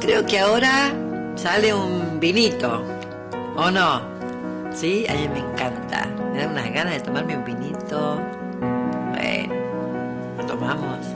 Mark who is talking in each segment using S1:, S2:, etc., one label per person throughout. S1: Creo que ahora sale un vinito, ¿o no? Sí, a mí me encanta. Me da unas ganas de tomarme un vinito. Bueno, lo tomamos.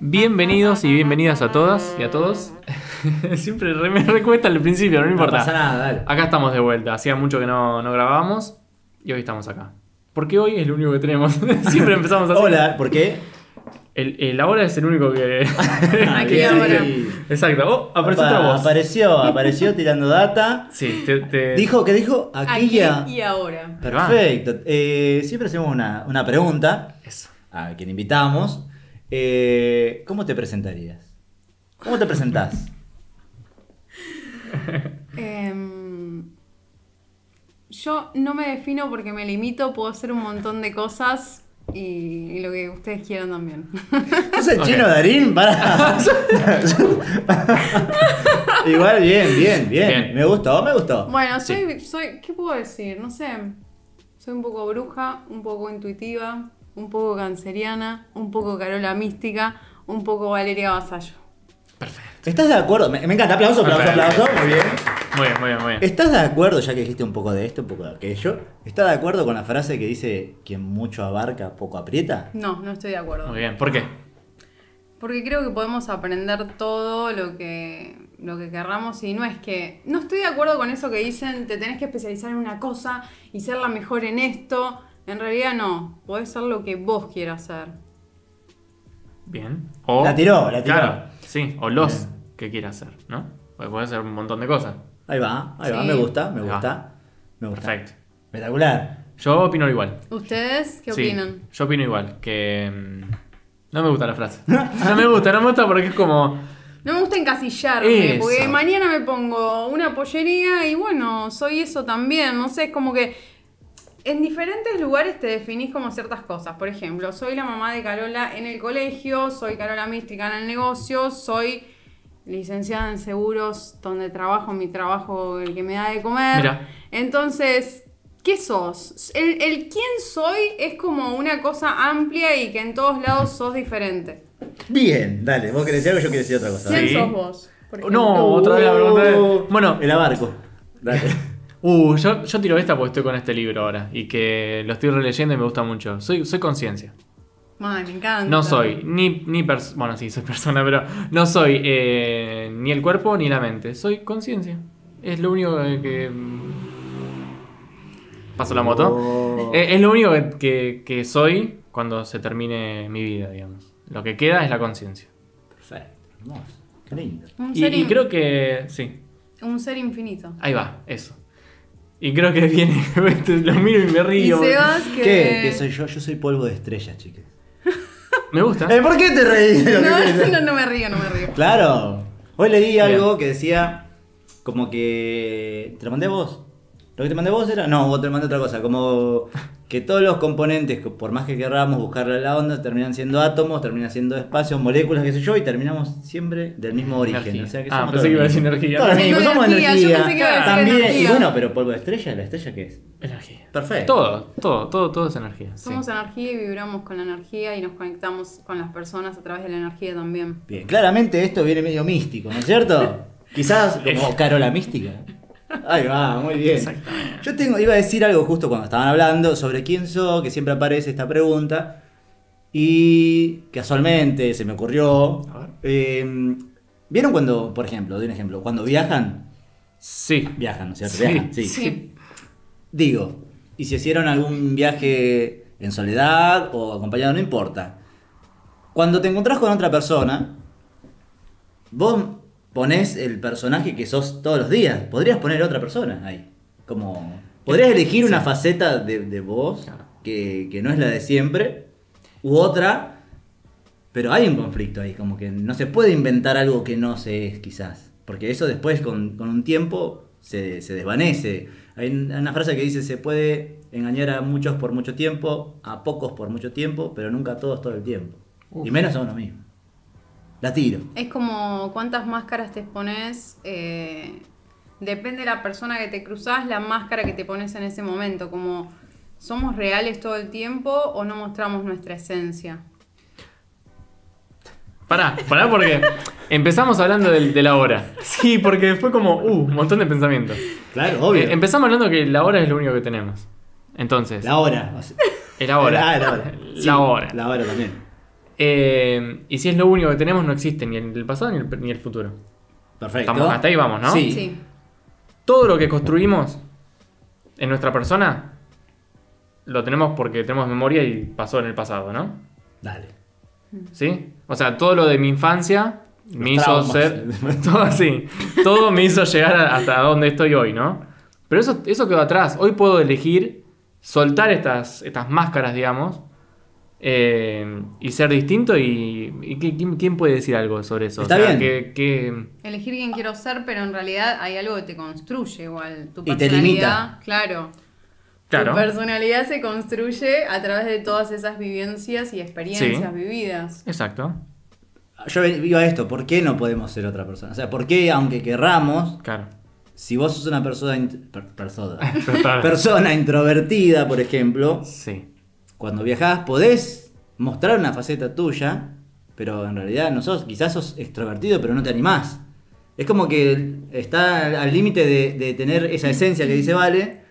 S2: Bienvenidos y bienvenidas a todas y a todos. Siempre re- me recuesta al principio, no
S3: No pasa
S2: importa. Ah,
S3: nada, dale.
S2: Acá estamos de vuelta. Hacía mucho que no, no grabábamos y hoy estamos acá. Porque hoy es lo único que tenemos. Siempre empezamos así.
S3: Hola, ¿por qué? Ah,
S2: El, el ahora es el único que.
S1: qué
S2: que existe.
S1: ahora.
S2: Exacto. Oh, apareció
S3: Opa,
S2: otra voz.
S3: Apareció, apareció tirando data.
S2: Sí, te, te-
S3: Dijo que dijo aquí ya.
S4: y ahora.
S3: Perfecto. Eh, siempre hacemos una, una pregunta
S2: Eso.
S3: a quien invitamos. Eh, ¿Cómo te presentarías? ¿Cómo te presentás?
S4: Em, yo no me defino porque me limito, puedo hacer un montón de cosas y, y lo que ustedes quieran también.
S3: ¿Sos el
S2: Ok.
S3: chino Darín? Pará. Igual, bien, bien, bien,
S2: Bien.
S3: Me gustó, me gustó.
S4: bueno, soy, soy, ¿qué puedo decir? No sé. Soy un poco bruja, un poco intuitiva, un poco canceriana, un poco Carola Mística, un poco Valeria Vasallo.
S3: ¿Estás de acuerdo? Me, me encanta. Aplauso, aplauso,
S2: Perfecto.
S3: aplauso. Muy bien.
S2: Muy bien, muy bien, muy bien.
S3: ¿Estás de acuerdo, ya que dijiste un poco de esto, un poco de aquello? ¿Estás de acuerdo con la frase que dice quien mucho abarca, poco aprieta?
S4: No, no estoy de acuerdo.
S2: Muy bien. ¿Por qué?
S4: Porque creo que podemos aprender todo lo que, lo que querramos y no es que... No estoy de acuerdo con eso que dicen, te tenés que especializar en una cosa y ser la mejor en esto. En realidad no, podés ser lo que vos quieras ser.
S2: Bien. O,
S3: La tiró, la tiró.
S2: Claro, sí. O los que quiera hacer, ¿no? Porque puede ser un montón de cosas.
S3: Ahí va, ahí va,
S4: Sí.
S3: me gusta, me
S2: Ahí
S3: gusta. Me gusta.
S2: Perfecto.
S3: Espectacular.
S2: Yo opino igual.
S4: ¿Ustedes qué
S2: Sí,
S4: opinan?
S2: Yo opino igual, que mm, no me gusta la frase. No me gusta, no me gusta porque es como,
S4: No me gusta encasillarme,
S2: Eso.
S4: porque mañana me pongo una pollería y bueno, soy eso también. No sé, es como que en diferentes lugares te definís como ciertas cosas. Por ejemplo, soy la mamá de Carola en el colegio, soy Carola mística en el negocio, soy licenciada en seguros donde trabajo, mi trabajo el que me da de comer.
S2: Mira.
S4: Entonces, ¿qué sos? El, el quién soy es como una cosa amplia y que en todos lados sos diferente.
S3: Bien, dale, vos querés decir algo, yo quiero decir otra cosa.
S2: Sí.
S4: ¿Quién sos vos? por ejemplo?
S2: no, otra vez la pregunta de-
S3: Bueno,
S2: Bueno,
S3: el abarco. Dale.
S2: uh, yo, yo tiro esta porque estoy con este libro ahora y que lo estoy releyendo y me gusta mucho. Soy, soy conciencia.
S4: Ah, Ay, me encanta.
S2: No soy ni, ni pers- bueno, sí, soy persona, pero no soy eh, ni el cuerpo ni la mente. Soy conciencia. Es lo único que- que... mm, Paso la moto.
S3: Oh.
S2: Eh, Es lo único que, que- que soy cuando se termine mi vida, digamos. Lo que queda es la conciencia.
S3: Perfecto, hermoso. Qué lindo.
S4: Un
S2: Y,
S4: ser,
S2: y
S4: in-
S2: creo que. Sí,
S4: un ser infinito.
S2: ahí va, eso. Y creo que viene. lo miro y me
S4: Y
S2: río.
S4: Sebas que...
S3: ¿Qué? ¿Qué soy yo? Yo soy polvo de estrellas, chicas.
S2: Me gusta.
S3: Eh, ¿Por qué te reís? de lo que querés
S4: No,
S3: decir?
S4: no, no me río, no me río.
S3: Claro. Hoy leí
S2: Bien.
S3: algo que decía como que te lo mandé a vos. Lo que te mandé a vos era, no, vos te lo mandé otra cosa, como que todos los componentes, que por más que querramos buscarle la onda, terminan siendo átomos, terminan siendo espacios, moléculas, qué sé yo, y terminamos siempre del mismo origen.
S2: Energía.
S3: O sea que
S2: Ah,
S3: somos
S2: pensé
S3: todos
S2: que iba a
S3: los
S2: decir
S3: mismos.
S2: energía.
S3: Todos los
S4: Siendo
S3: mismos, somos
S4: energía, yo
S3: energía.
S4: pensé que iba a decir
S3: También, y
S4: energía.
S3: bueno, pero polvo de estrella, ¿la estrella qué es?
S2: Energía.
S3: Perfecto.
S2: Todo, todo, todo, todo es energía. sí.
S4: Somos energía y vibramos con la energía y nos conectamos con las personas a través de la energía también.
S3: Bien, claramente esto viene medio místico, ¿no es cierto? Quizás como Carola Mística. Ahí va, muy bien. Yo tengo, iba a decir algo justo cuando estaban hablando sobre quién soy, que siempre aparece esta pregunta. Y casualmente se me ocurrió.
S2: A ver.
S3: eh, ¿Vieron cuando, por ejemplo, doy un ejemplo, cuando viajan?
S2: Sí.
S3: Viajan, ¿no es cierto?
S2: Sí,
S3: Viajan, sí.
S4: Sí.
S3: Digo, y si hicieron algún viaje en soledad o acompañado, no importa. Cuando te encontrás con otra persona, vos ponés el personaje que sos todos los días. Podrías poner otra persona ahí. Como. Podrías elegir una faceta de, de vos
S2: Claro.
S3: que, que no es la de siempre. U otra. Pero hay un conflicto ahí, como que no se puede inventar algo que no se es, quizás. Porque eso después, con, con un tiempo, se, se desvanece. Hay un- una frase que dice, se puede engañar a muchos por mucho tiempo, a pocos por mucho tiempo, pero nunca a todos todo el tiempo. Y menos a uno mismo. La tiro.
S4: Es como cuántas máscaras te pones. eh, depende de la persona que te cruzas, la máscara que te pones en ese momento. Como somos reales todo el tiempo o no mostramos nuestra esencia.
S2: Pará, pará porque empezamos hablando del- de la hora. Sí, porque fue como, uh, un montón de pensamientos.
S3: Claro, obvio.
S2: Eh, empezamos hablando que la hora es lo único que tenemos. Entonces,
S3: la hora. o sea,
S2: el ahora.
S3: Ah, la hora.
S2: La
S3: Sí,
S2: hora.
S3: La hora también.
S2: Eh, y si es lo único que tenemos, no existe ni el pasado ni el, ni el futuro.
S3: Perfecto.
S2: Estamos- hasta ahí vamos, ¿no?
S3: Sí.
S4: Sí.
S2: Todo lo que construimos en nuestra persona lo tenemos porque tenemos memoria y pasó en el pasado, ¿no?
S3: Dale.
S2: ¿Sí? O sea, todo lo de mi infancia me hizo
S3: traumas.
S2: ser. Todo, sí, todo me hizo llegar a- hasta donde estoy hoy, ¿no? Pero eso, eso quedó atrás. Hoy puedo elegir soltar estas, estas máscaras, digamos, eh, y ser distinto. ¿Y, y qui- quién, quién puede decir algo sobre eso?
S3: Está
S2: o sea,
S3: bien.
S2: Que, que-
S4: Elegir quién quiero ser, pero en realidad hay algo que te construye igual. Tu
S3: Y te
S4: personalidad,
S3: limita.
S4: claro.
S2: claro.
S4: Tu personalidad se construye a través de todas esas vivencias y experiencias
S2: Sí.
S4: vividas.
S2: Exacto.
S3: Yo iba a esto, ¿por qué no podemos ser otra persona? O sea, ¿por qué aunque querramos,
S2: Claro.
S3: si vos sos una persona int- per- persona,
S2: Total.
S3: persona introvertida, por ejemplo,
S2: Sí.
S3: cuando viajás podés mostrar una faceta tuya, pero en realidad no sos, quizás sos extrovertido, pero no te animás. Es como que está al- al límite de, de tener esa esencia que dice Vale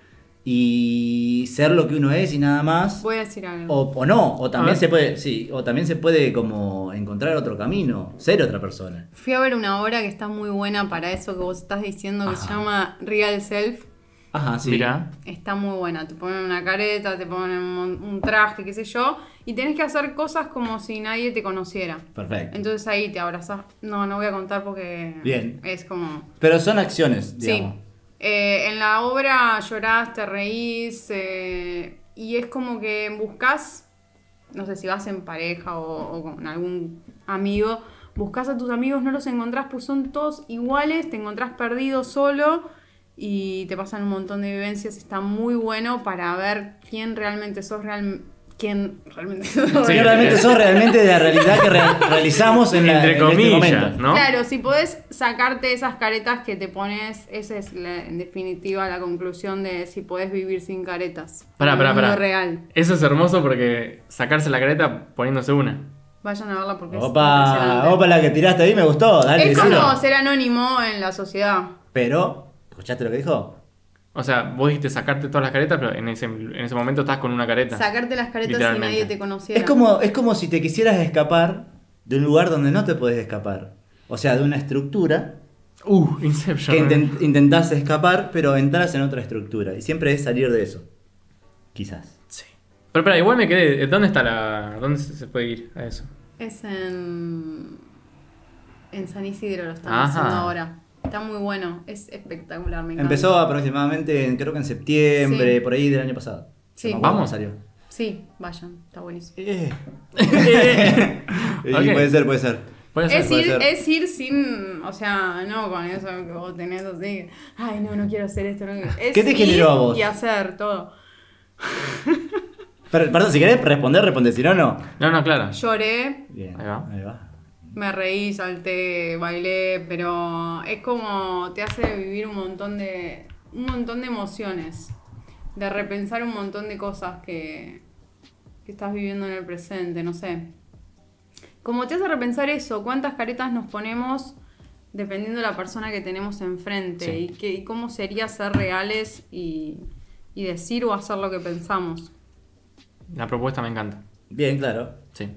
S3: y ser lo que uno es y nada más.
S4: Voy a decir algo.
S3: O, o no, o
S2: A
S3: también
S2: ver.
S3: se puede, sí, o también se puede como encontrar otro camino, ser otra persona.
S4: Fui a ver una obra que está muy buena para eso que vos estás diciendo que se llama Real Self.
S3: Ajá, sí.
S2: Mira.
S4: Está muy buena. Te ponen una careta, te ponen un, un traje, qué sé yo. Y tenés que hacer cosas como si nadie te conociera.
S3: Perfecto.
S4: Entonces ahí te abrazás. No, no voy a contar porque
S3: Bien.
S4: es como...
S3: Pero son acciones, digamos.
S4: Sí. Eh, en la obra llorás, te reís eh, y es como que buscas, no sé si vas en pareja o, o con algún amigo, buscas a tus amigos, no los encontrás, pues son todos iguales, te encontrás perdido solo y te pasan un montón de vivencias. Está muy bueno para ver quién realmente sos, real, quién realmente sos.
S2: Sí,
S3: Porque realmente son realmente de la realidad que re- realizamos en, la,
S2: Entre
S3: en este
S2: comillas,
S3: momento.
S2: ¿no?
S4: Claro, si podés sacarte esas caretas que te pones, esa es la- en definitiva la conclusión de si podés vivir sin caretas.
S2: Pará, pará,
S4: En el mundo
S2: pará.
S4: real.
S2: Eso es hermoso porque sacarse la careta poniéndose una.
S4: Vayan a verla porque es
S3: Opa,
S4: impresionante.
S3: opa la que tiraste ahí, me gustó, dale,
S4: Es
S3: decilo.
S4: como ser anónimo en la sociedad.
S3: Pero, ¿escuchaste lo que dijo?
S2: O sea, vos dijiste sacarte todas las caretas, pero en ese, en ese momento estás con una careta.
S4: Sacarte las caretas y
S2: Literalmente.
S4: nadie te conociera.
S3: Es como, es como si te quisieras escapar de un lugar donde no te podés escapar. O sea, de una estructura
S2: Uh, Inception.
S3: que inten- intentás escapar, pero entras en otra estructura. Y siempre es salir de eso. Quizás.
S2: Sí. Pero espera, igual me quedé. eh, ¿Dónde está la. ¿Dónde se se puede ir a eso?
S4: Es en. En San Isidro lo están
S2: Ajá.
S4: haciendo ahora. Está muy bueno, es espectacular, me encanta.
S3: Empezó aproximadamente, en- creo que en septiembre,
S4: Sí.
S3: por ahí del año pasado.
S4: Sí.
S3: No me acuerdo
S2: Vamos.
S3: cuándo Salió.
S4: Sí, vayan, está buenísimo.
S3: Eh. Y
S2: Ok.
S3: Puede ser, puede ser.
S2: Puede ser.
S4: Es ir,
S3: ser.
S4: es ir sin, o sea, no con eso que vos tenés así, ay no, no quiero hacer esto, no quiero-". Es
S3: ¿Qué te
S4: ir
S3: generó a vos?
S4: Y hacer todo.
S3: Per- perdón, si querés responder, responde, si no, no.
S2: No, no, claro.
S4: Lloré,
S3: Bien.
S2: Ahí va.
S3: Ahí va.
S4: me reí, salté, bailé, pero es como te hace vivir un montón de, un montón de emociones, de repensar un montón de cosas que, que estás viviendo en el presente, no sé. Como te hace repensar eso, cuántas caretas nos ponemos dependiendo de la persona que tenemos enfrente
S2: Sí.
S4: y, que, y cómo sería ser reales y, y decir o hacer lo que pensamos.
S2: La propuesta me encanta.
S3: Bien, claro.
S2: Sí.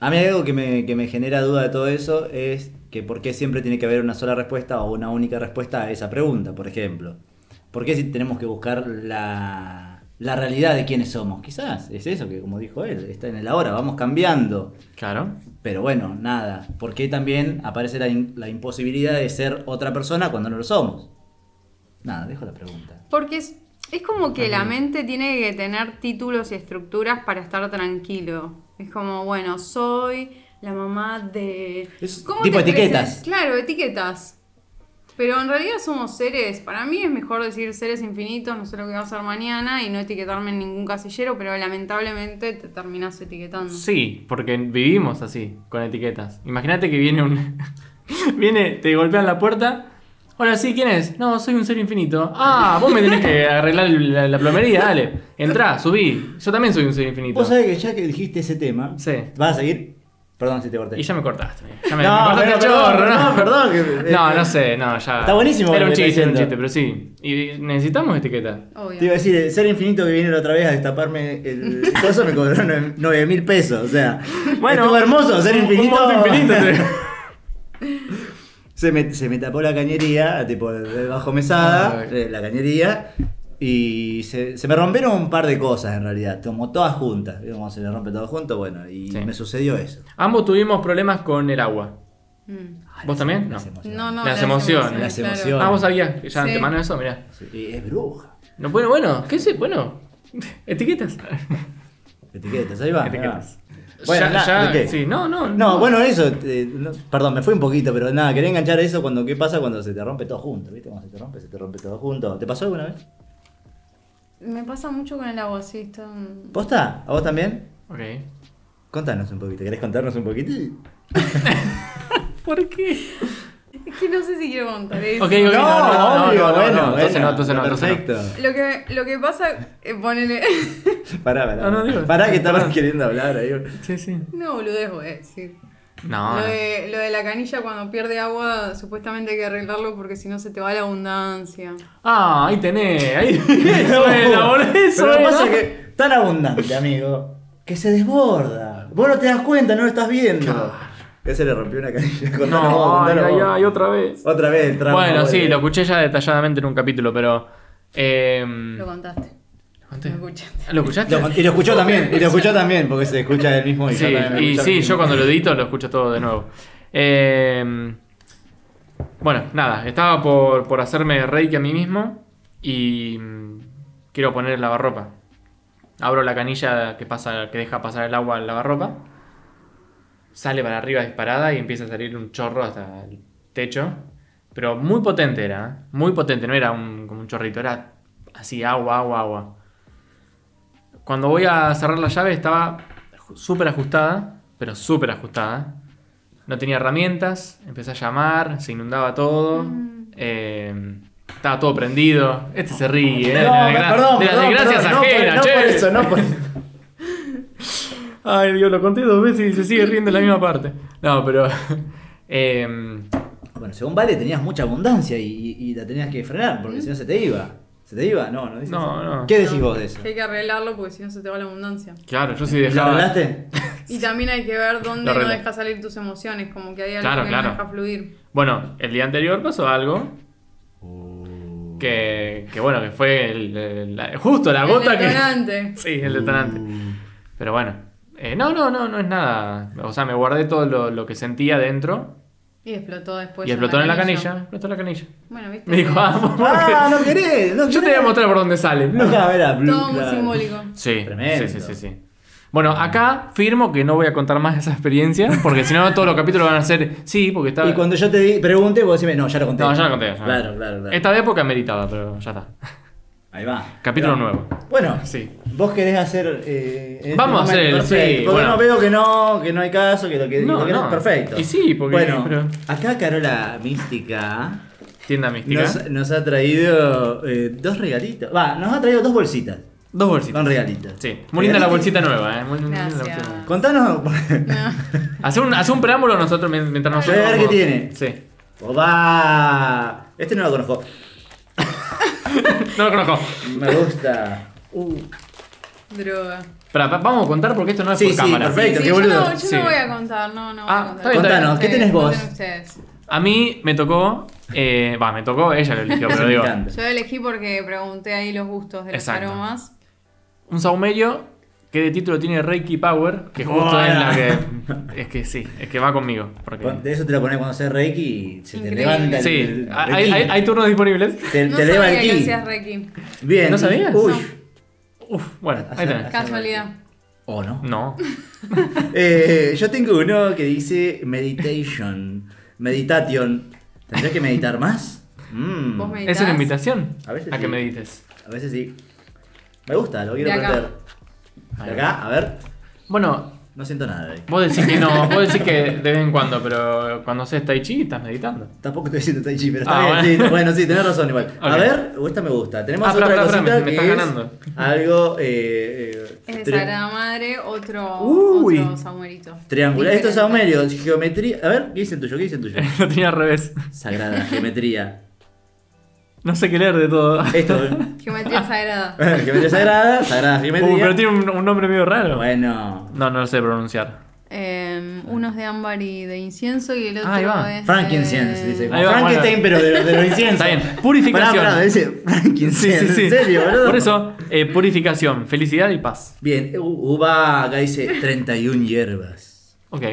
S3: A mí hay algo que me, que me genera duda de todo eso es que por qué siempre tiene que haber una sola respuesta o una única respuesta a esa pregunta, por ejemplo. ¿Por qué si tenemos que buscar la, la realidad de quiénes somos? Quizás es eso que, como dijo él, está en el ahora, vamos cambiando.
S2: Claro.
S3: Pero bueno, nada. ¿Por qué también aparece la, in- la imposibilidad de ser otra persona cuando no lo somos? Nada, dejo la pregunta.
S4: Porque es, es como que la mente tiene que tener títulos y estructuras para estar tranquilo. Es como, bueno, soy la mamá de...
S3: Es tipo etiquetas.
S4: presen- Claro, etiquetas. Pero en realidad somos seres, para mí es mejor decir seres infinitos, no sé lo que va a hacer mañana y no etiquetarme en ningún casillero, pero lamentablemente te terminas etiquetando.
S2: Sí, porque vivimos así, con etiquetas. Imagínate que viene un. viene, te golpean la puerta. Hola, sí, ¿quién es? No, soy un ser infinito. Ah, vos me tenés que arreglar la, la plomería, dale. Entrá, subí. Yo también soy un ser infinito.
S3: Vos sabés que ya que dijiste ese tema,
S2: Sí.
S3: ¿vas a seguir? Perdón si te corté.
S2: Y ya me cortaste. Ya me,
S3: No,
S2: me cortaste el
S3: pero
S2: chorro,
S3: perdón,
S2: ¿no?
S3: no, perdón, que- eh,
S2: no, no sé, no, ya.
S3: Está buenísimo
S2: Era
S3: lo
S2: un
S3: que me
S2: chiste,
S3: estás
S2: era un
S3: diciendo.
S2: chiste, pero sí. Y necesitamos etiquetas.
S4: Obvio.
S3: Te iba a decir, el ser infinito que vinieron otra vez a destaparme el coso me cobró 9 mil pesos. O sea,
S2: Bueno,
S3: estuvo hermoso ser
S2: un- un
S3: infinito.
S2: monto infinito, sí.
S3: se, me, se me tapó la cañería, tipo bajo mesada,
S2: Ay.
S3: eh, la cañería. Y se, se me rompieron un par de cosas en realidad, como todas juntas. ¿Vieron cómo se le rompe todo junto? Bueno, y
S2: Sí.
S3: me sucedió eso.
S2: Ambos tuvimos problemas con el agua.
S4: Mm.
S2: ¿Vos también? No.
S3: Las emociones.
S4: No, no,
S2: Las emociones.
S3: Las
S4: claro.
S3: emociones.
S2: Ah, vos sabías que ya
S4: Sí.
S2: antemano eso, mirá.
S3: Sí, y es bruja.
S2: No, bueno, bueno, ¿qué sé? Bueno, etiquetas.
S3: Etiquetas, ahí va. ahí va.
S2: Etiquetas.
S3: Bueno,
S2: ya,
S3: nada,
S2: ya,
S3: ¿de qué?
S2: sí, no, no.
S3: No, bueno, eso, eh, no- perdón, me fui un poquito, pero nada, quería enganchar a eso cuando qué pasa cuando se te rompe todo junto, ¿viste? Cuando se te rompe, se te rompe todo junto. ¿Te pasó alguna vez?
S4: Me pasa mucho con el agua, sí, está... un-
S3: ¿Posta? ¿A vos también?
S2: Ok.
S3: Contanos un poquito, ¿querés contarnos un poquito?
S2: ¿Por qué?
S4: Es que no sé si quiero contar eso.
S2: Ok, ok. no, no, no, no,
S3: bueno,
S2: no, entonces
S3: bueno,
S2: no, entonces no, entonces no.
S3: Perfecto.
S4: Lo que, lo que pasa, eh, ponele...
S3: Pará, pará.
S2: No, no, digo.
S3: pará que estabas
S2: Perdón.
S3: queriendo hablar ahí.
S2: Sí, sí.
S4: no, boludez, voy a decir.
S2: No.
S4: Lo
S3: Eh.
S4: de, lo de la canilla cuando pierde agua, supuestamente hay que arreglarlo porque si no se te va la abundancia.
S2: Ah, ahí tenés. Ahí suena, boludo. Eso
S3: Pero lo que pasa
S2: es
S3: es que tan abundante, amigo, que se desborda. Vos no te das cuenta, no lo estás viendo. Ya se le rompió una canilla. Contalo vos,
S2: No, ay,
S3: contalo
S2: ay,
S3: vos.
S2: ay, otra vez.
S3: Otra vez el tramo.
S2: Bueno, sí,
S3: boludo.
S2: lo escuché ya detalladamente en un capítulo, pero. Eh,
S4: Lo contaste.
S2: conté.
S4: Lo escuchaste.
S2: ¿Lo escuchaste?
S3: Lo- y lo escuchó también, y lo escuchó también, porque se escucha el mismo.
S2: Sí,
S3: también me
S2: y
S3: escucho
S2: sí,
S3: el
S2: yo
S3: mismo.
S2: cuando lo edito lo escucho todo de nuevo. Eh, bueno, nada, estaba por, por hacerme reiki a mí mismo y mm, quiero poner el lavarropa. Abro la canilla que, pasa, que deja pasar el agua al lavarropa, sale para arriba disparada y empieza a salir un chorro hasta el techo. Pero muy potente era, ¿eh? muy potente, no era un, como un chorrito, era así agua, agua, agua. Cuando voy a cerrar la llave estaba ju- súper ajustada, pero súper ajustada. No tenía herramientas, empecé a llamar, se inundaba todo. eh, estaba todo prendido. Este se ríe. eh, de
S3: No,
S2: la
S3: me-
S2: desgra-
S3: perdón,
S2: de las
S3: perdón,
S2: desgracias
S3: perdón, no por-
S2: ajenas,
S3: no
S2: che.
S3: por eso, no por eso.
S2: Ay, Dios, lo conté dos veces y se sigue riendo en la misma parte. No, pero. eh,
S3: Bueno, según Vale tenías mucha abundancia y, y- y la tenías que frenar, porque si no se te iba. ¿Se te iba? No, no dices
S2: No,
S3: eso.
S2: no.
S3: ¿Qué decís vos de eso?
S4: Que hay que arreglarlo porque si no se te va la abundancia.
S2: claro, yo sí
S3: ¿Lo
S2: dejaba.
S3: hablaste?
S4: Y también hay que ver dónde
S2: Lo
S4: no
S2: arreglo.
S4: deja salir tus emociones, como que hay algo
S2: Claro,
S4: que
S2: claro.
S4: no deja fluir.
S2: Bueno, el día anterior pasó algo. Que, que bueno, que fue el- el- la- justo la
S4: El
S2: gota
S4: detonante.
S2: que. Sí, el detonante. Pero bueno, eh, no, no, no, no es nada. O sea, me guardé todo lo, lo que sentía dentro
S4: Y explotó después.
S2: y explotó en la canilla. Explotó en la canilla.
S4: Bueno, viste.
S2: Me dijo,
S4: que-
S2: ah, ¿por qué?
S3: Ah, no querés, no
S2: Yo te voy a mostrar por dónde sale.
S3: No, a ver, a Blue,
S4: Todo muy
S3: claro.
S4: simbólico.
S2: Sí,
S3: Tremendo.
S2: sí, sí, sí, sí. Bueno, acá firmo que no voy a contar más esa experiencia, porque si no todos los capítulos van a ser, sí, porque estaba...
S3: Y cuando yo te di- pregunte, vos decime, no, ya lo conté.
S2: No, ya la conté. ya la conté.
S3: Claro, claro, claro.
S2: Esta época meritaba, pero ya está.
S3: Ahí va.
S2: Capítulo
S3: Ahí va.
S2: nuevo.
S3: Bueno,
S2: Sí.
S3: vos querés hacer. eh, en
S2: Vamos a
S3: este
S2: hacer el-
S3: momento, perfecto,
S2: sí,
S3: Porque
S2: bueno.
S3: no veo que no, que no hay caso, que lo que
S2: No,
S3: lo que
S2: no.
S3: perfecto.
S2: Y sí, porque-
S3: Bueno,
S2: pero-
S3: acá Carola Mística
S2: Tienda mística.
S3: nos, nos ha traído eh, dos regalitos. Va, nos ha traído dos bolsitas.
S2: Dos bolsitas.
S3: Son regalitos.
S2: Sí, muy linda la bolsita nueva, eh. Muy linda la
S4: Gracias.
S2: bolsita nueva.
S3: Contanos.
S2: Hace un, hace un preámbulo nosotros mien- mientras
S3: Voy
S2: nosotros...
S3: a ver qué tiene.
S2: Sí.
S3: ¡Opa! Este no lo conozco.
S2: No lo conozco.
S3: Me gusta.
S4: Droga.
S2: Pará, pa- vamos a contar porque esto no es
S3: Sí,
S2: por
S3: sí,
S2: cámara.
S3: perfecto.
S4: Sí,
S3: qué
S4: yo
S3: boludo.
S4: no, yo
S2: Sí.
S4: no voy a contar, no, no voy
S2: Ah,
S4: a
S2: está bien,
S4: contar.
S2: está bien.
S3: Contanos, ¿qué tenés
S4: Ustedes,
S3: vos?
S4: conten ustedes.
S2: A mí me tocó... eh, Va, me tocó, ella lo eligió, pero
S3: Me
S2: digo...
S3: encanta.
S4: Yo elegí porque pregunté ahí los gustos de los
S2: Exacto.
S4: aromas.
S2: Un saumerio que de título tiene Reiki Power, que justo
S3: Hola.
S2: es la que. Es que sí, es que va conmigo.
S3: Con-
S2: Porque...
S3: De eso te lo pones cuando haces Reiki y se
S4: Increíble.
S3: te levanta el.
S2: Sí,
S3: el- el
S2: hay,
S3: ki.
S2: hay- hay turnos disponibles.
S3: Te,
S4: No
S3: te
S4: sabía
S3: eleva el
S4: que
S3: ki.
S4: hacías Reiki.
S3: Bien.
S2: ¿No sabías?
S3: Uy.
S2: Uf, bueno, ahí tenés.
S4: Casualidad.
S3: ¿O Oh, no?
S2: No.
S3: Eh, yo tengo uno que dice meditation. Meditation. ¿Tendría que meditar más? Mm.
S4: Vos me-
S2: Es una
S4: ¿Meditas?
S2: invitación
S3: A veces
S2: a que
S3: sí.
S2: medites.
S3: A veces sí. Me gusta, lo quiero
S4: De acá.
S3: aprender. De acá, a ver.
S2: Bueno,
S3: No siento nada de ahí.
S2: vos decís que no, vos decís que de vez en cuando, pero cuando haces tai chi estás meditando.
S3: Tampoco estoy diciendo Tai Chi, pero está
S2: Ah,
S3: bien.
S2: bueno.
S3: Sí, bueno, sí, tenés razón igual. A
S2: Ok.
S3: ver, esta me gusta. Tenemos
S2: Ah,
S3: otra
S2: pará, pará,
S3: cosita
S2: pará, me- me
S3: que
S2: estás
S3: es
S2: ganando.
S3: algo eh, eh,
S4: Es de
S3: tri-
S4: Sagrada Madre, otro,
S3: Uy.
S4: otro saumerito.
S3: triangular. Esto es
S4: Diferente.
S3: Saumerio, geometría. A ver, ¿qué dice el tuyo? ¿Qué dice el tuyo?
S2: Lo tenía al revés.
S3: Sagrada geometría.
S2: No sé qué leer de todo. Uh,
S3: Esto, eh,
S4: Geometría sagrada.
S3: geometría sagrada, sagrada
S2: Uh, pero
S3: geometría.
S2: tiene un, un nombre medio raro.
S3: Bueno,
S2: No, no lo sé pronunciar.
S4: Eh, uno es de ámbar y de incienso y el otro
S2: Ah, Ahí va.
S4: es.
S3: Frankincense
S4: de-
S3: dice.
S2: Ahí va,
S3: Frankenstein, pero de, de los
S2: Está
S3: inciensos.
S2: bien. Purificación.
S3: Pará, pará, dice
S2: Sí,
S3: Frankincense.
S2: sí, sí.
S3: ¿En serio, boludo?
S2: Por eso, eh, purificación, felicidad y paz.
S3: Bien, u- uva acá dice 31 hierbas.
S2: Ok.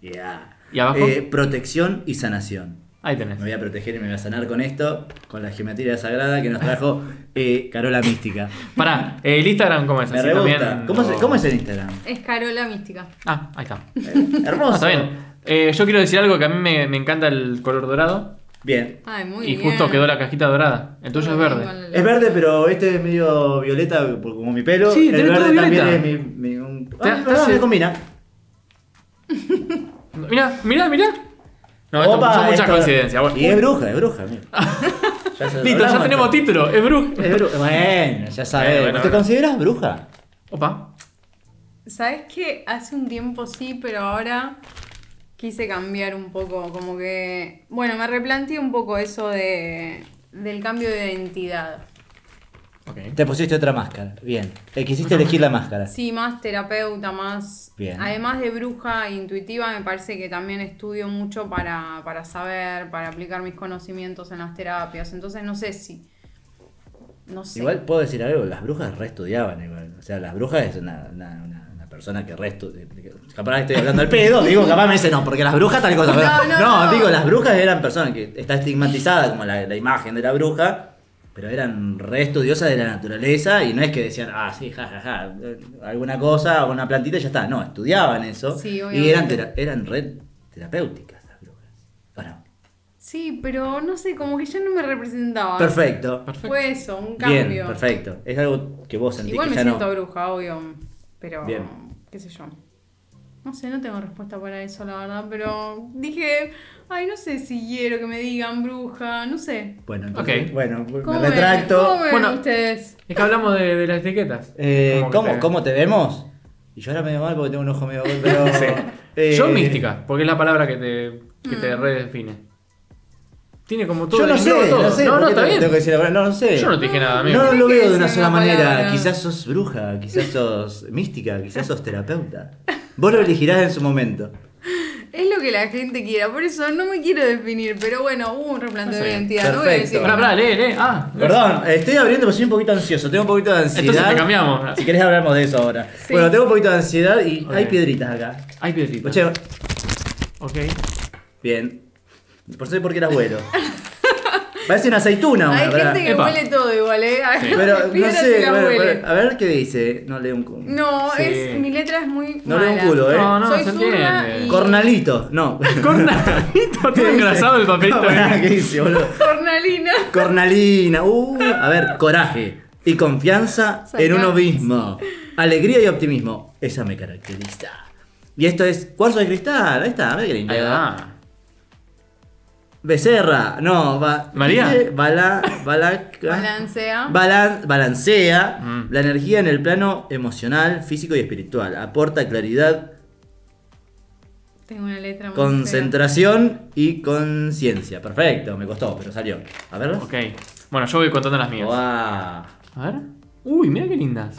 S3: Yeah.
S2: ¿Y abajo?
S3: Eh, protección y sanación.
S2: Ahí
S3: Me
S2: tenés.
S3: voy a proteger y me voy a sanar con esto, con la geometría sagrada que nos trajo eh, Carola Mística.
S2: Pará, eh, el Instagram, ¿cómo es?
S3: Me
S2: Así
S3: rebota.
S2: también,
S3: ¿Cómo,
S2: o-
S3: se- ¿Cómo es el Instagram?
S4: Es Carola Mística.
S2: Ah, ahí está.
S3: Eh,
S2: Ah,
S3: hermoso.
S2: está bien. Eh, yo quiero decir algo que a mí me, me encanta el color dorado.
S3: Bien.
S4: Ay, muy
S2: y
S4: bien.
S2: justo quedó la cajita dorada. El tuyo es verde.
S3: Es verde, pero este es medio violeta, por- como mi pelo.
S2: Sí,
S3: el
S2: tenés todo
S3: verde también
S2: violeta.
S3: es mi. mi- un...
S2: Te-
S3: Ah,
S2: te
S3: perdón,
S2: hace-
S3: me combina.
S2: Mirá, mirá, mirá. No, esto-
S3: Opa,
S2: son muchas
S3: esto-
S2: coincidencias. Bueno.
S3: Y es bruja, es bruja. mira. Ya se
S2: Listo, ya
S3: lo hablamos, Eh.
S2: tenemos
S3: entonces.
S2: título. Es Bruce.
S3: Es bru- Bueno, ya sabes.
S2: Eh, Bueno,
S3: ¿Te
S2: bueno.
S3: consideras bruja?
S2: Opa.
S4: ¿Sabes qué? Hace un tiempo sí, pero ahora quise cambiar un poco. Como que. Bueno, me replanteé un poco eso de, del cambio de identidad.
S2: Ok.
S3: Te pusiste otra máscara. Bien. Eh, quisiste elegir la máscara.
S4: Sí, más terapeuta, más.
S3: Bien.
S4: Además de bruja intuitiva, me parece que también estudio mucho para, para saber, para aplicar mis conocimientos en las terapias. Entonces no sé si. No sé.
S3: Igual puedo decir algo, las brujas reestudiaban igual. O sea, las brujas es una, una- una- una persona que resto. Capaz estoy hablando al pedo, digo, capaz me dice no, porque las brujas tal cosa.
S4: No, no, no.
S3: digo, las brujas eran personas que está estigmatizada como la, la imagen de la bruja, pero eran reestudiosas de la naturaleza y no es que decían, ah, sí, jajaja, alguna cosa, alguna plantita y ya está. No, estudiaban eso
S4: Sí,
S3: y eran,
S4: obviamente.
S3: tera- eran re terapéuticas las brujas. Bueno,
S4: Sí, pero no sé, como que ya no me representaba.
S3: perfecto.
S4: Fue eso, un cambio.
S3: Bien, perfecto. Es algo que vos sentís
S4: Igual
S3: que
S4: me
S3: ya
S4: siento
S3: no.
S4: bruja, obvio. Pero,
S3: Bien.
S4: qué sé yo. No sé, no tengo respuesta para eso, la verdad. Pero dije, ay, no sé si quiero que me digan bruja, no sé.
S3: Bueno, entonces,
S2: Ok.
S3: bueno, me
S4: ¿Cómo
S3: retracto.
S4: ven? ¿Cómo ven
S2: Bueno.
S4: ustedes?
S2: Es que hablamos de, de las etiquetas.
S3: Eh,
S2: que
S3: ¿cómo,
S2: te-
S3: ¿Cómo te vemos? Y yo ahora medio mal porque tengo un ojo medio gol, pero. eh,
S2: Yo mística, porque es la palabra que te, que
S4: Mm.
S2: te redefine. Tiene como todo
S3: Yo no
S2: el
S3: sé,
S2: engloba todo.
S3: no sé.
S2: no,
S3: ¿por
S2: no,
S3: qué
S2: está
S3: te-
S2: bien.
S3: tengo que decir la verdad? No, no sé.
S2: Yo no te dije nada, amigo.
S3: No, no
S4: Tenés
S3: lo
S4: que
S3: veo de
S4: decir
S3: una sola
S4: una
S3: manera.
S4: palabra.
S3: Quizás sos bruja, quizás sos mística, quizás sos terapeuta. Vos lo elegirás en su momento.
S4: Es lo que la gente quiera, por eso no me quiero definir. Pero bueno, hubo un replanteo
S2: No sé,
S4: de identidad. No voy a decir
S3: perfecto.
S2: Pará, pará, lee, lee. Ah,
S3: Perdón, estoy abriendo porque soy un poquito ansioso. Tengo un poquito de ansiedad.
S2: Entonces te cambiamos.
S3: Si querés hablamos de eso ahora.
S4: Sí.
S3: Bueno, tengo un poquito de ansiedad y
S2: Ok.
S3: hay piedritas acá.
S2: Hay piedrita.
S3: Oche,
S2: Ok.
S3: Bien. Pues Por eso porque eras bueno. Parece una aceituna una,
S4: Hay
S3: ¿verdad?
S4: gente que
S2: Epa.
S4: huele todo igual, ¿eh? Ay,
S3: Pero no
S4: piedras y
S3: sé,
S4: las
S3: bueno, ah,
S4: huele.
S3: bueno, a ver qué dice. No leo un culo.
S4: No,
S2: Sí.
S4: es, mi letra es muy.
S3: No leo
S4: mala.
S3: un culo, ¿eh?
S2: No, no,
S4: Soy
S2: se
S4: zurda
S2: entiende.
S4: y-
S3: Cornalito, no.
S2: Cornalito, todo engrasado el papelito. eh.
S3: No, pará, ¿Qué dice, boludo?
S4: Cornalina.
S3: Ah. Cornalina, uh, a ver, coraje y confianza
S4: Sacá.
S3: en uno mismo. Alegría y optimismo, esa me caracteriza. Y esto es cuarzo de cristal, ahí está, mira qué lindo.
S2: Ahí va.
S3: Becerra, no, va.
S2: María.
S3: dice Bala, balaca-
S4: Balancea.
S3: Balan- balancea
S2: Mm.
S3: la energía en el plano emocional, físico y espiritual. Aporta claridad,
S4: Tengo una letra muy. fea.
S3: concentración y conciencia. Perfecto, me costó, pero salió. A ver.
S2: Ok. Bueno, yo voy contando las mías.
S3: Guau,
S2: A ver. Uy, mira qué lindas.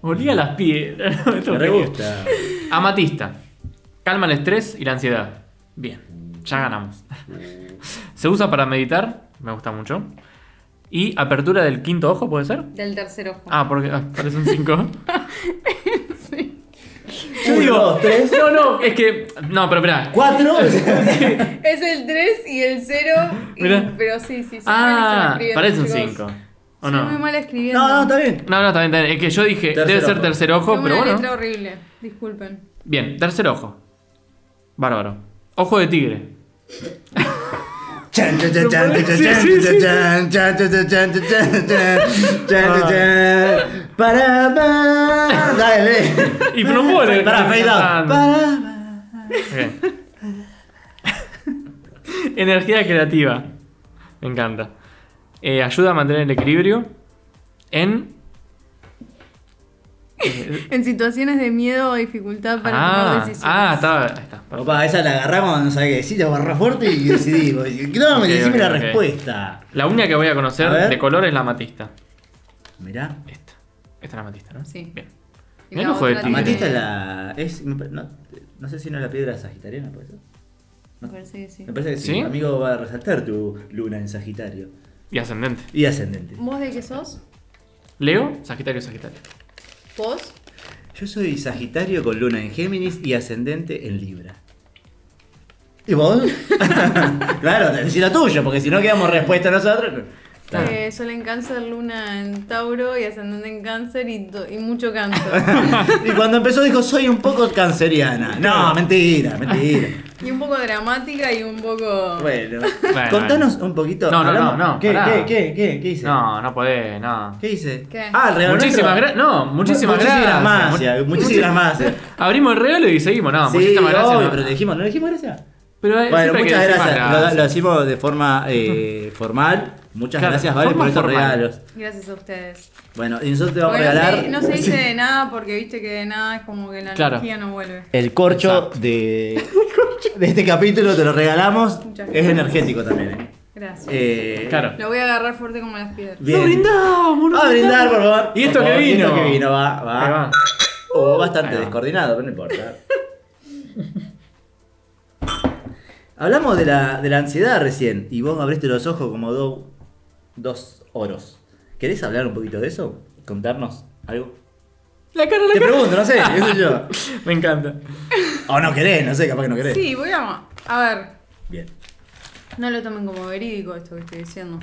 S2: Olía a las piedras. Esto me
S3: me re
S2: queda.
S3: gusta.
S2: Amatista. Calma el estrés y la ansiedad. Bien, ya ganamos. Se usa para meditar, me gusta mucho. Y apertura del quinto ojo, ¿puede ser?
S4: Del tercer ojo.
S2: Ah, porque ah, parece un 5.
S3: Uno, dos, tres,
S2: No, no, es que. No, pero espera.
S3: cuatro.
S4: Es el 3 y el 0.
S2: Mirá.
S4: Pero sí, sí, sí.
S2: Ah, parece un 5. ¿O no?
S4: no? Soy muy
S2: No,
S4: mala escribiendo.
S3: No, no, está bien.
S2: no, está bien, está bien. Es que yo dije,
S3: Tercer
S2: debe ser
S3: ojo.
S2: tercer ojo,
S4: Tengo
S2: pero
S4: una
S2: bueno.
S4: letra horrible. Disculpen.
S2: Bien, tercer ojo. Bárbaro. Ojo de tigre.
S3: Chan, chan, chan, chan, chan,
S2: Sí,
S3: chan,
S2: sí, sí,
S3: chan, chan, chan, chan, chan, chan, chan, chan, chan, chan. Para, pa. Dale.
S2: Y no pone.
S3: Para, fade out. Para, pa.
S2: Ok. Energía creativa. Me encanta. Eh, ayuda a mantener el equilibrio en.
S4: En situaciones de miedo o dificultad para tomar
S2: ah,
S4: decisiones.
S2: ah, estaba. ahí está.
S3: Opa, esa la agarramos cuando no sabía qué decir, la agarrás fuerte y decidimos. No,
S2: Ok,
S3: me decime
S2: ok,
S3: la
S2: ok.
S3: respuesta.
S2: La única que voy a conocer
S3: A ver.
S2: de color es la matista.
S3: Mirá.
S2: Esta. Esta es la matista, ¿no?
S4: Sí.
S2: Bien.
S4: Y
S2: Mirá
S4: la
S2: el ojo de
S4: otra
S2: tigre.
S3: La Ah, matista es la. Es, no, no sé si no es la piedra sagitariana, ¿puede ser?
S4: Me parece que sí.
S3: Me parece que sí.
S2: ¿Sí?
S3: Mi amigo va a resaltar tu luna en Sagitario.
S2: Y ascendente.
S3: Y ascendente.
S4: ¿Vos de qué sos?
S2: Leo, Sagitario, Sagitario.
S4: ¿Vos?
S3: Yo soy Sagitario con luna en Géminis y ascendente en Libra. ¿Y vos? claro, decís la tuya, porque si no quedamos respuesta nosotros. Está.
S4: Eh, sol en cáncer, luna en Tauro y ascendente en cáncer y, to- y mucho cáncer.
S3: Y cuando empezó dijo, soy un poco canceriana. No, mentira, mentira.
S4: y un poco dramática y un poco...
S3: Bueno,
S2: Bueno,
S3: contanos un poquito.
S2: No, no,
S3: hablamos-
S2: no, no,
S3: ¿Qué,
S2: pará.
S3: qué, qué, qué, qué hice?
S2: No, no podés, no.
S3: ¿Qué hice?
S4: ¿Qué?
S3: Ah, el regalo
S2: Muchísimas
S3: nuestro.
S2: gracias. No, muchísimas gracias.
S3: Muchísimas más, ya,
S2: Mu-
S3: muchísimas más. ya.
S2: Abrimos el regalo y seguimos, no.
S3: Sí,
S2: muchísimas gracias.
S3: obvio,
S2: no.
S3: pero le dijimos, ¿no le dijimos gracias?
S2: Pero, eh,
S3: Bueno,
S2: siempre hay que
S3: muchas
S2: decir más
S3: gracias. Lo,
S2: gracias.
S3: lo decimos de forma eh, formal. Muchas
S2: Claro,
S3: gracias, Vale,
S2: forma
S3: por estos
S2: formal.
S3: regalos.
S4: Gracias a ustedes.
S3: Bueno, y nosotros te vamos
S4: Porque
S3: a
S4: no
S3: regalar
S4: se- no se dice de nada porque viste que de nada es como que la
S2: Claro.
S4: energía no vuelve.
S3: el corcho
S2: Exacto.
S3: de, de este capítulo, te lo regalamos.
S4: Muchas
S3: Es
S4: gracias.
S3: energético también. ¿eh?
S4: Gracias.
S3: Eh,
S2: Claro.
S4: Lo voy a agarrar fuerte como las piedras.
S3: Bien. a brindar, por favor.
S2: ¿Y esto
S3: Por
S2: que
S3: favor,
S2: vino?
S3: esto que vino, va,
S2: Ahí va.
S3: va. O bastante
S2: Ahí va.
S3: descoordinado, pero no importa. Hablamos de la, de la ansiedad recién y vos abriste los ojos como do- dos oros. ¿Querés hablar un poquito de eso? ¿Contarnos algo?
S2: La cara, la
S3: Te
S2: cara.
S3: pregunto, no sé, qué sé yo.
S2: Me encanta.
S3: O no querés, no sé, capaz que no querés.
S4: Sí, voy a... A ver,
S3: Bien.
S4: no lo tomen como verídico esto que estoy diciendo.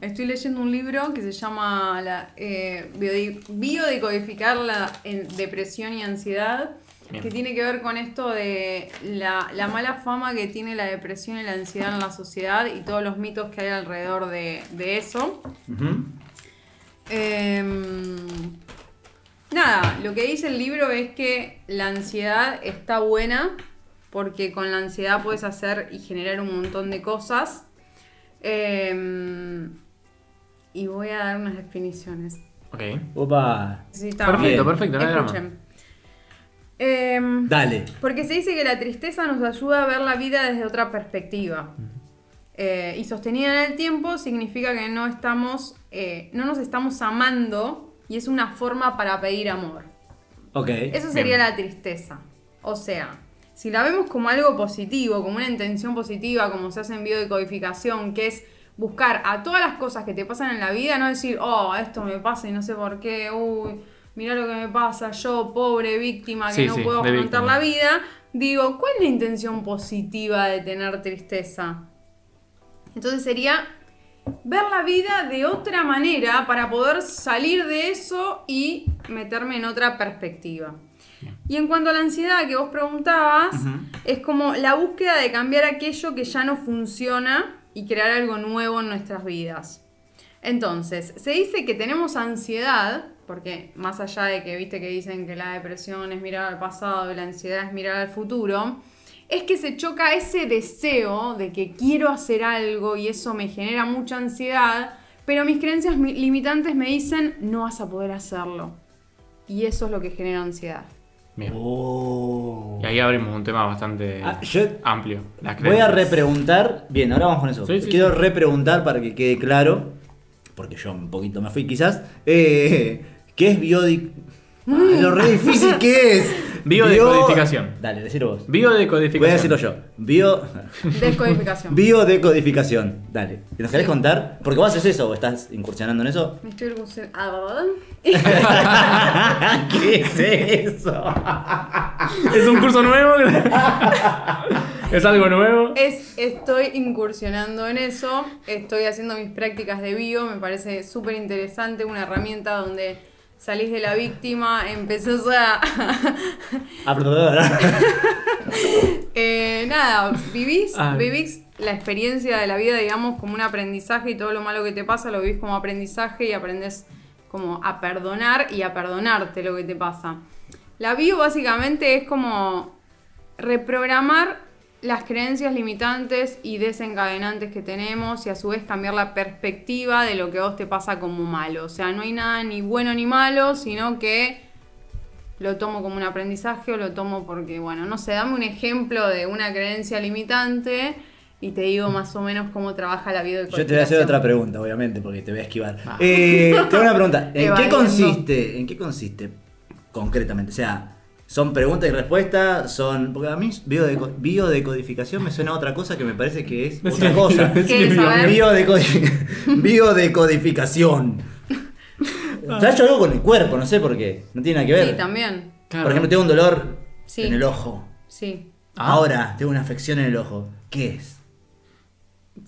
S4: Estoy leyendo un libro que se llama la, eh, Biodi- Biodecodificar la en- depresión y ansiedad,
S2: Bien.
S4: que tiene que ver con esto de la, la mala fama que tiene la depresión y la ansiedad en la sociedad y todos los mitos que hay alrededor de, de eso.
S3: Ujú.
S4: Em, nada, lo que dice el libro es que la ansiedad está buena porque con la ansiedad puedes hacer y generar un montón de cosas. Em, y voy a dar unas definiciones.
S2: Ok.
S3: Opa.
S4: Necesitamos.
S2: Perfecto,
S3: bien.
S2: perfecto, no hay drama.
S4: Escuchen. Em,
S3: Dale.
S4: porque se dice que la tristeza nos ayuda a ver la vida desde otra perspectiva. Eh, y sostenida en el tiempo significa que no estamos, eh, no nos estamos amando y es una forma para pedir amor.
S3: Ok.
S4: Eso sería
S2: Bien.
S4: la tristeza. O sea, si la vemos como algo positivo, como una intención positiva, como se hace en biodecodificación, que es buscar a todas las cosas que te pasan en la vida, no decir, oh, esto me pasa y no sé por qué, uy, mirá lo que me pasa, yo, pobre víctima que
S2: Sí,
S4: no
S2: sí,
S4: puedo
S2: de
S4: afrontar
S2: víctima.
S4: la vida. Digo, ¿cuál es la intención positiva de tener tristeza? Entonces sería ver la vida de otra manera para poder salir de eso y meterme en otra perspectiva. Y en cuanto a la ansiedad que vos preguntabas, es como la búsqueda de cambiar aquello que ya no funciona y crear algo nuevo en nuestras vidas. Entonces, se dice que tenemos ansiedad, porque más allá de que viste que dicen que la depresión es mirar al pasado y la ansiedad es mirar al futuro, es que se choca ese deseo de que quiero hacer algo y eso me genera mucha ansiedad, pero mis creencias mi- limitantes me dicen no vas a poder hacerlo. Y eso es lo que genera ansiedad.
S2: Bien.
S3: Oh.
S2: Y ahí abrimos un tema bastante
S3: Ah, yo
S2: amplio. Las
S3: Voy a
S2: creencias.
S3: repreguntar. Bien, ahora vamos con eso.
S2: Sí, sí,
S3: Quiero
S2: sí.
S3: repreguntar para que quede claro, porque yo un poquito me fui quizás. Eh, ¿Qué es biodic. Ah, lo re difícil que es.
S2: Biodecodificación.
S3: Bio- Dale, decilo vos.
S2: Biodecodificación.
S3: Voy a decirlo yo. Bio.
S4: Descodificación.
S3: Biodecodificación. Dale. ¿Nos querés contar? Porque vos haces eso o estás incursionando en eso.
S4: Me estoy orgullosa. Ah, ¿verdad?
S3: ¿Qué es eso? Ah,
S2: Es un curso nuevo. es algo nuevo.
S4: Es, estoy incursionando en eso, estoy haciendo mis prácticas de bio, me parece súper interesante, una herramienta donde salís de la víctima, empezás a...
S3: Ah, perdón, perdón.
S4: Eh, nada, vivís,
S2: Ay.
S4: vivís la experiencia de la vida, digamos, como un aprendizaje y todo lo malo que te pasa lo vivís como aprendizaje y aprendes como a perdonar y a perdonarte lo que te pasa. La bio básicamente es como reprogramar las creencias limitantes y desencadenantes que tenemos y a su vez cambiar la perspectiva de lo que a vos te pasa como malo. O sea, no hay nada ni bueno ni malo, sino que lo tomo como un aprendizaje o lo tomo porque, bueno, no sé, dame un ejemplo de una creencia limitante y te digo más o menos cómo trabaja la vida de
S3: Yo te voy a hacer otra
S4: pregunta.
S3: pregunta, obviamente, porque te voy a esquivar. Eh, te hago una pregunta. ¿En qué
S4: Evadiendo.
S3: consiste? ¿En qué consiste concretamente? O sea, ¿son preguntas y respuestas? Son. Porque a mí biodeco- biodecodificación me suena a otra cosa que me parece que es
S2: Decime-
S3: otra cosa.
S2: decime
S4: ¿Qué? A ver.
S3: Biodecodificación. biodecodificación. O sea, yo algo con el cuerpo, no sé por qué. No tiene nada que ver.
S4: Sí, también.
S2: Claro.
S3: Por ejemplo, tengo un dolor
S4: Sí.
S3: en el ojo.
S4: Sí.
S2: Ah.
S3: Ahora tengo una afección en el ojo. ¿Qué es?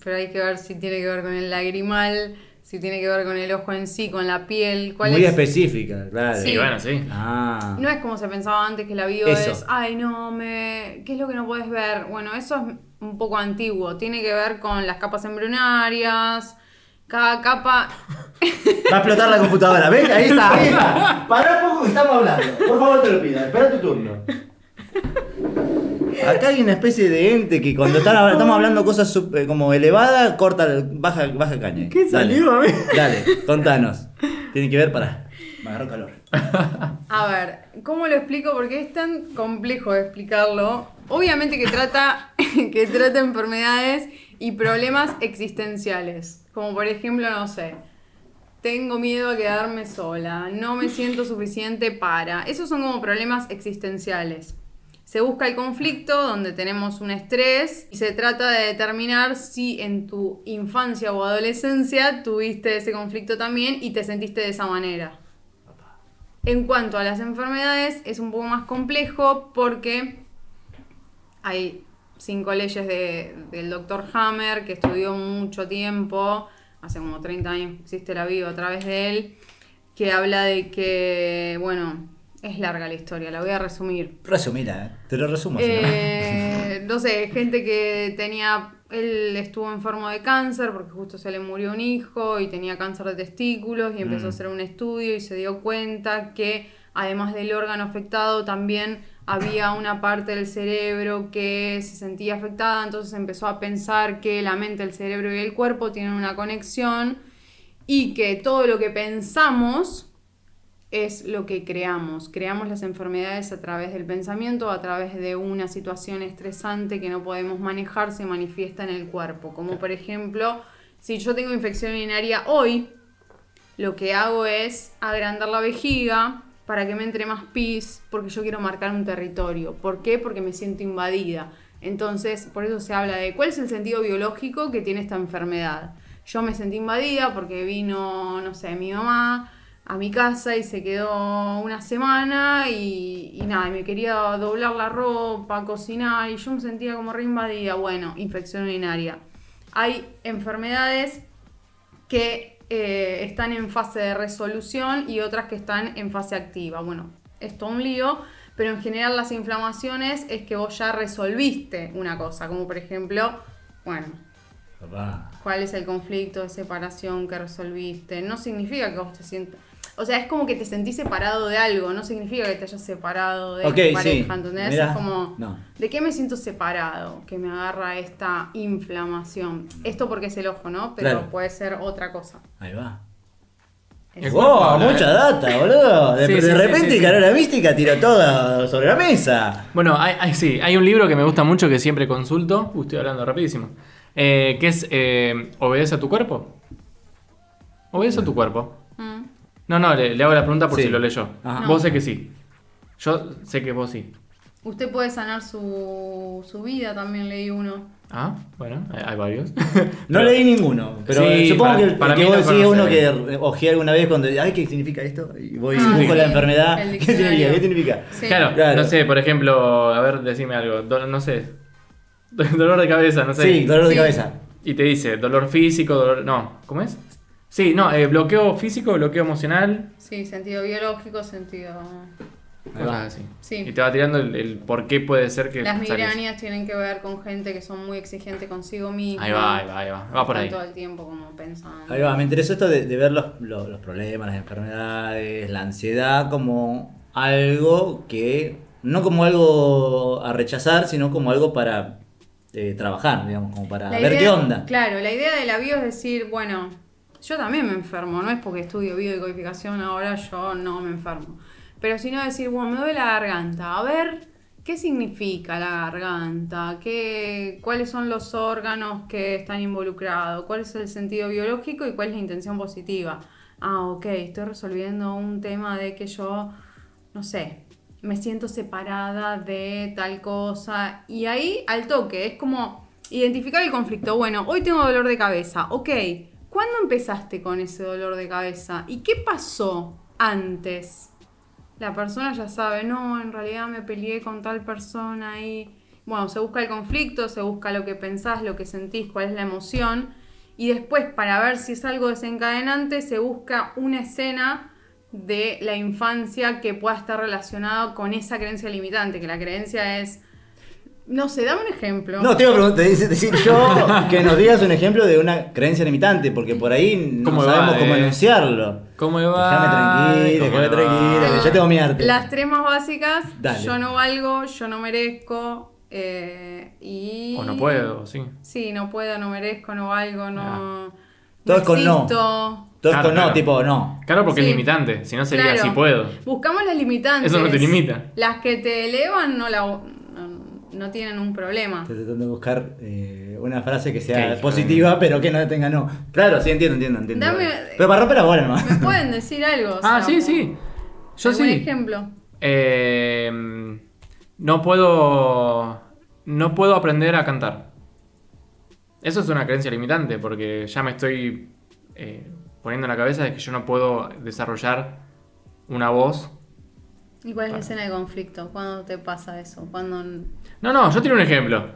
S4: Pero hay que ver si tiene que ver con el lagrimal, si tiene que ver con el ojo en sí, con la piel, cuál
S3: Muy
S4: es.
S3: específica, claro.
S2: Sí,
S4: Sí.
S2: bueno, sí.
S3: Ah.
S4: No es como se pensaba antes que la vida
S3: Eso.
S4: es, ay no, me, ¿qué es lo que no puedes ver? Bueno, eso es un poco antiguo, tiene que ver con las capas embrionarias, cada capa...
S3: Va a explotar la computadora, ¿ves? Ahí está, ahí está. Pará un poco que estamos hablando. Por favor, te lo pido. Espera tu turno. Acá hay una especie de ente que cuando están habla- estamos hablando cosas sup- eh, como elevadas, corta, el- baja, baja caña.
S2: ¿Qué salió, a
S3: Dale,
S2: ver?
S3: Dale, contanos. Tiene que ver para. Me agarró calor.
S4: A ver, ¿cómo lo explico? Porque es tan complejo de explicarlo. Obviamente que trata, que trata enfermedades y problemas existenciales. Como por ejemplo, no sé, tengo miedo a quedarme sola, no me siento suficiente para. Esos son como problemas existenciales. Se busca el conflicto donde tenemos un estrés y se trata de determinar si en tu infancia o adolescencia tuviste ese conflicto también y te sentiste de esa manera. En cuanto a las enfermedades, es un poco más complejo porque hay cinco leyes de- del doctor Hammer que estudió mucho tiempo, hace como 30 años que existe la bio a través de él, que habla de que, bueno, es larga la historia, la voy a resumir.
S3: Resumila, eh. te lo resumo. si no.
S4: Eh, no sé, gente que tenía. Él estuvo enfermo de cáncer porque justo se le murió un hijo y tenía cáncer de testículos y empezó a hacer un estudio y se dio cuenta que además del órgano afectado también había una parte del cerebro que se sentía afectada, entonces empezó a pensar que la mente, el cerebro y el cuerpo tienen una conexión y que todo lo que pensamos es lo que creamos. Creamos las enfermedades a través del pensamiento, a través de una situación estresante que no podemos manejar, se manifiesta en el cuerpo. Como por ejemplo, si yo tengo infección urinaria hoy, lo que hago es agrandar la vejiga para que me entre más pis, porque yo quiero marcar un territorio. ¿Por qué? Porque me siento invadida. Entonces, por eso se habla de cuál es el sentido biológico que tiene esta enfermedad. Yo me sentí invadida porque vino, no sé, mi mamá a mi casa y se quedó una semana y, y nada, me quería doblar la ropa, cocinar y yo me sentía como re invadida. Bueno, infección urinaria. Hay enfermedades que eh, están en fase de resolución y otras que están en fase activa. Bueno, esto es un lío, pero en general las inflamaciones es que vos ya resolviste una cosa, como por ejemplo, bueno,
S3: Papá.
S4: cuál es el conflicto de separación que resolviste. No significa que vos te sientas... O sea, es como que te sentís separado de algo, no significa que te hayas separado de
S3: Ok,
S4: tu
S3: sí.
S4: pareja, ¿entendés?
S3: Mirá,
S4: es como,
S3: no.
S4: ¿de qué me siento separado? Que me agarra esta inflamación. Esto porque es el ojo, ¿no? Pero
S3: Claro.
S4: puede ser otra cosa.
S3: Ahí va.
S2: El cuerpo
S3: ¡Wow!
S2: habla, ¿eh?
S3: Mucha data, boludo. De,
S2: Sí,
S3: de
S2: sí, sí,
S3: repente,
S2: sí, sí.
S3: Carola Mística tiró todo sobre la mesa.
S2: Bueno, hay, hay- sí, hay un libro que me gusta mucho que siempre consulto, Uy, estoy hablando rapidísimo, eh, que es eh, Obedece a tu cuerpo. Obedece a tu cuerpo.
S4: Mm.
S2: No, no, le, le hago la pregunta por
S3: Sí.
S2: si lo leyó.
S3: Ajá.
S2: Vos sé que sí. Yo sé que vos sí.
S4: Usted puede sanar su, su vida, también leí uno.
S2: Ah, bueno, hay, hay varios.
S3: No
S2: Pero-
S3: leí ninguno, pero
S2: Sí,
S3: supongo
S2: para-
S3: que, el
S2: para
S3: que
S2: mí
S3: vos
S2: no
S3: decís es uno
S2: conocer.
S3: que ojeé alguna vez cuando ay, ¿qué significa esto? Y voy y
S4: Ah,
S3: busco
S4: sí.
S3: la enfermedad.
S4: El
S3: ¿Qué significa? ¿Qué significa?
S4: Sí.
S2: Claro,
S3: Claro.
S2: no sé, por ejemplo, a ver, decime algo. do- no sé. Dolor de cabeza, no sé.
S3: Sí, dolor de
S4: Sí.
S3: cabeza.
S2: Y te dice dolor físico, dolor. No, ¿cómo es? Sí, no, eh, bloqueo físico, bloqueo emocional.
S4: Sí, sentido biológico, sentido... Ahí
S2: cosas
S4: va.
S2: así.
S4: Sí.
S2: Y te va tirando el, el por qué puede ser que.
S4: Las
S2: sales.
S4: migrañas tienen que ver con gente que son muy exigente consigo misma.
S2: Ahí va, ahí va, ahí va. Va por ahí.
S4: Están todo el tiempo como pensando.
S3: Ahí va, me interesó esto de, de ver los, los- los problemas, las enfermedades, la ansiedad como algo que, no como algo a rechazar, sino como algo para eh, trabajar, digamos, como para
S4: La
S3: ver
S4: idea-
S3: qué onda.
S4: Claro, la idea de la bio es decir, bueno, yo también me enfermo, no es porque estudio bio y codificación ahora yo no me enfermo. Pero sino decir, bueno, me duele la garganta, a ver qué significa la garganta, ¿Qué, cuáles son los órganos que están involucrados, cuál es el sentido biológico y cuál es la intención positiva. Ah, ok, estoy resolviendo un tema de que yo, no sé, me siento separada de tal cosa. Y ahí al toque, es como identificar el conflicto. Bueno, hoy tengo dolor de cabeza. Ok, ¿cuándo empezaste con ese dolor de cabeza? ¿Y qué pasó antes? La persona ya sabe, no, en realidad me peleé con tal persona y... Bueno, se busca el conflicto, se busca lo que pensás, lo que sentís, cuál es la emoción. Y después, para ver si es algo desencadenante, se busca una escena de la infancia que pueda estar relacionada con esa creencia limitante, que la creencia es... No sé, dame un ejemplo.
S3: No, te iba a preguntar, te dice- decir yo que nos digas un ejemplo de una creencia limitante, porque por ahí no
S2: ¿Cómo va,
S3: sabemos cómo
S2: eh?
S3: enunciarlo.
S2: ¿Cómo va?
S3: Déjame tranquilo,
S2: ¿Cómo
S3: déjame
S2: va?
S3: tranquilo, que yo tengo mi arte.
S4: Ah. Las tres más básicas,
S3: Dale.
S4: yo no valgo, yo no merezco eh, y...
S2: O no puedo, sí.
S4: Sí, no puedo, no merezco, no valgo, no...
S3: Ah. Todo es con no.
S4: existo.
S3: Todo es
S2: Claro,
S3: con no,
S2: claro.
S3: tipo no.
S2: Claro, porque
S4: Sí.
S2: es limitante. Si no sería
S4: Claro.
S2: así puedo.
S4: Buscamos las limitantes.
S2: Eso no te limita.
S4: Las que te elevan no, la, no, no tienen un problema.
S3: Estoy tratando de buscar eh, una frase que sea
S2: Ok,
S3: positiva, pero que no tenga no. Claro, sí, entiendo, entiendo, entiendo.
S4: Dame-
S3: Pero para romper la bola nomás.
S4: ¿Me pueden decir algo? O
S2: Ah,
S4: sea,
S2: sí,
S4: como-
S2: sí. Yo
S4: algún
S2: sí.
S4: ejemplo.
S2: Eh, no puedo. No puedo aprender a cantar. Eso es una creencia limitante, porque ya me estoy eh, poniendo en la cabeza de que yo no puedo desarrollar una voz.
S4: ¿Y cuál es la escena de conflicto? ¿Cuándo te pasa eso? ¿Cuándo...
S2: No, no, yo tiro un ejemplo.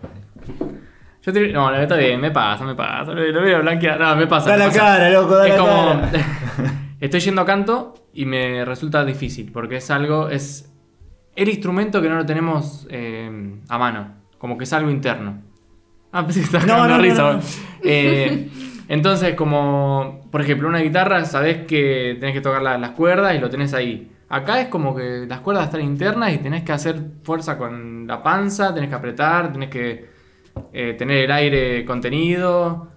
S2: Yo tiro- No, no, está bien, me pasa, me pasa. Lo voy a blanquear. No, me pasa.
S3: Da
S2: me
S3: la
S2: pasa.
S3: cara, loco, da
S2: es
S3: la
S2: como.
S3: cara.
S2: estoy yendo a canto y me resulta difícil porque es algo. Es el instrumento que no lo tenemos eh, a mano. Como que es algo interno. Ah, pues sí, está
S3: No,
S2: cagando
S3: no, no,
S2: risa.
S3: no,
S2: bueno. Eh, entonces, como. Por ejemplo, una guitarra, sabés que tenés que tocar la- las cuerdas y lo tenés ahí. Acá es como que las cuerdas están internas y tenés que hacer fuerza con la panza, tenés que apretar, tenés que eh, tener el aire contenido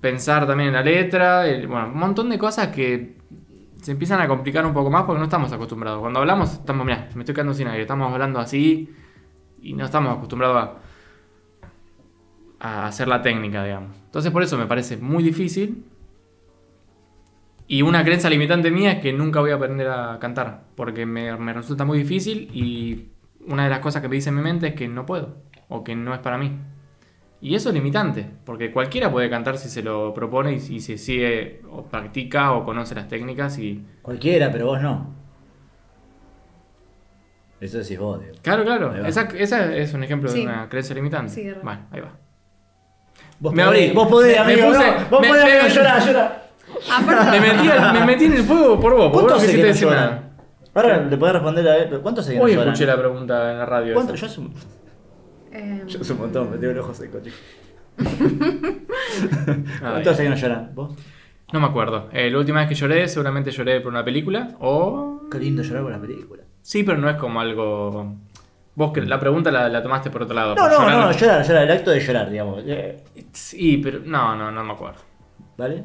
S2: pensar también en la letra, el- bueno, un montón de cosas que se empiezan a complicar un poco más porque no estamos acostumbrados. Cuando hablamos, estamos, mira, me estoy quedando sin aire, estamos hablando así y no estamos acostumbrados a, a hacer la técnica, digamos. Entonces por eso me parece muy difícil. Y una creencia limitante mía es que nunca voy a aprender a cantar, porque me, me resulta muy difícil y una de las cosas que me dice en mi mente es que no puedo, o que no es para mí. Y eso es limitante, porque cualquiera puede cantar si se lo propone y si se sigue o practica o conoce las técnicas y...
S3: Cualquiera, pero vos no. Eso decís vos, digo.
S2: Claro, claro,
S3: Ahí va.
S2: esa, esa es un ejemplo
S4: Sí.
S2: de una creencia limitante.
S4: Sí, de verdad.
S2: bueno, ahí va.
S3: Vos
S2: Me
S3: podés,
S2: abrí.
S3: vos podés,
S2: Me- me
S3: amigo.
S2: puse-
S3: no, vos
S2: me-
S3: podés,
S2: me-
S3: amigo, llorá, llorá.
S4: Aparte,
S2: Me metí, al- me metí en el fuego por vos, por vos no
S3: ¿Cuántos se
S2: quisiste
S3: que no
S2: decir
S3: lloran?
S2: nada.
S3: Ahora le podés responder a él, pero ¿cuántos se que no
S2: Hoy
S3: lloran?
S2: escuché la pregunta en la radio.
S3: ¿Cuánto?
S2: esa.
S3: Yo hace un,
S4: eh,
S3: yo hace un montón, me tengo el ojo seco, chico.
S2: Nada,
S3: ¿Cuántos se que no lloran? ¿Vos?
S2: Ah, No me acuerdo. Eh, la última vez que lloré, seguramente lloré por una película o...
S3: Qué lindo llorar por la película.
S2: Sí, pero no es como algo... Vos que la pregunta la, la tomaste por otro lado.
S3: No,
S2: por
S3: no,
S2: llorar
S3: no, llorar, llorar, el acto de llorar, digamos. Eh,
S2: Sí, pero... No, no, no me acuerdo.
S3: ¿Vale?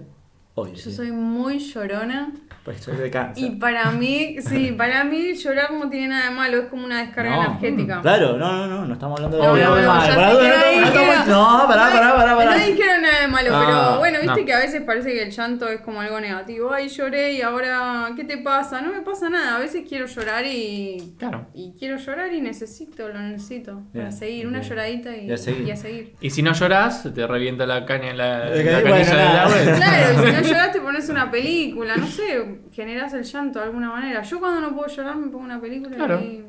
S3: Obvio.
S4: yo
S3: sí.
S4: soy muy llorona.
S3: Pues soy de cáncer.
S4: Y para mí, sí, para mí llorar no tiene nada de malo, es como una descarga
S3: No, Mm,
S2: Mm.
S4: energética.
S3: Claro, no, no, no, no estamos hablando de
S2: No,
S3: algo
S2: no,
S3: de
S2: no,
S3: mal.
S4: ya
S3: Pará,
S4: sé
S3: no,
S4: que ahí
S3: no, no,
S4: queda-
S3: No, pará,
S4: no,
S3: pará, pará,
S4: No
S3: pará.
S4: dijeron nada de malo,
S3: Ah,
S4: pero bueno, viste
S2: no.
S4: que a veces parece que el llanto es como algo negativo. Ay, lloré y ahora, ¿qué te pasa? No me pasa nada. A veces quiero llorar y.
S2: Claro.
S4: Y quiero llorar y necesito, lo necesito. para
S3: Bien,
S4: seguir, una
S3: bien.
S4: lloradita y,
S3: Y a seguir.
S4: y a seguir.
S2: Y si no llorás, te revienta la caña la,
S3: Ok,
S2: la canilla
S3: bueno,
S2: del
S3: nada.
S2: agua.
S4: Claro, y si no lloras te pones una película, no sé, generas el llanto de alguna manera. Yo cuando no puedo llorar me pongo una película
S2: Claro.
S4: y.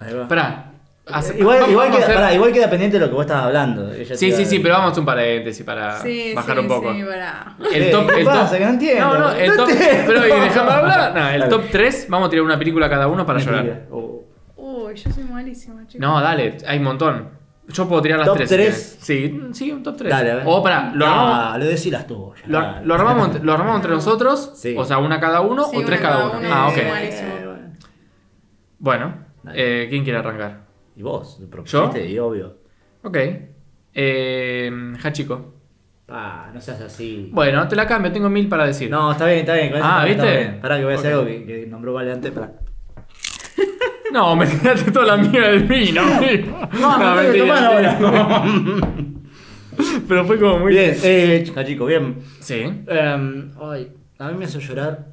S3: Ahí va.
S2: Pará, hace-
S3: Igual,
S2: vamos
S3: igual
S2: a
S3: queda,
S2: hacer-
S3: pará, igual queda pendiente de lo que vos estabas hablando. Ella te
S2: Sí,
S3: iba
S2: sí,
S3: a-
S2: sí, pero vamos a hacer un paréntesis para
S4: Sí,
S2: Ah, bajar
S4: sí,
S2: un poco.
S4: sí, para.
S2: El
S3: Eh,
S2: top,
S3: ¿qué
S2: el top-
S3: pasa? Que no entiendo.
S2: No, no, el
S3: No
S2: top.
S3: entiendo.
S2: Pero y déjame hablar. No, el
S3: Dale.
S2: top 3, vamos a tirar una película cada uno para
S3: Mentira.
S2: llorar.
S3: Oh.
S4: Uy, yo soy malísima, chicos.
S2: No, dale, hay un montón. Yo puedo tirar las
S3: ¿Top
S2: 3.
S3: tres?
S2: Sí, sí, un top 3.
S3: Dale, a ver.
S2: O para, lo armamos.
S3: Ah, lo decís las tuyas.
S2: Lo,
S3: dale.
S2: lo armamos, entre- lo armamos entre nosotros,
S3: Sí.
S2: o sea, una cada uno
S4: Sí,
S2: o tres
S4: una
S2: cada uno.
S4: cada uno.
S2: Ah,
S4: Sí,
S2: ok.
S4: bueno.
S3: Eh, bueno.
S2: Bueno,
S3: Dale.
S2: eh, ¿quién quiere arrancar?
S3: Y vos, lo propusiste y obvio.
S2: Ok. Eh, Hachiko.
S3: Pa, no seas así.
S2: Bueno, te la cambio, tengo mil para decir.
S3: No, está bien, está bien. con eso
S2: Ah,
S3: está bien,
S2: ¿viste?
S3: está bien. Pará, que voy a hacer
S2: Ok.
S3: algo que, que nombró Vale antes. Pará.
S2: No, me tiraste toda la mía de mí, ¿no?
S3: No, me estoy tomando
S2: Pero fue como muy
S3: Bien, eh, chica, chico, bien.
S2: Sí.
S3: Em, ay, a mí me hace llorar.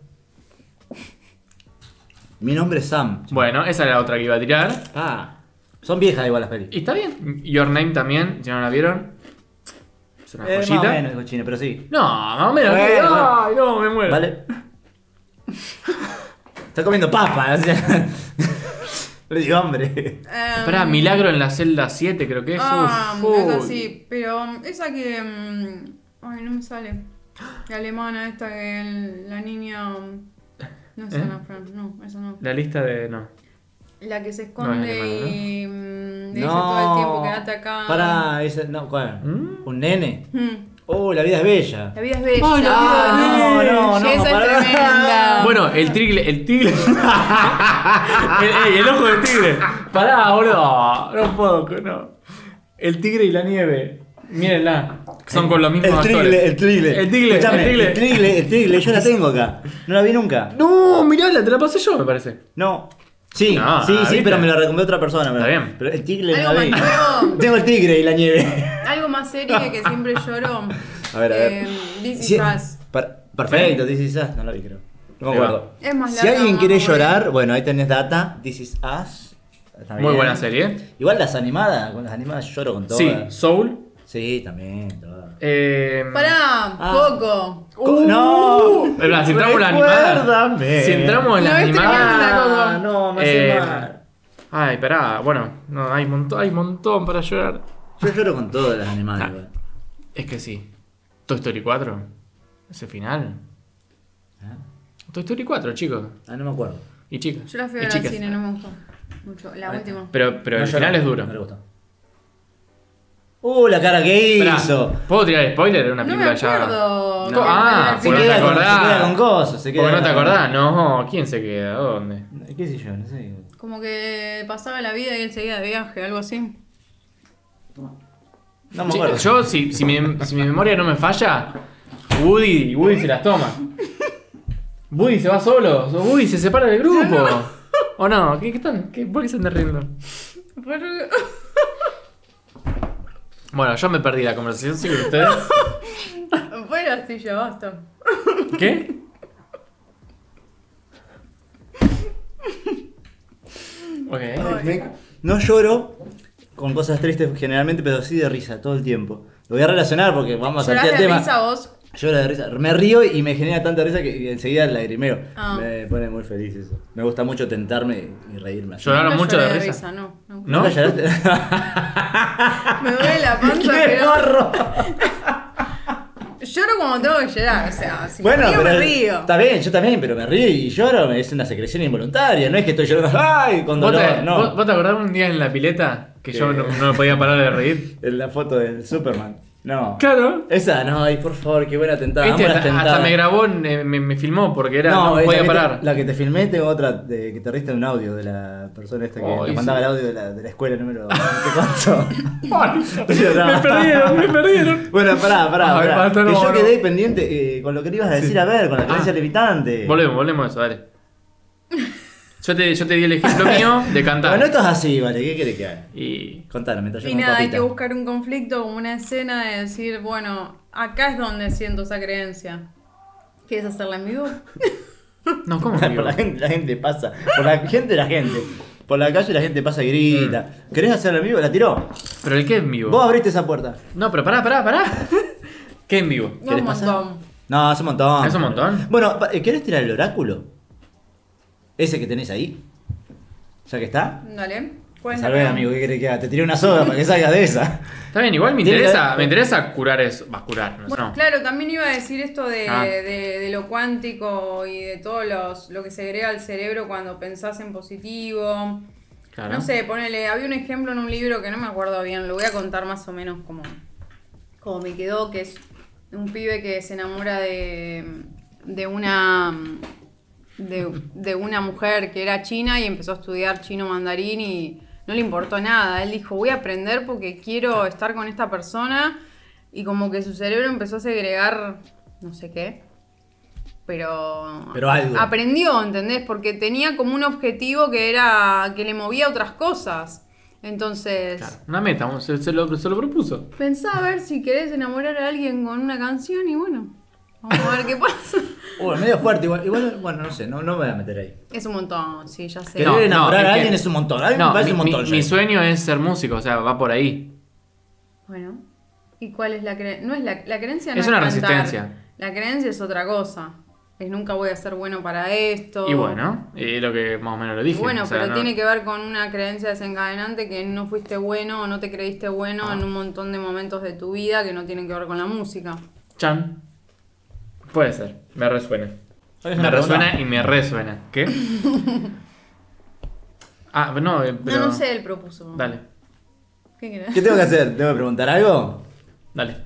S3: Mi nombre es Sam.
S2: Bueno, esa era la otra que iba a tirar.
S3: Pa, son viejas igual las pelis.
S2: Y está bien. Your Name también, si no la vieron. Es una
S3: Eh, más o
S2: joyita.
S3: menos, cochina, pero sí.
S2: no, más o menos.
S3: Bueno,
S2: Ay, no, me muero.
S3: ¿Vale? Está comiendo papa, o sea. Le digo, hombre.
S4: Em,
S2: Esperá, Milagro en la celda 7, creo que es.
S4: Ah,
S2: Uf,
S4: es
S2: uy.
S4: así, pero um, esa que. um, Ay, no me sale. La alemana, esta que el- la niña. um, No es
S2: ¿Eh?
S4: Ana Frank, no, esa no.
S2: La lista de. No.
S4: La que se esconde
S2: alemana,
S4: y. um, le dice todo el tiempo quédate acá.
S3: Pará, esa. No, ¿cuál?
S2: ¿Mm?
S3: ¿Un nene?
S4: Mm,
S3: Oh, la vida es bella.
S4: La vida es bella. Ah,
S2: Ay, la
S3: vida es bella. Ah, No, no, no,
S4: Esa
S3: pará.
S4: es tremenda.
S2: Bueno, el trigle. El tigre. el, ey, el ojo del tigre. Pará, boludo. No puedo, no. El tigre y la nieve. Mírenla. Son con los mismos
S3: El trigle,
S2: actores.
S3: el trigle.
S2: El tigre, el
S3: Escuchame,
S2: tigre.
S3: El trigle, el trigle. Yo la tengo acá. No la vi nunca.
S2: No, mirala, te la pasé yo, me parece.
S3: No. Sí,
S2: No,
S3: sí, sí,
S2: ¿viste?
S3: pero me lo recomendó otra persona. me lo-
S2: Está bien.
S3: Pero el tigre
S4: Algo
S3: la vi.
S4: más nuevo.
S3: Tengo el tigre y la nieve.
S4: Algo más serio que siempre lloró.
S3: A ver, a ver.
S4: Em, This is
S3: Sí,
S4: Us.
S3: per- perfecto, This Is Us. No la vi, creo. No me
S2: Ahí va.
S3: acuerdo.
S4: Es más
S3: si
S4: larga,
S3: alguien
S4: más
S3: quiere
S4: aburrida.
S3: llorar, bueno, ahí tenés data. This Is Us. Está
S2: Muy
S3: bien.
S2: buena serie.
S3: Igual las animadas, con las animadas lloro con
S2: Sí,
S3: todas.
S2: Soul.
S3: Sí, también, todas.
S2: Eh,
S4: Pará,
S3: Ah.
S4: Coco.
S3: Co- ¡No!
S2: Es verdad, si entramos en la animada.
S3: Recuérdame.
S2: Si entramos en la
S4: No, este es
S2: animada.
S4: tremenda.
S3: Ah, no, me hace
S2: Eh,
S3: mal.
S2: Ay, pará, bueno, no, hay montón, hay montón para llorar.
S3: Yo lloro con todas las
S2: Ah.
S3: animadas. igual.
S2: Es que sí. Toy Story 4, ese final.
S3: ¿Ah?
S2: Toy Story 4, chicos
S3: Ah, no me acuerdo.
S2: y chicas.
S4: Yo la fui a
S2: y
S4: ver al
S2: chicas.
S4: cine, no me gustó mucho. La última.
S2: Pero, pero
S3: No
S2: el
S3: lloro,
S2: final es
S3: No le
S2: duro.
S3: gustó. Uh, la cara que
S2: Pará,
S3: hizo.
S2: ¿Puedo tirar spoiler? Era una
S4: No me
S2: película ya.
S4: acuerdo.
S2: Co- Ah,
S4: Sí,
S3: Se
S2: porque no te
S3: queda, con, se
S2: acordás.
S3: queda con cosas. Se queda
S2: Porque no te
S3: con-
S2: acordás, no, ¿quién se queda? ¿Dónde?
S3: ¿Qué sé yo? No sé.
S4: Como que pasaba la vida y él seguía de viaje, algo así.
S3: No me
S2: Sí,
S3: acuerdo.
S2: Yo, si, si, mi, si mi memoria no me falla, Woody, Woody se las toma. Woody se va solo. Woody se separa del grupo. ¿O no? ¿Qué, qué están? ¿Qué- ¿Por qué se andan riendo?
S4: Pero-
S2: Bueno, yo me perdí la conversación, sí, que ustedes.
S4: Bueno, sí, ya basta.
S2: ¿Qué? Ok.
S3: Me- No lloro con cosas tristes generalmente, pero sí de risa todo el tiempo. Lo voy a relacionar porque vamos a
S4: ¿Llorás
S3: saltar
S4: de
S3: el tema.
S4: risa vos?
S3: Lloro de risa. Me río y me genera tanta risa que enseguida lagrimeo.
S4: Ah.
S3: Me pone muy feliz eso. Me gusta mucho tentarme y reírme. así.
S2: Lloraron
S4: Nunca
S2: mucho
S4: lloré
S2: de risa.
S4: no, no.
S2: ¿No?
S3: ¿Nunca lloraste?
S4: Me duele la panza,
S3: ¡Qué
S4: pero
S3: horror!
S4: lloro cuando tengo que llorar. O sea, si
S3: Bueno,
S4: me
S3: pero
S4: río, me río.
S3: está bien, yo también, pero me río y lloro, es una secreción involuntaria, no es que estoy llorando ay con
S2: ¿Vos
S3: dolor,
S2: te,
S3: no.
S2: vos- vos te acordás un día en la pileta que yo no, no me podía parar de reír?
S3: En la foto del Superman. No.
S2: Claro.
S3: Esa, no, ay, por favor, qué buena tentada.
S2: Viste,
S3: amo las
S2: hasta, hasta
S3: tentadas.
S2: me grabó, me, me- me filmó porque era, no,
S3: eh,
S2: podía
S3: la que te-
S2: parar.
S3: la que te filmé, tengo otra de, que te riste un audio de la persona esta que
S2: Ay,
S3: te mandaba
S2: sí.
S3: el audio de la, de la escuela número. ¿Qué
S2: me perdieron, me perdieron.
S3: Bueno, pará, pará.
S2: Ay,
S3: pará,
S2: basta,
S3: que
S2: no, Ah.
S3: yo
S2: no.
S3: quedé pendiente eh, con lo que le ibas a decir, a ver, con la creencia limitante.
S2: Eh. Volvemos, volvemos a eso, dale. Yo te, yo te di el ejemplo mío de cantar.
S3: Bueno, esto es así, vale, ¿qué querés que haga?
S2: Y.
S3: Contanos, mientras yo
S4: Y
S3: como
S4: nada, hay
S3: papita.
S4: que buscar un conflicto, como una escena de decir, bueno, acá es donde siento esa creencia. ¿Quieres hacerla en vivo?
S2: No, ¿cómo
S3: Por
S2: digo?
S3: la gente, la gente pasa. Por la gente, la gente. Por la calle la gente pasa y grita.
S2: Mm.
S3: ¿Querés hacerlo en vivo? La tiró.
S2: ¿Pero el qué en vivo?
S3: Vos abriste esa puerta.
S2: No, pero pará, pará, pará. ¿Qué en vivo?
S4: No,
S3: ¿Querés
S4: un
S3: pasar?
S4: montón.
S3: No, es un montón.
S2: ¿Es un montón?
S3: Bueno, pa- eh, ¿querés tirar el oráculo? Ese que tenés ahí. ¿Ya que está?
S4: Dale. Cuéntame.
S3: Salve, amigo, ¿qué querés que haga? Te tiré una soga para que salgas de esa.
S2: Está bien, igual me
S3: Tiene
S2: interesa,
S3: que-
S2: me interesa curar eso. Va, curar, no sé,
S4: Bueno,
S2: no.
S4: claro, también iba a decir esto de,
S2: Ah.
S4: de- de lo cuántico y de todo los, lo que se agrega al cerebro cuando pensás en positivo.
S2: Claro.
S4: No sé, ponele, había un ejemplo en un libro que no me acuerdo bien, lo voy a contar más o menos como, como me quedó, que es un pibe que se enamora de, de una de, de una mujer que era china y empezó a estudiar chino mandarín y no le importó nada. Él dijo, voy a aprender porque quiero estar con esta persona y como que su cerebro empezó a segregar no sé qué. Pero,
S3: Pero algo.
S4: aprendió, ¿entendés? Porque tenía como un objetivo que era que le movía a otras cosas. Entonces,
S2: Claro, Una meta, un- se, se lo, se lo propuso.
S4: pensá a ver si querés enamorar a alguien con una canción y bueno, vamos a ver qué pasa.
S3: Bueno, medio fuerte, igual, igual bueno, no sé, no, no me voy a meter ahí.
S4: Es un montón, sí, ya sé.
S3: Querer
S2: No, no,
S3: enamorar
S2: es
S3: a
S2: que-
S3: alguien es un montón. A mí me
S2: No,
S3: parece
S2: mi,
S3: un montón.
S2: mi-
S3: ya.
S2: mi sueño es ser músico, o sea, va por ahí.
S4: Bueno, ¿y cuál es la creencia? No es la, la creencia. No
S2: Es una
S4: cantar.
S2: resistencia.
S4: La creencia es otra cosa. Es nunca voy a ser bueno para esto.
S2: Y bueno, es lo que más o menos lo
S4: Y
S2: dije.
S4: Oh. bueno,
S2: o sea,
S4: pero
S2: no-
S4: tiene que ver con una creencia desencadenante que no fuiste bueno o no te creíste bueno
S2: Ah.
S4: en un montón de momentos de tu vida que no tienen que ver con la música.
S2: Chan. Puede ser, me resuena.
S3: ¿Sabes
S2: Me
S3: una pregunta?
S2: resuena y me resuena. ¿Qué? ah, no, eh, pero...
S4: No, no sé, él propuso.
S2: Dale,
S4: ¿Qué querés?
S3: ¿Qué tengo que hacer? ¿Tengo que preguntar algo?
S2: dale.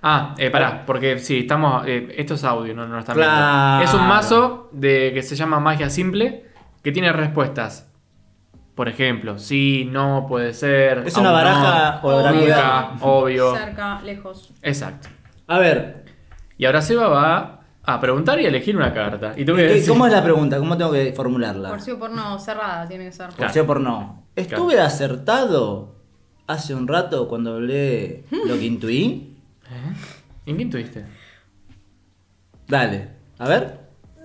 S2: Ah, eh, pará, porque sí, estamos. eh, esto es audio, no, no lo están
S3: Claro.
S2: viendo. Es un mazo de, que se llama Magia Simple que tiene respuestas. Por ejemplo, sí, no, puede ser.
S3: Es una
S2: aún no,
S3: baraja
S4: o la
S2: nunca,
S3: cuidado.
S2: obvio.
S4: Cerca, lejos.
S2: Exacto.
S3: A ver,
S2: Y ahora Seba va a preguntar y a elegir una carta. Y tú
S3: ¿qué-
S2: decir.
S3: ¿cómo es la pregunta? ¿Cómo tengo que formularla?
S4: Por sí o por no, cerrada tiene que ser.
S3: Por
S2: Claro.
S3: sí o por no. Estuve acertado hace un rato cuando hablé
S2: Hmm.
S3: lo que intuí.
S2: ¿En quién tuviste?
S3: Dale, a ver.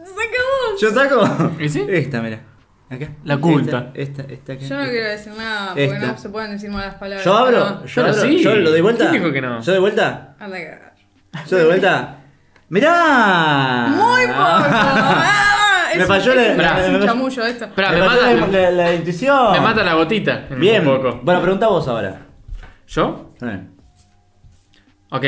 S4: ¡Se acabó!
S3: ¿Yo saco?
S2: ¿Y sí?
S3: Esta, mira. Acá.
S2: La culpa.
S3: Esta, esta, esta acá.
S4: Yo no
S3: Esta.
S4: quiero decir nada porque
S3: Esta.
S4: no se pueden decir malas palabras.
S3: Este. ¿Yo
S4: perdón.
S3: hablo? ¿Yo
S2: Pero
S3: hablo?
S2: sí.
S3: ¿Yo lo doy vuelta?
S2: ¿Quién dijo que no?
S3: ¿Yo de vuelta?
S4: Anda a cagar.
S3: ¿Yo de vuelta? ¡Mirá!
S4: Muy poco. Ah,
S3: Me
S4: es
S3: falló
S4: un-
S3: la-
S4: es
S2: la-
S4: un
S3: la-
S4: chamullo esto.
S2: Pará,
S3: me,
S2: me
S3: mató
S2: mata-
S3: la, la- la intuición.
S2: Me mata la gotita. en
S3: Ah. Bien.
S2: Un poco.
S3: Bueno, pregunta vos ahora.
S2: ¿Yo?
S3: Eh.
S2: Ok.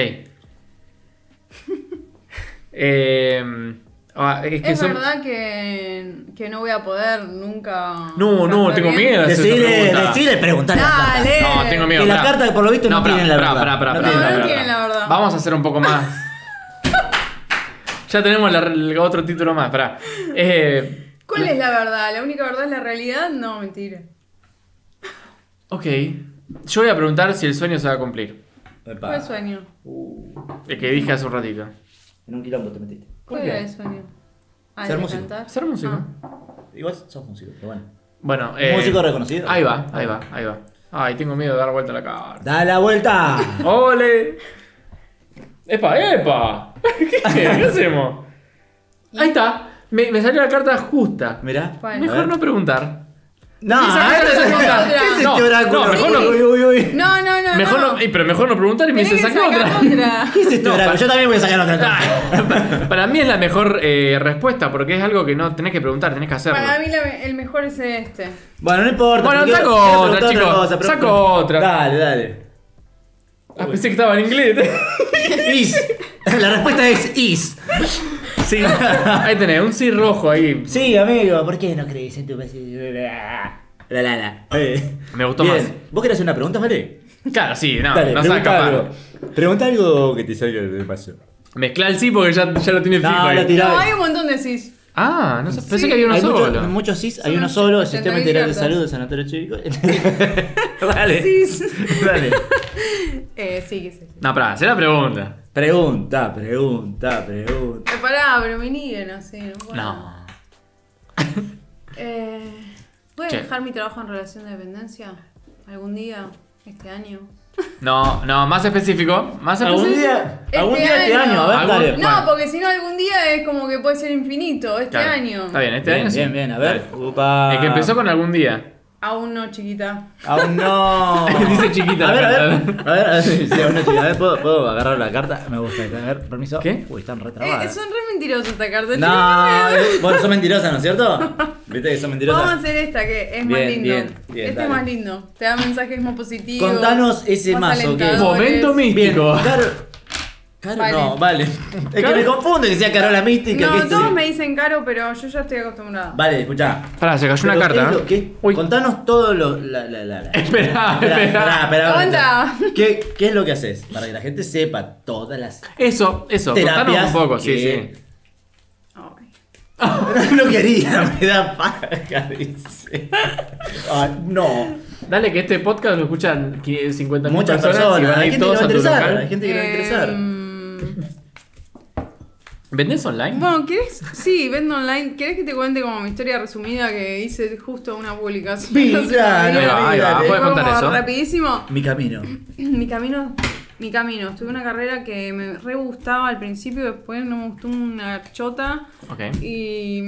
S2: Em, ah, es que
S4: Es
S2: son-
S4: verdad que, que no voy a poder nunca.
S2: No, no,
S4: cantar
S2: tengo
S4: bien.
S2: miedo. Hacer esa
S3: Decile,
S2: pregunta.
S3: decile, preguntale. a la carta.
S4: Dale.
S2: No, tengo miedo.
S3: Que las
S2: pará.
S3: cartas, por lo visto, no
S2: pará,
S3: tienen la
S2: pará,
S3: verdad.
S2: pará, pará,
S3: No
S2: pará, pará, pará.
S4: tienen la verdad. No tienen la verdad.
S2: Vamos a hacer un poco más. ya tenemos la- el otro título más, pará. Eh,
S4: ¿Cuál es la verdad? ¿La única verdad es la realidad? No, mentira.
S2: ok. Yo voy a preguntar si el sueño se va a cumplir.
S3: Epa.
S4: ¿Cuál es el sueño?
S2: El que dije hace un ratito.
S3: En un quilombo te metiste.
S4: ¿Cuál era el sueño? Ah, el
S3: Ser
S4: de
S3: músico.
S4: cantar.
S2: Ser músico.
S4: Ah.
S3: Igual sos músico, pero bueno.
S2: Bueno, eh,
S3: Músico reconocido.
S2: Ahí va, ahí va, ahí va. Ay, tengo miedo de dar vuelta a la cara.
S3: ¡Da la vuelta!
S2: ¡Ole! ¡Epa, epa! ¿Qué, qué hacemos? Ahí está. Me, me salió la carta justa.
S3: Mirá.
S4: ¿Cuál?
S3: A
S2: Mejor
S3: ver. Ah,
S2: no preguntar.
S3: No,
S2: Esa carta
S3: ¿qué
S2: se saca.
S3: ¿Qué es este
S2: No,
S3: oráculo?
S2: no, mejor no.
S3: Uy, uy, uy.
S4: No, no, no.
S2: Mejor no. ey, pero mejor no preguntar y me
S4: Tenés
S2: dice,
S4: que
S2: saca otra.
S4: sacar otra.
S3: ¿Qué es este oráculo? Yo también voy a sacar otra carta.
S2: Ah, Para mí es la mejor eh, respuesta porque es algo que no tenés que preguntar, tenés que hacerlo.
S4: Para mí la- el mejor es este.
S3: Bueno, no importa.
S2: Bueno,
S3: porque
S2: saco
S3: quiero- quiero
S2: otra,
S3: preguntar
S2: chicos.
S3: cosa, pero-
S2: Saco otra.
S3: Dale, dale.
S2: Ah, pensé que estaba en inglés.
S3: Is. La respuesta es is.
S2: Sí. Ahí tenés, un sí rojo ahí.
S3: Sí, amigo, ¿por qué no crees en tu La la la. Eh.
S2: Me gustó
S3: Bien.
S2: más.
S3: ¿Vos querés hacer una pregunta, Vale?
S2: Claro, sí, no,
S3: Dale,
S2: no seas
S3: pregunta
S2: capaz.
S3: algo. Pregunta algo que te salga del paso.
S2: Mezclá el sí porque ya, ya lo tiene
S3: No,
S2: fijo.
S3: lo
S2: ahí.
S3: tiré. Mirá.
S4: No, hay un montón de cis.
S2: Ah, no sé, pensé
S4: Sí.
S2: que había uno
S3: hay
S2: solo.
S3: muchos- muchos cis, hay
S4: Son
S3: uno solo, el
S4: 80.000
S3: sistema integral de
S4: cartas.
S3: salud de sanatorio chico. Dale.
S4: Cis.
S3: Dale.
S4: Eh, sí, que sí.
S2: No, pará, será pregunta.
S3: Pregunta, pregunta, pregunta.
S4: Eh, pará, pero me nieguen así. No. puedo.
S2: No.
S4: Eh, ¿Voy a
S2: Che.
S4: dejar mi trabajo en relación de dependencia? ¿Algún día? ¿Este año?
S2: No, no, más específico. Más
S3: Algún
S2: específico.
S3: día, algún
S4: Este
S3: día este
S4: año.
S3: año, a ver,
S2: Algún-
S3: dale.
S4: No,
S2: Bueno.
S4: porque si no algún día es como que puede ser infinito, este
S2: Claro,
S4: año.
S2: Está bien, este
S3: bien,
S2: año sí.
S3: bien, bien, a ver.
S2: Dale.
S3: Upa.
S2: El que empezó con algún día.
S4: Aún no, chiquita.
S3: Aún no.
S2: Dice chiquita
S3: A ver,
S2: la
S3: a ver.
S2: carta.
S3: A ver, a ver. sí, aún no, chiquita. A ver, ¿puedo, puedo agarrar la carta. Me gusta. A ver, permiso.
S2: ¿Qué?
S3: Uy, están
S4: Eh,
S3: retrabadas.
S4: son re mentirosos esta carta.
S3: No, eh, bueno, son mentirosas, ¿no es cierto? Viste que son
S4: Vamos a
S3: mentirosas.
S4: hacer esta que es
S3: Bien,
S4: más lindo.
S3: bien, bien,
S4: este
S3: dale.
S4: es más lindo. Te da mensajes más positivos.
S3: Contanos ese mazo, ¿qué?
S4: alentadores.
S2: Momento
S3: Bien,
S2: místico.
S3: Caro. Caro,
S4: Vale.
S3: no, vale. Es que
S2: Caro-
S3: me confundo que sea Carola Mística. que
S4: No,
S3: es-
S4: todos me dicen caro, pero yo ya estoy acostumbrada.
S3: Vale, escuchá.
S2: Pará, se cayó una
S3: Pero
S2: carta.
S3: es
S2: ¿no?
S3: lo que-
S2: Uy.
S3: Contanos todo lo. La, la, la, la.
S2: Esperá,
S3: Esperá,
S2: esperá.
S3: esperá, esperá,
S4: Aguanta.
S3: ¿Qué, ¿Qué es lo que haces? Para que la gente sepa todas las
S2: Eso, eso, contanos un
S3: terapias.
S2: poco, sí,
S3: que-
S2: sí.
S4: Ay.
S3: No quería, me da paja, dice. Ah, no.
S2: Dale que este podcast lo escuchan 50
S3: Muchas
S2: personas,
S3: personas.
S2: y van a
S3: Hay
S2: ir
S3: gente que le
S2: todos
S3: va a
S2: a tu
S3: interesar. Hay
S2: local.
S3: gente que le va a interesar.
S4: Em,
S2: ¿Vendés online?
S4: Bueno, ¿quieres? Sí, vendo online. ¿Querés que te cuente como mi historia resumida que hice justo una publicación?
S3: Mira,
S4: El otro día?
S2: Ahí va, ahí va,
S3: Dale.
S2: puede
S4: Fue
S2: contar
S4: como
S2: eso.
S4: Rapidísimo.
S3: Mi camino.
S4: Mi camino, mi camino. Estuve en una carrera que me re gustaba al principio, después no me gustó una chota.
S2: Ok.
S4: Y,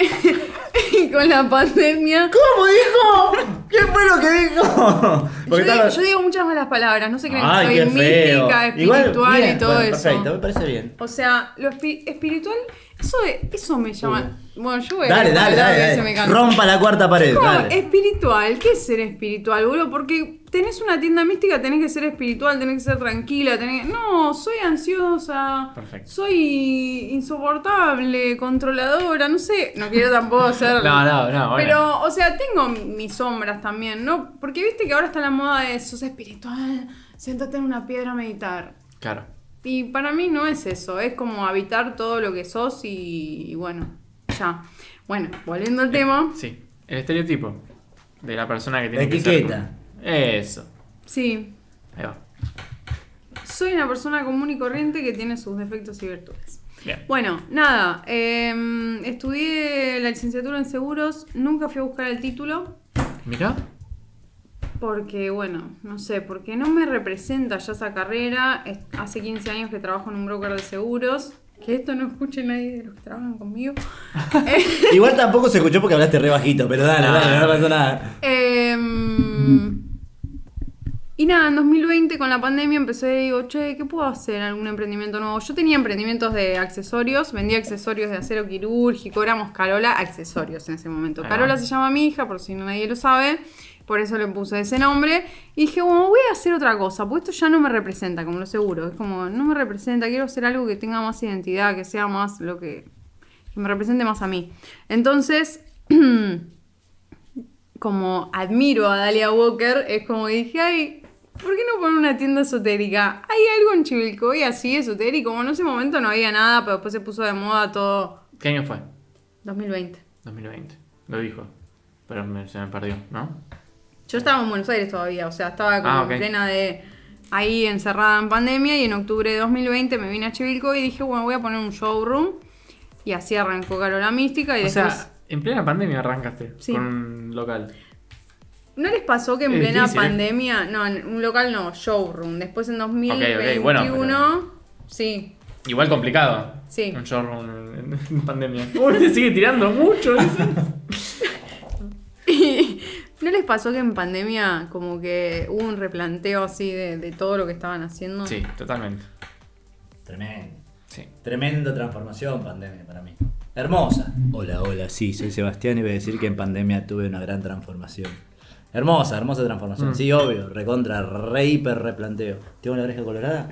S4: y con la pandemia.
S3: ¿Cómo dijo? ¿Qué fue lo que dijo?
S4: Yo
S3: Porque
S4: digo,
S3: estaba-
S4: yo digo muchas malas palabras, no se creen
S3: Ay,
S4: que
S3: qué
S4: soy
S3: feo.
S4: mística,
S3: Igual,
S4: espiritual
S3: bien,
S4: y todo
S3: bueno,
S4: eso.
S3: Perfecto, me parece bien.
S4: O sea, lo espi- espiritual, eso, de- eso me llama. Bueno, yo voy a
S3: Dale,
S4: hablar
S3: dale,
S4: de
S3: dale.
S4: que
S3: dale.
S4: se me cansa.
S3: Rompa la cuarta pared.
S4: ¿Cómo?
S3: dale.
S4: espiritual, ¿qué es ser espiritual, boludo? Porque tenés una tienda mística, tenés que ser espiritual, tenés que ser tranquila, tenés que- No, soy ansiosa,
S2: Perfecto.
S4: soy insoportable, controladora, no sé, no quiero tampoco ser...
S2: No, no, no, bueno.
S4: Pero, o sea, tengo mi- mis sombras también, ¿no? Porque viste que ahora está la moda de sos espiritual, siéntate en una piedra a meditar.
S2: Claro.
S4: Y para mí no es eso, es como habitar todo lo que sos y, y bueno, ya. Bueno, volviendo al tema.
S2: Sí. El estereotipo de la persona que
S3: La
S2: tiene que ser.
S3: etiqueta.
S2: Eso.
S4: Sí,
S2: Ahí va.
S4: soy una persona común y corriente que tiene sus defectos y virtudes.
S2: Bien.
S4: Bueno, nada, em, estudié la licenciatura en seguros, nunca fui a buscar el título.
S2: Mirá.
S4: Porque, bueno, no sé, porque no me representa ya esa carrera. Es- Hace 15 años que trabajo en un broker de seguros. Que esto no escuche nadie de los que trabajan conmigo. Eh,
S3: Igual tampoco se escuchó porque hablaste re bajito, pero dale, dale,
S4: Ah.
S3: no pasa nada.
S4: Em, y nada, en 2020 con la pandemia empecé y digo, che, ¿qué puedo hacer? ¿Algún emprendimiento nuevo? Yo tenía emprendimientos de accesorios, vendía accesorios de acero quirúrgico, éramos Carola Accesorios en ese momento.
S2: Ahí va.
S4: Carola se llama mi hija, por si nadie lo sabe, por eso le puse ese nombre. Y dije, bueno, voy a hacer otra cosa, porque esto ya no me representa, como lo seguro. Es como, no me representa, quiero hacer algo que tenga más identidad, que sea más lo que, que me represente más a mí. Entonces... como admiro a Dalia Walker, es como que dije, ay, ¿por qué no poner una tienda esotérica? Hay algo en Chivilcoy así esotérico, como en ese momento no había nada, pero después se puso de moda todo
S2: ¿Qué año fue?
S4: 2020.
S2: 2020. Lo dijo. Pero me- se me perdió, ¿no?
S4: Yo estaba en Buenos Aires todavía, o sea, estaba como
S2: Ah, ok.
S4: en plena de ahí encerrada en pandemia y en octubre de 2020 me vine a Chivilcoy y dije, bueno, voy a poner un showroom y así arrancó Carola Mística y
S2: O
S4: después...
S2: sea, en plena pandemia arrancaste
S4: Sí.
S2: con un local.
S4: ¿No les pasó que en
S2: Es
S4: plena
S2: difícil, ¿eh?
S4: pandemia, no, en un local no, showroom, después en 2021,
S2: ok, bueno,
S4: sí,
S2: Igual complicado.
S4: Sí.
S2: Un chorro en, en pandemia. Uy, te sigue tirando mucho. dice.
S4: ¿No les pasó que en pandemia como que hubo un replanteo así de, de todo lo que estaban haciendo?
S2: Sí, totalmente.
S3: Tremendo.
S2: Sí.
S3: Tremenda transformación pandemia para mí. Hermosa. Hola, hola, sí, soy Sebastián y voy a decir que en pandemia tuve una gran transformación. Hermosa, hermosa
S4: Mm.
S3: transformación. Sí, obvio, recontra, re hiper replanteo. ¿Tengo la oreja colorada?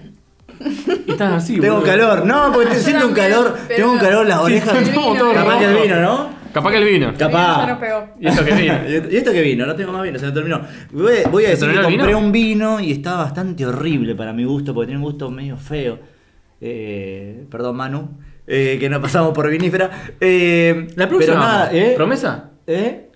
S2: Y estás así,
S3: tengo
S2: boludo.
S3: calor, no, porque te
S4: Yo
S3: siento un
S4: también,
S3: calor,
S4: pero-
S3: tengo un calor en las orejas.
S4: El
S2: Estamos
S4: vino,
S2: todos
S4: el
S3: Capaz que el
S2: rojos.
S3: vino, ¿no?
S2: Capaz que el vino.
S3: Capaz.
S4: Ya no pegó.
S2: Y esto que vino.
S3: ¿Y esto- ¿Y esto qué vino? No tengo más vino, se me terminó. Voy, voy a
S2: ¿Se
S3: decir que
S2: terminó el
S3: compré
S2: vino?
S3: un vino y estaba bastante horrible para mi gusto, porque tiene un gusto medio feo. Eh, perdón, Manu, eh, que no pasamos por vinífera. Eh,
S2: La próxima.
S3: Pero nada, ¿eh?
S2: ¿Promesa?
S3: ¿Eh?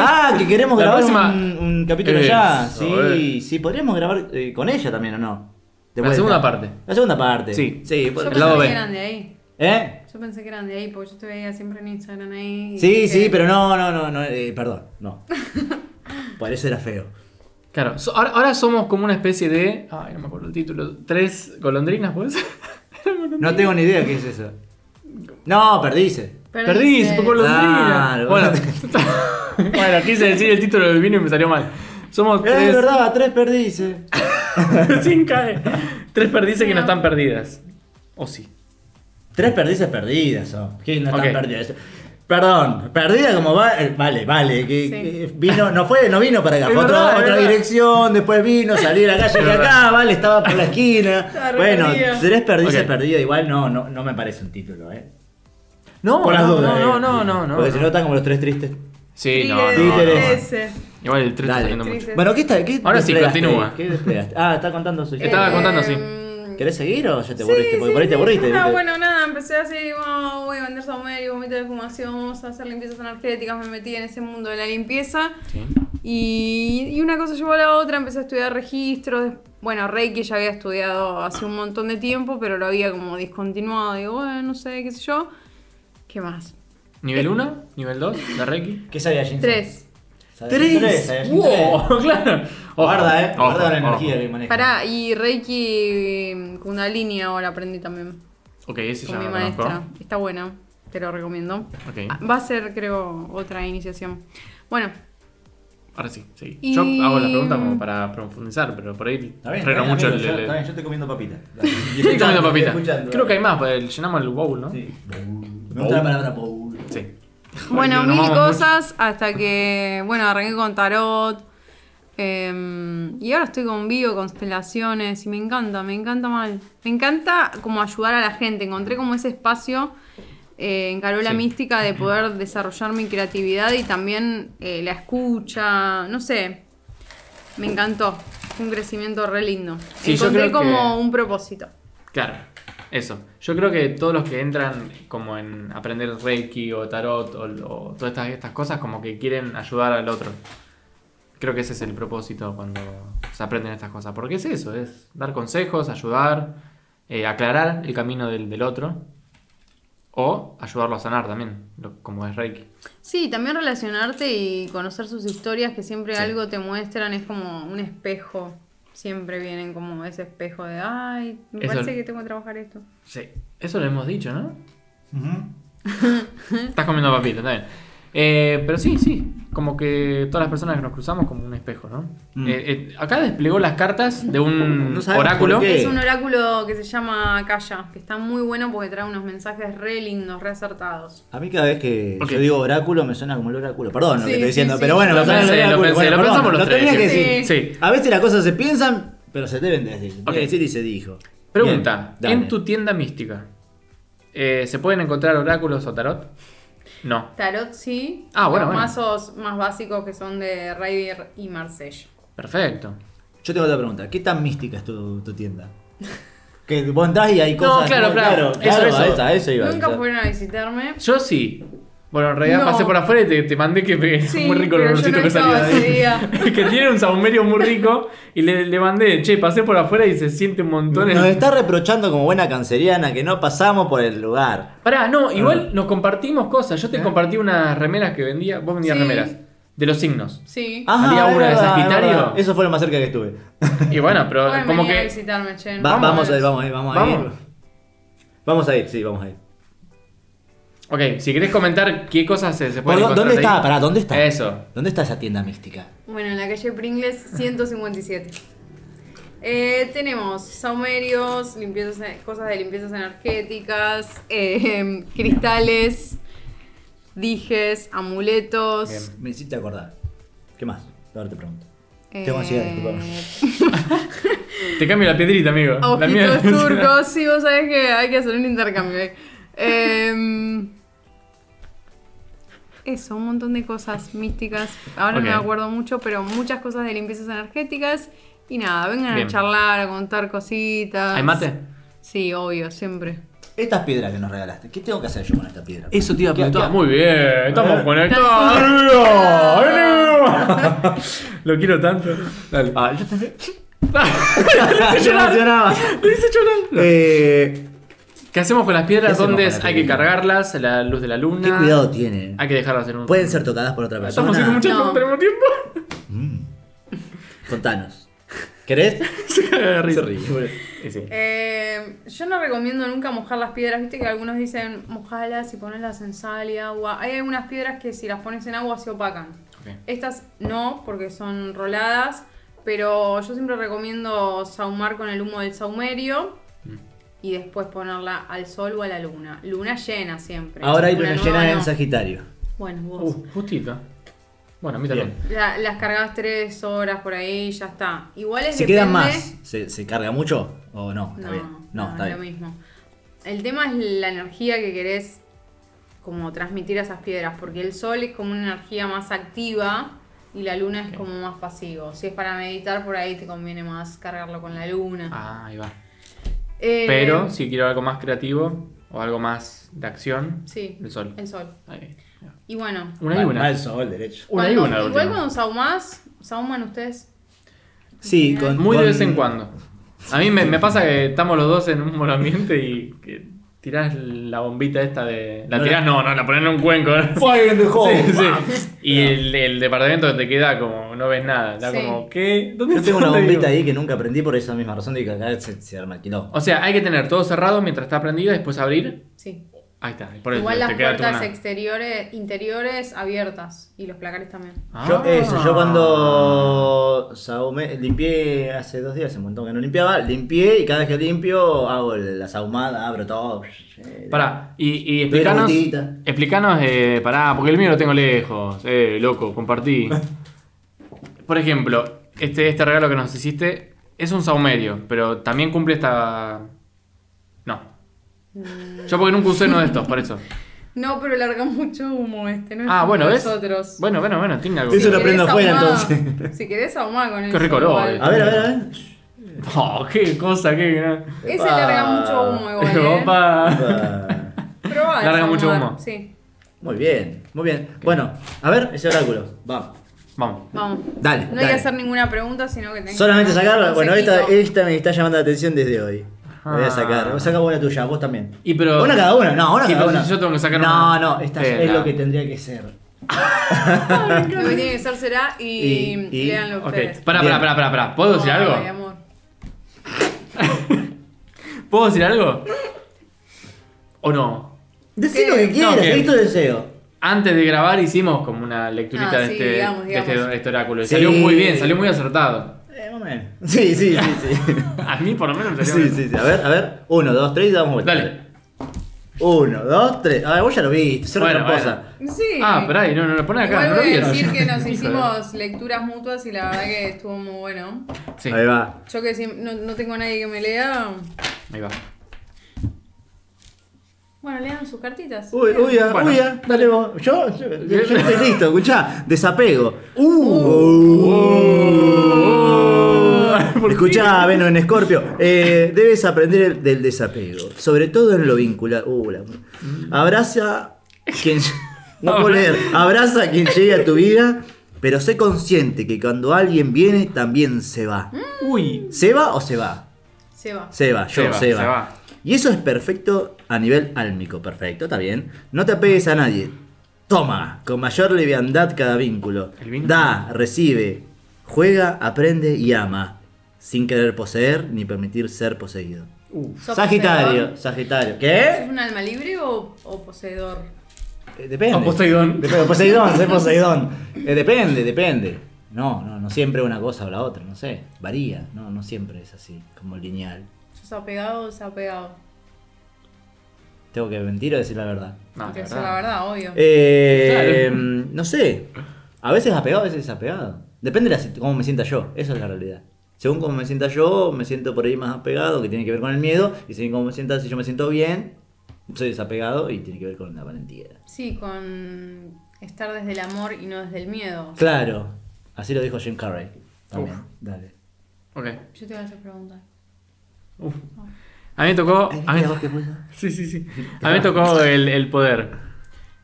S3: ah, que queremos
S2: La
S3: grabar
S2: próxima-
S3: un, un capítulo
S2: Eso,
S3: ya. Sí,
S2: eh.
S3: sí, podríamos grabar eh, con ella también, ¿o no? De
S2: La
S3: vuelta.
S2: segunda parte.
S3: La segunda parte.
S2: Sí.
S3: Sí,
S4: Yo
S3: por-
S4: pensé
S2: lado
S4: que
S2: B.
S4: eran de ahí.
S3: ¿Eh?
S4: Yo pensé que eran de ahí porque yo te veía siempre en Instagram ahí. y
S3: Sí,
S4: dije-
S3: sí, pero no, no, no, no eh, perdón, no. Por eso era feo.
S2: Claro, so- ahora, ahora somos como una especie de. Ay, no me acuerdo el título. ¿Tres golondrinas, pues?
S3: No tengo ni idea qué es eso. No, perdices.
S2: Perdiz, por golondrina.
S3: Claro.
S2: Bueno, bueno, quise decir el título del vino y me salió mal. Somos
S3: Es
S2: tres.
S3: verdad, tres perdices.
S2: Sin caer. Tres perdices que no están perdidas. O sí.
S3: Tres perdices perdidas son. ¿Quién no están
S2: Ok.
S3: perdidas? Perdón, perdida como va. eh, Vale, vale. Que,
S4: Sí.
S3: que vino, no fue, no vino para acá.
S2: Es
S3: Fue otra-
S2: verdad, es
S3: otra
S2: verdad.
S3: dirección, después vino, salí a la calle
S2: Es
S3: de acá,
S2: verdad.
S3: vale, estaba por la esquina.
S4: Estaba re
S3: Bueno,
S4: perdida.
S3: tres perdices
S2: Ok.
S3: perdidas igual no, no, no me parece un título, eh.
S2: No,
S3: Por las
S2: no,
S3: dudas.
S2: no,
S3: eh.
S2: no, no, no,
S3: Porque
S2: no.
S3: si no están como los tres tristes.
S2: Sí, no,
S4: Thriller,
S2: no, no, no.
S4: ese. Em,
S2: Igual el 3 está
S3: Dale.
S2: saliendo mucho.
S4: Thriller.
S3: Bueno, ¿qué está? qué
S2: Ahora sí,
S3: desplegaste?
S2: continúa.
S3: ¿Qué desplegaste? Ah, está contando su
S2: Estaba
S4: Eh,
S2: contando, sí.
S3: ¿Querés seguir o ya te
S4: Sí,
S3: aburriste? Porque
S4: sí,
S3: por ahí te
S2: Ah,
S4: sí.
S3: aburriste.
S4: No,
S3: ¿viste?
S4: bueno, nada, empecé así, wow, voy a vender saumerio, vomito de fumación, vamos a hacer limpiezas energéticas, me metí en ese mundo de la limpieza.
S2: Sí.
S4: Y, y una cosa llevó a la otra, empecé a estudiar registros. Bueno, Reiki ya había estudiado hace un montón de tiempo, pero lo había como discontinuado. Digo, bueno, no sé, qué sé yo. ¿Qué más?
S2: ¿Nivel 1? ¿Nivel 2? ¿La Reiki?
S3: ¿Qué sabía Jinzo?
S4: Tres.
S3: Sabía
S2: Tres. eh.
S3: Tres. sabía Jinzo.
S2: ¡Wow! Claro. Ojo,
S3: Guarda, eh.
S2: ojo,
S3: Guarda la
S2: ojo.
S3: energía que maneja.
S4: Pará, y Reiki eh, Kundalini ahora aprendí también
S2: Ok, ese ya
S4: con mi
S2: lo
S4: maestra.
S2: conozco.
S4: Está buena, te lo recomiendo. Ah,
S2: Ok,
S4: Va a ser, creo, otra iniciación. Bueno,
S2: ahora sí, sí.
S4: Y-
S2: Yo hago la pregunta como para profundizar, pero por ahí
S3: Está bien, está
S2: reno
S3: bien,
S2: mucho
S3: amigo,
S2: el...
S3: yo,
S2: el-
S3: está bien, yo estoy comiendo papita.
S2: Estoy comiendo papita.
S3: Escuchando.
S2: Creo que hay más, pues, llenamos el bowl, ¿no?
S3: Sí. Me gusta la palabra bowl.
S2: Sí.
S4: Bueno,
S2: Nos
S4: mil
S2: vamos mucho.
S4: cosas hasta que, bueno, arranqué con tarot. em, y ahora estoy con bio, constelaciones, y me encanta, me encanta mal. Me encanta como ayudar a la gente. Encontré como ese espacio eh, en Carola
S2: Sí.
S4: Mística de poder desarrollar mi creatividad y también eh, la escucha, no sé. Me encantó. Fue un crecimiento re lindo.
S2: Sí, yo
S4: Encontré
S2: creo que-
S4: como un propósito.
S2: Claro, eso. Yo creo que todos los que entran como en aprender Reiki o Tarot o, o todas estas, estas cosas como que quieren ayudar al otro. Creo que ese es el propósito cuando se aprenden estas cosas. Porque es eso, es dar consejos, ayudar, eh, aclarar el camino del, del otro. O ayudarlo a sanar también, lo- como es Reiki.
S4: Sí, también relacionarte y conocer sus historias que siempre
S2: Sí.
S4: algo te muestran, es como un espejo. Siempre vienen como ese espejo de, ay, me
S2: Eso-
S4: parece que tengo que trabajar esto.
S2: Sí, eso lo hemos dicho, ¿no? Estás comiendo papita, está bien. Eh, pero sí, sí, como que todas las personas que nos cruzamos como un espejo, ¿no?
S3: Mm.
S2: Eh, eh, acá desplegó las cartas de un
S3: No sabemos
S2: oráculo.
S3: por qué.
S4: Es un oráculo que se llama Kaya, que está muy bueno porque trae unos mensajes re lindos, re acertados.
S3: A mí cada vez que
S2: Ok.
S3: yo digo oráculo me suena como el oráculo. Perdón lo
S4: Sí,
S3: que estoy
S4: sí,
S3: diciendo,
S4: sí.
S3: pero bueno,
S2: Lo
S3: me suena el
S2: pensé, lo
S3: oráculo.
S2: pensé,
S3: Bueno,
S2: lo
S3: perdón,
S2: pensamos los
S3: tenía
S2: tres,
S3: que
S4: sí.
S3: decir.
S2: Sí.
S3: A veces las cosas se piensan, pero se deben de decir. Se tiene
S2: Ok.
S3: que decir y se dijo.
S2: Pregunta,
S3: Bien, dale.
S2: en tu tienda mística, eh, ¿se pueden encontrar oráculos o tarot? No.
S4: Tarot sí,
S2: Ah, bueno,
S4: los
S2: bueno.
S4: mazos más básicos que son de Raider y Marsella.
S2: Perfecto.
S3: Yo tengo otra pregunta. ¿Qué tan mística es tu, tu tienda? Que vos andás y hay cosas...
S2: claro, claro. Eso, eso.
S3: A, esa- a eso iba.
S4: Nunca
S3: quizás.
S4: fueron a visitarme.
S2: Yo sí. Bueno, en realidad
S4: No.
S2: pasé por afuera y te, te mandé que me-
S4: Sí,
S2: muy rico el
S4: pero yo
S2: olorcito
S4: no
S2: que salía
S4: estaba
S2: de ahí.
S4: ese día.
S2: que tiene un saumerio muy rico y le, le mandé, che, pasé por afuera y se siente un montón el
S3: Nos está reprochando como buena canceriana que no pasamos por el lugar.
S2: Pará, no,
S3: Ah.
S2: igual nos compartimos cosas.
S3: ¿Eh?
S2: Yo te compartí unas remeras que vendía. Vos vendías
S4: Sí.
S2: remeras. De los signos.
S4: Sí.
S3: Ajá,
S2: Había
S3: es
S2: una de
S3: verdad, Ah, es
S2: Sagitario.
S3: verdad. Eso fue lo más cerca que estuve.
S2: Y bueno, pero
S4: Pueden
S2: como
S4: venir a
S2: que.
S4: visitarme, che,
S3: Va-
S4: no
S3: vamos a
S4: jodas.
S3: ir, vamos a ir, vamos a ir.
S2: Vamos.
S3: Vamos a ir, sí, vamos a ir.
S2: Ok, si querés comentar qué cosas se, se
S3: Bueno,
S2: pueden
S3: ¿dó-
S2: encontrar
S3: ¿Dónde
S2: ahí.
S3: está? Pará, ¿dónde está?
S2: Eso.
S3: ¿Dónde está esa tienda mística?
S4: Bueno, en la calle Pringles 157. Eh, tenemos saumerios, limpiezas, cosas de limpiezas energéticas, eh, cristales, dijes, amuletos.
S2: Bien.
S3: Me hiciste acordar. ¿Qué más? Ahora te pregunto.
S4: eh,
S3: Tengo ansiedad, disculpame.
S2: Te cambio la piedrita, amigo. La mía-
S4: Ojitos turcos, sí, vos sabés que hay que hacer un intercambio. ahí. Eh, eso, un montón de cosas místicas. Ahora no
S2: Ok.
S4: me acuerdo mucho, pero muchas cosas de limpiezas energéticas. Y nada, vengan
S2: Bien.
S4: a charlar, a contar cositas.
S2: ¿Hay mate?
S4: Sí, obvio, siempre.
S3: Estas piedras que nos regalaste, ¿qué tengo que hacer yo con estas piedras?
S2: Eso te iba a
S3: ¿Qué- Ah.
S2: preguntar.
S3: qué-
S2: Muy bien, estamos conectados. amigo, amigo. Lo quiero tanto. Dale.
S3: Ah, yo también.
S2: Lo hice
S3: Yo
S2: llorar.
S3: emocionaba.
S2: Lo hice llorar.
S3: Eh,
S2: ¿Qué hacemos con las
S3: ¿Qué
S2: piedras?
S3: hacemos
S2: ¿Dónde
S3: con
S2: es?
S3: las
S2: hay que
S3: piedras?
S2: cargarlas? ¿La luz de la luna?
S3: ¿Qué cuidado tienen?
S2: Hay que dejarlas en un.
S3: ¿Pueden ser tocadas por otra
S2: Estamos
S3: persona?
S2: haciendo muchas
S4: No.
S2: cosas al mismo tiempo.
S3: Contanos. ¿Querés?
S2: Se caga de risa.
S3: Se ríe.
S2: Y sí.
S4: Eh, yo no recomiendo nunca mojar las piedras, viste que algunos dicen mojalas y ponerlas en sal y agua. Hay algunas piedras que si las pones en agua se opacan.
S2: Ok.
S4: Estas no, porque son roladas, pero yo siempre recomiendo saumar con el humo del saumerio y después ponerla al sol o a la luna. Luna llena siempre.
S3: Ahora hay luna
S4: nueva
S3: llena en
S4: no.
S3: Sagitario.
S4: Bueno, vos.
S2: Uh, justito. Bueno, a mí también.
S4: La- las cargas tres horas por ahí y ya está. Igual es
S3: ¿Se quedan
S4: depende-
S3: más? ¿Se, se carga mucho? ¿O no? Está
S4: no,
S3: bien. No,
S4: no,
S3: está
S4: es lo
S3: bien.
S4: mismo. El tema es la energía que querés como transmitir a esas piedras, porque el sol es como una energía más activa y la luna es como más pasivo. Si es para meditar, por ahí te conviene más cargarlo con la luna.
S2: Ah, ahí va.
S4: Eh,
S2: Pero si quiero algo más creativo o algo más de acción,
S4: Sí,
S2: el sol.
S4: el sol.
S2: Ahí.
S4: Y bueno,
S2: Una y
S3: Va- va
S2: una.
S3: el sol, derecho.
S2: Una y
S4: cuando-
S2: una. de
S4: igual
S2: última.
S4: cuando saumás, sauman ustedes.
S3: Sí, con,
S2: Muy de
S3: con-
S2: vez en cuando. A mí me, me pasa que estamos los dos en un buen ambiente y que tirás la bombita esta de. La
S3: No
S2: tirás,
S3: la-
S2: no, no, la pones en un cuenco.
S3: Fire in the hole.
S2: Sí, sí. Y el, el departamento te queda como, no ves nada. Está
S4: Sí.
S2: como, ¿qué? ¿Dónde
S3: Yo tengo
S2: está?
S3: una bombita
S2: Digo.
S3: ahí que nunca aprendí por esa misma razón de que acá se, se arma el quilombo.
S2: O sea, hay que tener todo cerrado mientras está prendida, después abrir.
S4: Sí.
S2: Ahí está. Por eso
S4: Igual
S2: te
S4: las
S2: queda
S4: puertas
S2: tu
S4: exteriores, interiores abiertas y los placares también.
S2: una-
S3: Yo, eso,
S2: Ah.
S3: yo cuando saumé- limpié hace dos días, hace un montón que no limpiaba, limpié y cada vez que limpio hago el- la saumada, abro todo. Eh,
S2: Pará, y, y
S3: Doy la
S2: explicanos.
S3: vueltita.
S2: Explicanos, eh, pará, porque el mío lo tengo lejos. Eh, loco, compartí. Por ejemplo, este, este regalo que nos hiciste es un saumerio, pero también cumple esta. No.
S4: Mm.
S2: Yo porque nunca usé uno de estos, por eso.
S4: No, pero larga mucho humo este, ¿no? es
S2: Ah,
S4: como
S2: bueno, ¿ves?
S4: Nosotros.
S2: Bueno, bueno, bueno, tiene algo.
S3: Eso
S4: Si
S3: lo
S4: querés
S3: prendo afuera,
S4: ahumar-
S3: entonces.
S4: Si querés ahumar con el
S2: Qué rico
S4: sol,
S2: olor, eh.
S4: igual.
S3: A ver, a ver, a ver.
S2: Oh, qué cosa, qué.
S4: Ese
S3: Epa.
S4: larga mucho humo igual, ¿eh?
S2: Opa.
S3: Ah,
S4: Probá el
S2: Larga mucho
S4: ahumar,
S2: humo.
S4: Sí,
S3: Muy bien, muy bien. Bueno, a ver ese oráculo. Vamos.
S2: Vamos.
S4: vamos.
S3: Dale.
S4: No hay
S3: dale.
S4: que hacer ninguna pregunta, sino que tenés
S3: Solamente
S4: que
S3: sacarla. Bueno, esta,
S4: consejito.
S3: esta me está llamando la atención desde hoy. La voy a sacar.
S2: Ah.
S3: Saca una tuya, vos también.
S2: Y pero.
S3: Una cada una, no, una
S2: Sí,
S3: cada
S2: pero
S3: una.
S2: yo tengo que sacar
S3: no,
S2: una.
S3: No, esta
S2: Eh,
S3: es
S2: no.
S3: lo que tendría que ser.
S4: Lo que tiene que ser será y,
S3: Y- y-
S4: leanlo
S2: Ok,
S4: ustedes.
S2: pará,
S3: Bien.
S2: pará, pará, pará, pará. ¿Puedo decir
S4: Ay,
S2: algo?
S4: amor.
S2: ¿Puedo decir algo? ¿O no?
S3: Decí
S4: ¿Qué?
S3: lo que quieras,
S2: No, ¿qué?
S3: seguí tu deseo.
S2: Antes de grabar hicimos como una lecturita
S4: Ah,
S2: de,
S4: sí,
S2: este,
S4: digamos,
S2: de este-
S4: digamos.
S2: de este oráculo. Y
S3: Sí.
S2: Salió muy bien, salió muy acertado.
S3: Eh, más o menos. Sí, sí, sí, sí.
S2: A mí por lo menos me salió
S3: sí,
S2: bien.
S3: sí, sí. A ver, a ver. Uno, dos, tres y damos vuelta.
S2: Dale.
S3: Uno, dos, tres. A ver, vos ya lo viste, ser
S2: Bueno,
S3: otra cosa.
S4: Sí.
S2: Ah, pará, y no, no, lo pone acá,
S4: Igual
S2: no lo
S4: voy a
S2: vieron.
S4: decir que nos
S2: Hijo de-
S4: hicimos lecturas mutuas y la verdad que estuvo muy bueno.
S2: Sí,
S3: Ahí va.
S4: Yo que si no, no tengo nadie que me lea.
S2: ahí va.
S4: Bueno, lean sus cartitas.
S3: Uy, uy, ah,
S2: Bueno.
S3: uy, ah, dale vos. Yo, yo, yo- yo estoy listo, escuchá, desapego. Uh,
S2: Uh. ¿Por qué?
S3: Escuchá, Veno en Escorpio. eh, debes aprender el- del desapego, sobre todo en lo vincular. Uh, la-
S2: Mm.
S3: abraza quien. No puedo leer. Abraza a quien llegue a tu vida, pero sé consciente que cuando alguien viene, también se va.
S2: Mm. Uy.
S3: ¿Se va o se va?
S4: Se va.
S3: Seba, yo,
S2: Se va,
S3: Seba.
S2: se va.
S3: Y eso es perfecto a nivel álmico, perfecto, está bien. No te apegues a nadie. Toma, con mayor leviandad cada vínculo.
S2: El vínculo.
S3: Da, recibe, juega, aprende y ama. Sin querer poseer ni permitir ser poseído.
S2: Uf.
S4: ¿Sos
S3: Sagitario,
S4: poseedor?
S3: Sagitario. ¿Qué?
S4: ¿Sos un alma libre o, o poseedor?
S3: Eh, depende.
S2: O Poseidón.
S3: Depende, Poseidón, soy Poseidón. Eh, depende, depende. No, no, no siempre una cosa o la otra, no sé. Varía, no, no siempre es así, como lineal.
S4: ¿Sos apegado o desapegado?
S3: ¿Tengo que mentir o decir la verdad?
S2: No,
S4: Porque
S2: de
S4: es
S2: verdad.
S4: la verdad, obvio.
S3: Eh, No sé. A veces apegado, a veces desapegado. Depende de la sit- cómo me sienta yo. Eso es la realidad. Según cómo me sienta yo, me siento por ahí más apegado, que tiene que ver con el miedo. Y según cómo me sienta, si yo me siento bien, soy desapegado y tiene que ver con la valentía.
S4: Sí, con estar desde el amor y no desde el miedo.
S3: Claro. Así lo dijo Jim Carrey. También.
S2: Uf.
S3: Dale.
S2: Ok.
S4: Yo te voy a hacer preguntas.
S2: Uf. A mí me tocó. A mí,
S3: Mira vos qué puso.
S2: Sí, sí, sí. A mí me tocó el, el poder.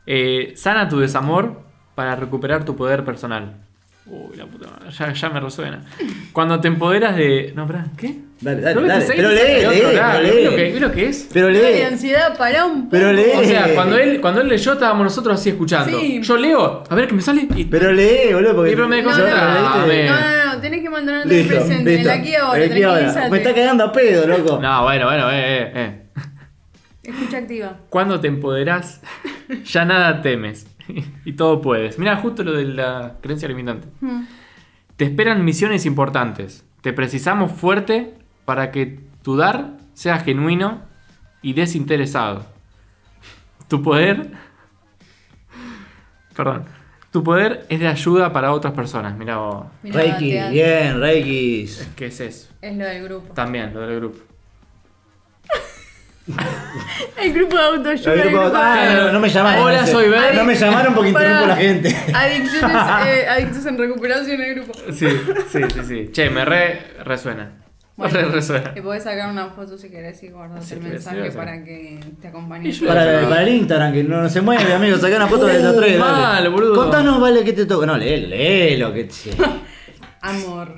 S2: Eh, sana tu desamor para recuperar tu poder personal. Uy, la puta madre, ya, ya me resuena. Cuando te empoderas de. No, pará, ¿qué?
S3: Dale, dale,
S2: No,
S3: dale.
S2: te-
S3: Pero
S2: te-
S3: lee,
S2: te- otro
S3: lee,
S2: lado,
S3: pero
S2: ¿ves
S3: lee.
S2: lo que- ¿Ves lo que es?
S3: Pero
S4: Pará de
S3: lee.
S4: ansiedad, pará un poco.
S3: Pero lee.
S2: O sea, cuando él, cuando él leyó estábamos nosotros así escuchando.
S4: Sí.
S2: Yo leo, a ver qué me sale. Y...
S3: Pero lee, boludo. Porque
S2: Y pero me
S4: No,
S2: dejó
S4: no,
S2: Cosa-
S3: Yo-
S2: Ah,
S4: no,
S2: me-
S4: no, no, tenés que mantener en el
S3: Listo,
S4: presente, en
S3: listo.
S4: el aquí y ahora,
S3: El aquí y ahora. Me está
S4: tranquilízate.
S3: cagando a pedo, loco.
S2: No, bueno, bueno, eh, eh, eh.
S4: Escucha activa.
S2: Cuando te empoderás, ya nada temes y todo puedes. Mira, justo lo de la creencia limitante.
S4: Mm.
S2: Te esperan misiones importantes. Te precisamos fuerte para que tu dar sea genuino y desinteresado. Tu poder. Perdón. Tu poder es de ayuda para otras personas. Mira vos.
S4: Mirá,
S3: Reiki,
S4: te-
S3: bien, Reiki.
S2: ¿Qué es eso?
S4: Es lo del grupo.
S2: También, lo del grupo.
S4: El grupo de autoayuda. el grupo de-
S3: Ah, no, no me llamaron.
S2: Hola,
S3: Ah, no sé.
S2: soy Bel.
S3: No me llamaron porque
S4: Para-
S3: interrumpo a la gente.
S4: Adicciones, eh, adictos en recuperación el grupo.
S2: Sí, sí, sí, sí. Che, me re resuena.
S4: Bueno,
S2: Re resuena.
S4: Te podés sacar una foto si querés y guardarte
S2: Sí,
S4: el
S2: sí,
S4: mensaje
S2: sí.
S4: para que te acompañe.
S2: Y yo-
S3: Para, para el Instagram, que no, no se mueve, amigo. Sacá una foto de los
S2: Uh,
S3: tres. dale.
S2: mal, boludo.
S3: Contanos, vale, qué te toca. No, léelo, léelo. Que te...
S4: Amor.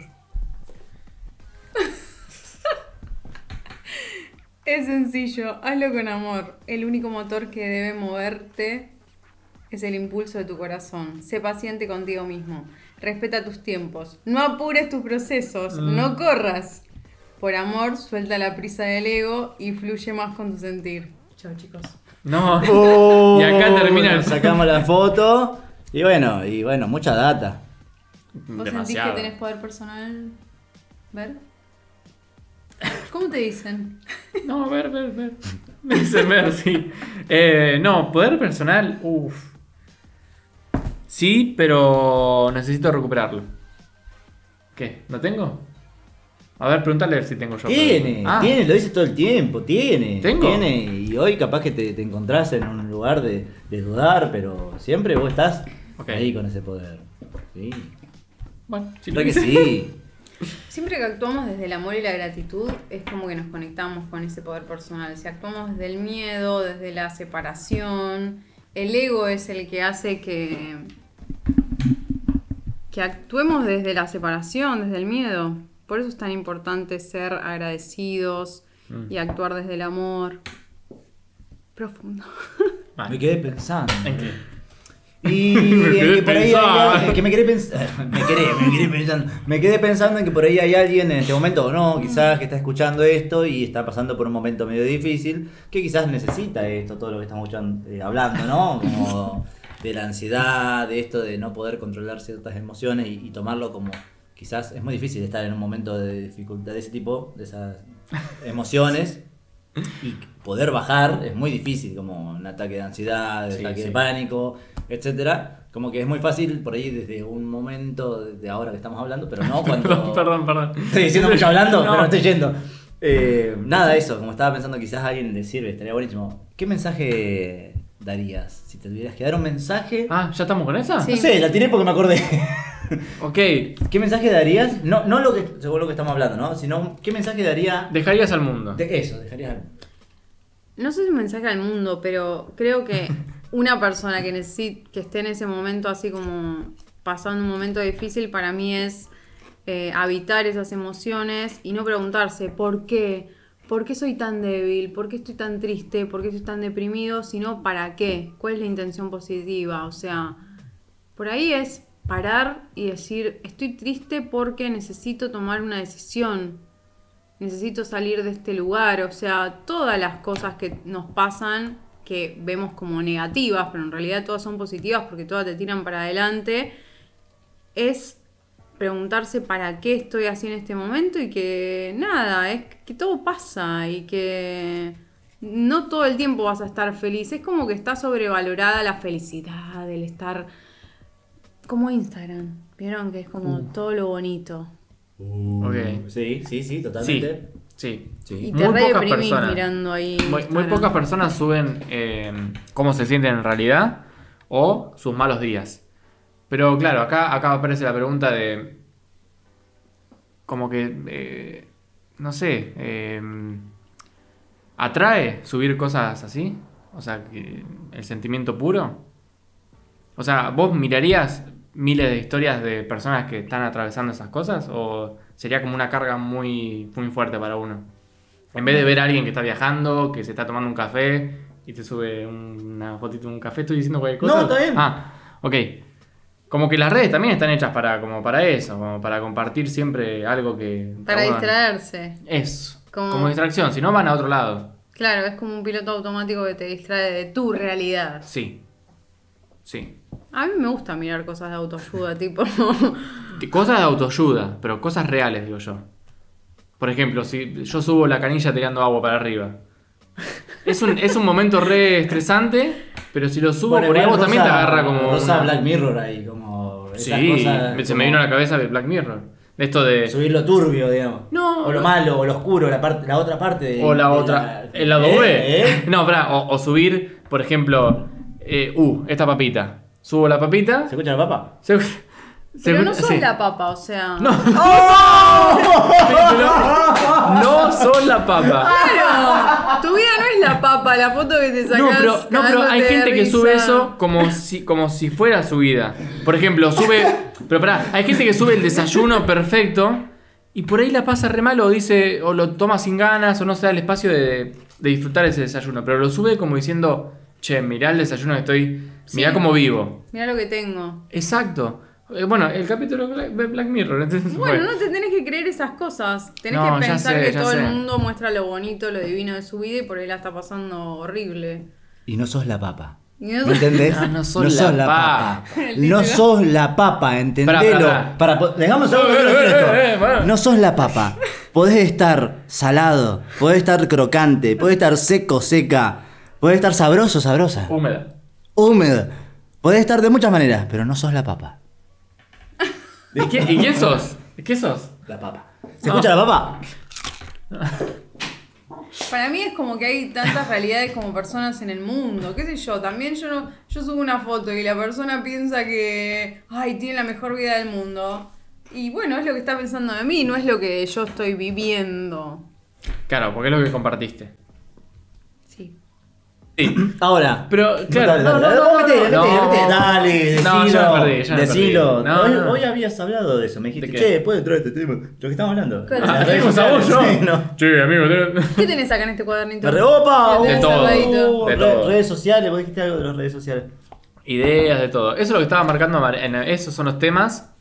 S4: es sencillo, hazlo con amor. El único motor que debe moverte es el impulso de tu corazón. Sé paciente contigo mismo. Respeta tus tiempos. No apures tus procesos.
S2: Mm.
S4: No corras. Por amor, suelta la prisa del ego y fluye más con tu sentir. Chao, chicos.
S2: No.
S3: Oh,
S2: Y acá termina el-
S3: Sacamos la foto. Y bueno, y bueno, mucha data.
S4: ¿Vos
S2: Demasiado.
S4: sentís que tenés poder personal? ¿Ver? ¿Cómo te dicen?
S2: No, ver, ver, ver. Me dice ver, sí. Eh, no, poder personal, uff. Sí, pero necesito recuperarlo. ¿Qué? ¿No tengo? A ver, pregúntale si tengo yo.
S3: Tiene,
S2: Ah,
S3: tiene, lo dice todo el tiempo, tiene.
S2: ¿Tengo?
S3: Tiene, y hoy capaz que te, te encontrás en un lugar de, de dudar, pero siempre vos estás
S2: Ok.
S3: ahí con ese poder. Sí.
S2: Bueno, si lo
S3: Creo que
S2: hice.
S3: sí.
S4: Siempre que actuamos desde el amor y la gratitud, es como que nos conectamos con ese poder personal. Si actuamos desde el miedo, desde la separación, el ego es el que hace que, que actuemos desde la separación, desde el miedo. Por eso es tan importante ser agradecidos y actuar desde el amor. Profundo.
S2: Mal.
S3: Me quedé pensando.
S2: ¿En qué?
S3: Y
S2: Me
S3: en
S2: quedé
S3: que por ahí hay
S2: pensando.
S3: alguien- eh, que me quedé pensando. Me quedé, me quedé pensando. Me quedé pensando en que por ahí hay alguien en este momento o
S2: Mm.
S3: no, quizás que está escuchando esto y está pasando por un momento medio difícil, que quizás necesita esto, todo lo que estamos escuchando- eh, hablando, ¿no? Como de la ansiedad, de esto de no poder controlar ciertas emociones y, y tomarlo como. Quizás es muy difícil estar en un momento de dificultad de ese tipo, de esas emociones. Y poder bajar es muy difícil, como un ataque de ansiedad,
S2: Sí,
S3: ataque
S2: sí.
S3: de pánico, etcétera. Como que es muy fácil por ahí desde un momento de ahora que estamos hablando, pero no cuando.
S2: Perdón, perdón, perdón.
S3: Estoy diciendo mucho hablando,
S2: No.
S3: pero no estoy yendo. Eh, nada, eso, como estaba pensando, quizás a alguien le sirve, estaría buenísimo. ¿Qué mensaje darías? Si te tuvieras que dar un mensaje.
S2: Ah, ¿ya estamos con esa?
S4: Sí.
S3: No sé, la tiré porque me acordé.
S2: Ok.
S3: ¿Qué mensaje darías? No, no lo que, según lo que estamos hablando, ¿no? Sino, ¿qué mensaje daría?
S2: Dejarías al mundo.
S3: De eso, dejarías.
S4: No sé si un mensaje al mundo, pero creo que una persona que necesite, que esté en ese momento así como pasando un momento difícil, para mí es eh, habitar esas emociones y no preguntarse por qué, por qué soy tan débil, por qué estoy tan triste, por qué estoy tan deprimido, sino para qué, cuál es la intención positiva, o sea, por ahí es parar y decir, estoy triste porque necesito tomar una decisión, necesito salir de este lugar, o sea, todas las cosas que nos pasan, que vemos como negativas, pero en realidad todas son positivas porque todas te tiran para adelante, es preguntarse para qué estoy así en este momento y que nada, es que todo pasa y que no todo el tiempo vas a estar feliz, es como que está sobrevalorada la felicidad, el estar como Instagram, vieron que es como todo lo bonito.
S2: Ok.
S3: Sí, sí, sí,
S2: Sí.
S3: totalmente.
S2: Sí.
S4: Y
S3: Sí.
S4: te
S2: Muy
S4: re
S2: pocas
S4: deprimís
S2: personas.
S4: mirando ahí.
S2: Muy, muy
S4: Instagram.
S2: pocas personas suben eh, cómo se sienten en realidad o sus malos días. Pero claro, acá, acá aparece la pregunta de. Como que. eh, no sé. eh, ¿Atrae subir cosas así? O sea, que- el sentimiento puro. O sea, ¿vos mirarías miles de historias de personas que están atravesando esas cosas? ¿O sería como una carga muy, muy fuerte para uno? En vez de ver a alguien que está viajando, que se está tomando un café y te sube un- una fotito de un café, estoy diciendo cualquier cosa.
S3: No, está bien.
S2: Ah, ok. Como que las redes también están hechas para, como para eso, como para compartir siempre algo que.
S4: Para
S2: que a uno-
S4: distraerse.
S2: Eso.
S4: Como-
S2: como distracción, si no van a otro lado.
S4: Claro, es como un piloto automático que te distrae de tu realidad.
S2: Sí. Sí.
S4: A mí me gusta mirar cosas de autoayuda, tipo.
S2: De- Cosas de autoayuda, pero cosas reales, digo yo. Por ejemplo, si yo subo la canilla tirando agua para arriba. Es un, es un momento re estresante, pero si lo subo
S3: Bueno,
S2: por ahí
S3: igual
S2: vos también te
S3: Rosa-
S2: agarra como.
S3: Rosa
S2: una-
S3: Black Mirror ahí, como. esas
S2: Sí,
S3: cosas
S2: me- se
S3: como
S2: me vino a la cabeza de Black Mirror. Esto de.
S3: Subir lo turbio, digamos.
S2: No,
S3: O lo
S2: no.
S3: malo, o lo oscuro, la, parte, la otra parte. de-
S2: O la
S3: de
S2: otra.
S3: la-
S2: el lado
S3: ¿Eh?
S2: B.
S3: ¿Eh?
S2: No, pará, o, o subir, por ejemplo, eh, uh, esta papita. Subo la papita.
S3: ¿Se escucha la papa?
S2: se-
S4: Pero
S2: se-
S4: no sos
S2: sí.
S4: la papa, o sea.
S2: No. No son la papa.
S4: Claro, tu vida no es la papa, la foto que te sacás.
S2: No, pero, no, pero hay
S4: cagándote de
S2: gente que
S4: risa.
S2: sube eso como si, como si fuera su vida. Por ejemplo, sube. Pero pará, hay gente que sube el desayuno perfecto y por ahí la pasa re mal o dice, o lo toma sin ganas o no se da el espacio de, de disfrutar ese desayuno. Pero lo sube como diciendo, che, mirá el desayuno que estoy. Mirá
S4: Sí.
S2: cómo vivo.
S4: Mirá lo que tengo.
S2: Exacto. Eh, Bueno, el capítulo de Black- de Black Mirror. entonces
S4: Bueno,
S2: fue.
S4: no te tenés que creer esas cosas. Tenés
S2: No,
S4: que
S2: ya
S4: pensar
S2: sé,
S4: que
S2: ya
S4: todo
S2: sé.
S4: el mundo muestra lo bonito, lo divino de su vida y por ahí la está pasando horrible.
S3: Y no sos la papa.
S4: Y no-
S3: ¿Me entendés?
S2: Ah, no sos la papa.
S3: No sos la papa, entendelo.
S2: Pará, pará,
S3: Para, po- tengamos algo
S2: Eh,
S3: claro
S2: eh,
S3: en esto.
S2: eh, eh, pará.
S3: No sos la papa. Podés estar salado, podés estar crocante, podés estar seco, seca, podés estar sabroso, sabrosa,
S2: Húmeda.
S3: húmedo. Podés estar de muchas maneras, pero no sos la papa.
S2: ¿Y quién, y quién sos? ¿Qué sos?
S3: La papa. ¿Se escucha la papa?
S4: Para mí es como que hay tantas realidades como personas en el mundo, qué sé yo, también yo no, yo subo una foto y la persona piensa que, ay, tiene la mejor vida del mundo. Y bueno, es lo que está pensando de mí, no es lo que yo estoy viviendo.
S2: Claro, porque es lo que compartiste.
S4: Sí.
S3: Ahora.
S2: Pero, claro,
S3: Dale, dale,
S2: no, no,
S3: dale,
S2: no,
S3: vos metele,
S2: no,
S3: metele,
S2: no.
S3: metele. Dale,
S2: No, ya me perdí, ya
S3: decilo.
S2: me
S3: Decilo.
S2: perdí. No,
S3: hoy,
S2: no.
S3: hoy habías hablado de eso. Me dijiste,
S2: ¿De qué?
S3: che, puede entrar este tema. Lo que estamos hablando.
S4: Claro.
S2: Ah,
S3: Las redes
S2: ¿Tenemos a vos, yo?
S3: sociales, sí, no.
S2: Sí, amigo. tenés-
S4: ¿Qué tenés acá en este cuadernito?
S3: Me reopa,
S4: Lo tenés
S2: De todo.
S4: cerradito.
S2: De
S3: Re-
S2: todo.
S3: Redes sociales, vos dijiste algo de las redes sociales.
S2: Ideas de todo. Eso es lo que estaba marcando. Mar- en- Esos son los temas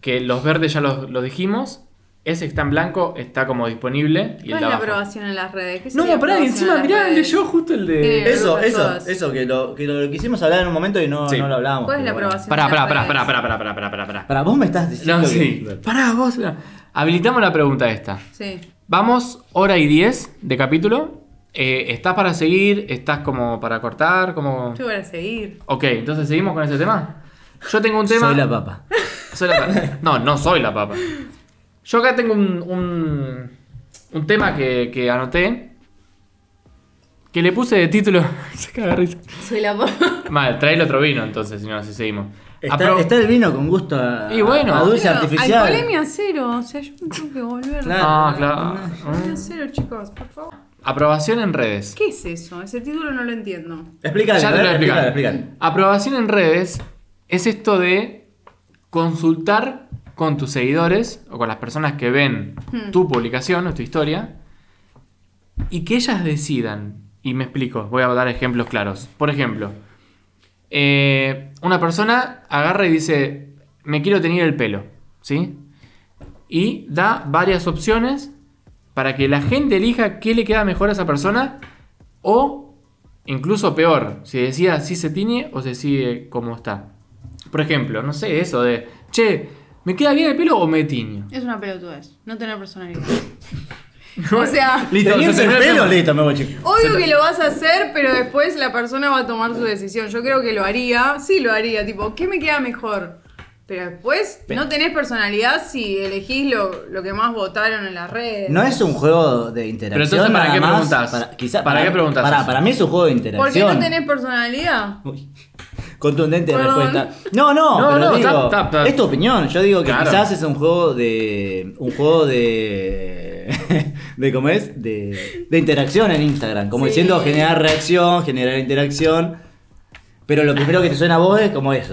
S2: que los verdes ya los, los dijimos. Ese que está en blanco está como disponible. Y el
S4: ¿Cuál es
S2: de
S4: la
S2: abajo.
S4: aprobación en las redes? ¿Qué
S2: No,
S4: sería
S2: pará,
S4: aprobación en
S2: encima
S4: las
S2: mirá,
S4: redes?
S2: leyó justo el
S4: Eh,
S2: de.
S3: Eso,
S4: Reopa
S3: eso,
S4: todas.
S3: eso, que lo, que lo quisimos hablar en un momento y no,
S2: Sí.
S3: no lo hablábamos.
S4: ¿Cuál es la
S3: pero bueno.
S4: aprobación?
S2: Pará,
S4: en las
S2: pará, pará,
S4: redes?
S2: pará, pará, pará, pará, pará, pará.
S3: Para vos me estás diciendo.
S2: No,
S3: que-
S2: sí. Pará, vos. mirá. Habilitamos la pregunta esta.
S4: Sí.
S2: Vamos, hora y diez de capítulo. Eh, ¿Estás para seguir? ¿Estás como para cortar? Como...
S4: Yo voy a seguir.
S2: Ok, entonces seguimos con ese tema. Yo tengo un tema.
S3: Soy la papa.
S2: Soy la papa. No, no soy la papa. Yo acá tengo un, un, un tema que, que anoté. Que le puse de título. Se caga de risa.
S4: Soy la po-
S2: Mal, trae el otro vino entonces, si no, así seguimos.
S3: Está,
S2: Apro-
S3: está el vino con gusto a,
S2: Ah, Y bueno.
S3: a dulce
S4: Pero,
S3: artificial.
S4: Alcoholemia cero, o sea, yo me tengo que volver.
S3: Claro.
S2: Ah, claro.
S4: Alcoholemia cero, chicos, por favor.
S2: Aprobación en redes.
S4: ¿Qué es eso? Ese título no lo entiendo.
S3: Explícale,
S2: Ya te lo voy a explicar.
S3: explícale.
S2: Aprobación en redes es esto de consultar con tus seguidores o con las personas que ven tu publicación o tu historia y que ellas decidan. Y me explico, voy a dar ejemplos claros. Por ejemplo, eh, una persona agarra y dice, me quiero tener el pelo, ¿sí? Y da varias opciones para que la gente elija qué le queda mejor a esa persona o incluso peor, si decía si se tiñe o se sigue como está. Por ejemplo, no sé, eso de, che, ¿me queda bien el pelo o me tiño?
S4: Es una pelotudez, no tener personalidad. o sea,
S2: Listo,
S3: ¿Tenías
S2: se
S3: el
S2: terminó el
S3: pelo?
S2: tema.
S3: Listo, me voy, chico.
S4: obvio que lo vas a hacer, pero después la persona va a tomar su decisión. Yo creo que lo haría, sí lo haría, tipo, ¿qué me queda mejor? Pero después no tenés personalidad si elegís lo, lo que más votaron en las redes.
S3: No es un juego de interacción.
S2: Pero entonces, ¿para
S3: nada
S2: qué
S3: más.
S2: preguntás?
S3: Para, quizá-
S2: ¿Para qué preguntás
S3: Para,
S2: eso?
S3: para mí es un juego de
S4: ¿Por qué
S3: interacción.
S4: no tenés personalidad?
S3: Uy, contundente
S4: Perdón.
S3: respuesta. No, no,
S2: No,
S3: pero
S2: no,
S3: digo,
S2: está- está- está.
S3: es tu opinión. Yo digo que
S2: Claro.
S3: quizás es un juego de. Un juego de. de ¿Cómo es? De, de interacción en Instagram. Como
S4: Sí.
S3: diciendo generar reacción, generar interacción. Pero lo primero que te suena a vos es como eso.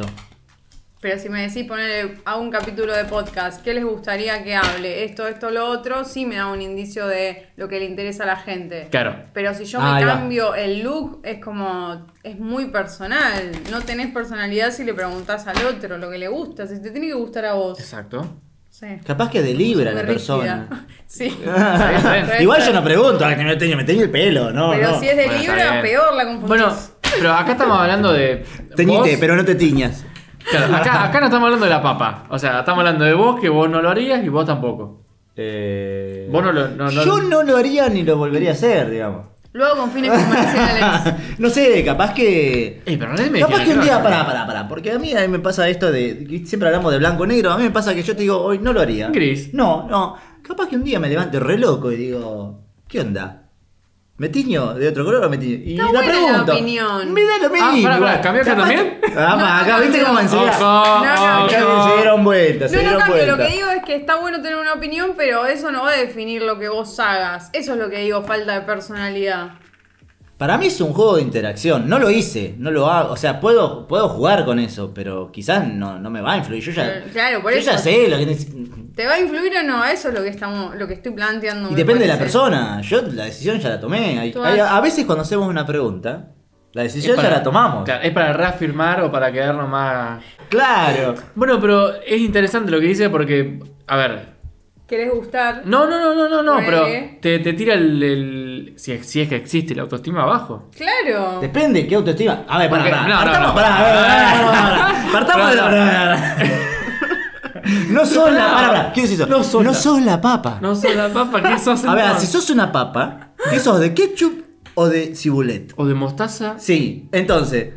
S4: Pero si me decís poner a un capítulo de podcast, ¿qué les gustaría que hable? Esto, esto, lo otro, sí me da un indicio de lo que le interesa a la gente.
S2: Claro.
S4: Pero si yo
S3: Ahí
S4: me
S3: va.
S4: cambio el look, es como, es muy personal. No tenés personalidad si le preguntás al otro lo que le gusta, si te tiene que gustar a vos.
S2: Exacto.
S4: Sí.
S3: Capaz que delibra
S4: Muy
S3: la
S4: rígida.
S3: persona.
S4: Sí.
S2: está bien.
S4: Puede
S3: Igual
S4: ser.
S3: yo no pregunto, "Ay, que me teño, me teño el pelo, no.
S4: Pero
S3: no.
S4: si es de
S2: Bueno, está
S4: Libra,
S2: bien.
S4: peor la confundís.
S2: Bueno, pero acá estamos hablando de.
S3: Teñite,
S2: vos.
S3: pero no te tiñas.
S2: Claro, acá, acá no estamos hablando de la papa. O sea, estamos hablando de vos que vos no lo harías y vos tampoco.
S3: Eh,
S2: Vos no lo. no- no-
S3: Yo no lo haría ni lo volvería a hacer, digamos.
S4: Luego con fines comerciales.
S3: no sé, capaz que.
S2: Ey, Eh, pero nadie me
S3: Capaz
S2: dijeron
S3: que un
S2: no.
S3: día, pará, pará, pará, porque a mí, a mí me pasa esto de, que siempre hablamos de blanco negro, a mí me pasa que yo te digo, hoy no lo haría.
S2: Gris.
S3: No, no, capaz que un día me levante re loco y digo, ¿qué onda? ¿Me tiño de otro color o me tiño? Y la
S4: Está buena la
S3: pregunto.
S4: opinión.
S3: Me da lo mismo.
S2: Ah, pará, pará,
S3: igual.
S2: ¿cambió acá
S3: Capaz
S2: también?
S3: que- Ah,
S4: No,
S3: pa, acá,
S4: no,
S3: ¿viste
S4: no.
S3: cómo enseguida?
S2: Ojo,
S4: No, no,
S2: ojo.
S3: Acá se dieron vueltas, se
S4: No, no
S3: dieron
S4: cambio, lo
S3: vueltas.
S4: que digo es que está bueno tener una opinión, pero eso no va a definir lo que vos hagas. Eso es lo que digo, falta de personalidad.
S3: Para mí es un juego de interacción, no lo hice, no lo hago, o sea, puedo, puedo jugar con eso, pero quizás no, no me va a influir, yo ya,
S4: Pero, claro, por
S3: yo ya
S4: eso.
S3: sé lo que...
S4: ¿Te va a influir o no? Eso es lo que estamos, lo que estoy planteando.
S3: Y
S4: me
S3: depende de la
S4: parece.
S3: persona. Yo la decisión ya la tomé. Hay-
S4: Tú
S3: hay-
S4: has-
S3: a veces cuando hacemos una pregunta, la
S2: Es
S3: decisión
S2: para-
S3: ya la tomamos. Claro.
S2: Claro, es para reafirmar o para quedarnos más. Bueno, pero es interesante lo que dice porque. A ver,
S4: ¿Querés gustar?
S2: No, no, no, no, no, no, pero
S4: Ponele.
S2: te, te tira el. el- si, es, si es que existe la autoestima abajo.
S4: Claro.
S3: Depende, ¿qué autoestima? A ver, pará,
S2: Porque-
S3: pará.
S2: no, no,
S3: Partamos,
S2: no.
S3: pará, pará, pará, pará, pará, pará. Partamos de la.
S2: Pará.
S3: pará, pará. No sos la. Pará, pará. ¿Qué es eso?
S2: No sos la-
S3: la papa.
S2: No sos la papa, ¿qué sos
S3: a ver, si
S2: entonces?
S3: sos una papa, ¿qué sos de ketchup o de cibulet?
S2: O de mostaza.
S3: Sí, entonces,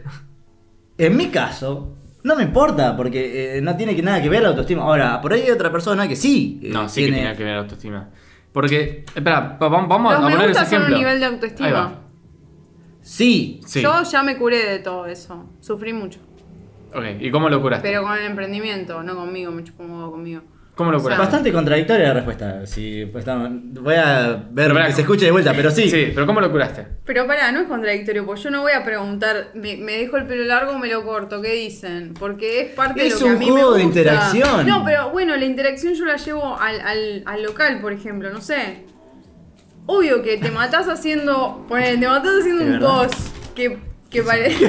S3: en mi caso, no me importa, porque eh, no tiene que nada que ver la autoestima. Ahora, por ahí hay otra persona que sí. eh,
S2: No, sí que tiene que ver la autoestima. Porque. Espera, va- vamos, a
S4: Los me
S2: poner ese
S4: gusta son
S2: ejemplo.
S4: un nivel de autoestima.
S2: Ahí va.
S3: Sí.
S2: Sí.
S4: Yo ya me curé de todo eso. Sufrí mucho.
S2: Ok, ¿y cómo lo curaste?
S4: Pero con el emprendimiento, no conmigo, me chupó un huevo conmigo.
S2: ¿Cómo lo
S4: O sea,
S2: curaste?
S3: Bastante contradictoria la respuesta. Sí, pues, está- voy a ver
S2: Pero pará.
S3: que se escuche de vuelta, pero sí.
S2: Sí, pero ¿cómo lo curaste?
S4: Pero pará, no es contradictorio, porque yo no voy a preguntar, me, me dejo el pelo largo o me lo corto, ¿qué dicen? Porque es parte
S3: Es
S4: de lo que
S3: un
S4: a mí
S3: juego
S4: me
S3: de
S4: gusta.
S3: interacción.
S4: No, pero bueno, la interacción yo la llevo al, al- al local, por ejemplo, no sé. Obvio que te matás haciendo, ponele, te matás haciendo
S3: Es
S4: un
S3: verdad.
S4: post que, que parece...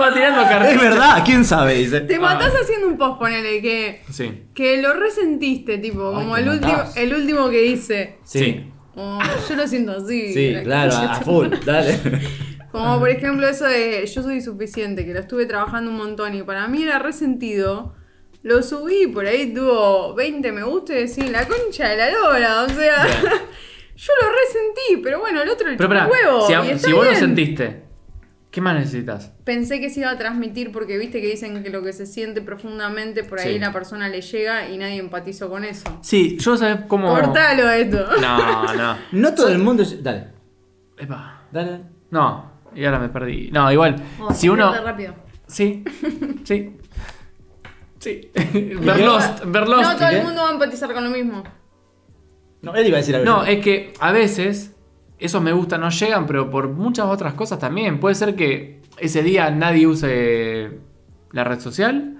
S2: Va tirando carril.
S3: Es verdad, quién sabe, dice.
S4: te matás haciendo un post, ponele, que,
S2: Sí.
S4: que lo resentiste, tipo,
S3: Ay,
S4: como
S3: te
S4: el último,
S3: matás.
S4: el último que hice.
S3: Sí.
S4: Oh, yo lo siento así.
S3: Sí,
S4: la
S3: claro,
S4: concha
S3: a, a
S4: de tu
S3: full, dale.
S4: Como por ejemplo eso de yo soy suficiente, que lo estuve trabajando un montón y para mí era resentido. Lo subí, por ahí tuvo 20 me gusta y decís, la concha de la lora, o sea, yo lo resentí, pero bueno, el otro el
S2: Pero espera,
S4: huevo.
S2: si,
S4: y
S2: a-
S4: está
S2: si vos lo
S4: bien.
S2: sentiste, ¿qué más necesitas?
S4: Pensé que se iba a transmitir porque viste que dicen que lo que se siente profundamente por ahí
S2: Sí.
S4: la persona le llega y nadie empatizó con eso.
S2: Sí, yo sabés cómo.
S4: Cortalo esto.
S2: No, no.
S3: No todo el mundo. es- Dale,
S2: Epa.
S3: dale. dale.
S2: No, y ahora me perdí. No, igual.
S4: Oh,
S2: si uno.
S4: corta rápido.
S2: Sí, sí. Sí. ver Lost, ver Lost.
S4: No todo
S3: ¿eh?
S4: el mundo va a empatizar con lo mismo.
S3: No, él iba a decir algo.
S2: No, es que a veces esos me gusta no llegan, pero por muchas otras cosas también. Puede ser que ese día nadie use la red social,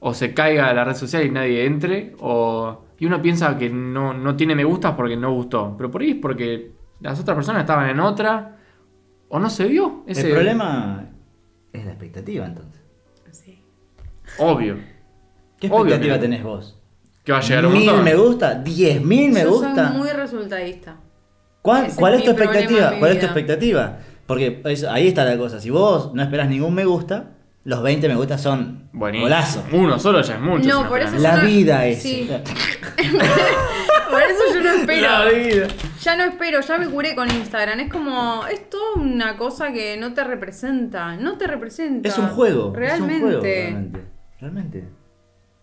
S2: o se caiga la red social y nadie entre, o. Y uno piensa que no, no tiene me gustas porque no gustó. Pero por ahí es porque las otras personas estaban en otra. O no se vio ese
S3: El problema es la expectativa, entonces.
S4: Sí.
S2: Obvio.
S3: ¿Qué
S2: Obvio
S3: expectativa
S2: que-
S3: tenés vos?
S2: Que va a llegar un
S3: ¿Mil
S2: montón.
S3: me gusta? ¿Diez mil me
S4: Yo
S3: gusta?
S4: soy muy resultadista.
S3: ¿Cuál,
S4: Ese
S3: cuál
S4: es
S3: es tu
S4: mi problema en
S3: expectativa?
S4: mi
S3: ¿Cuál es tu
S4: vida.
S3: expectativa? Porque es- ahí está la cosa. Si vos no esperás ningún me gusta, los 20 me gusta son
S2: Buenísimo.
S3: golazo.
S2: Uno solo ya es mucho.
S4: No,
S2: si
S4: por
S2: esperan.
S4: eso-
S3: La
S4: una-
S3: vida es.
S4: sí. Por eso yo no
S2: La
S4: espero.
S2: vida.
S4: Ya no espero, ya me curé con Instagram. Es como, es toda una cosa que no te representa. No te representa.
S3: Es un juego.
S4: Realmente.
S3: Es un juego, realmente. Realmente.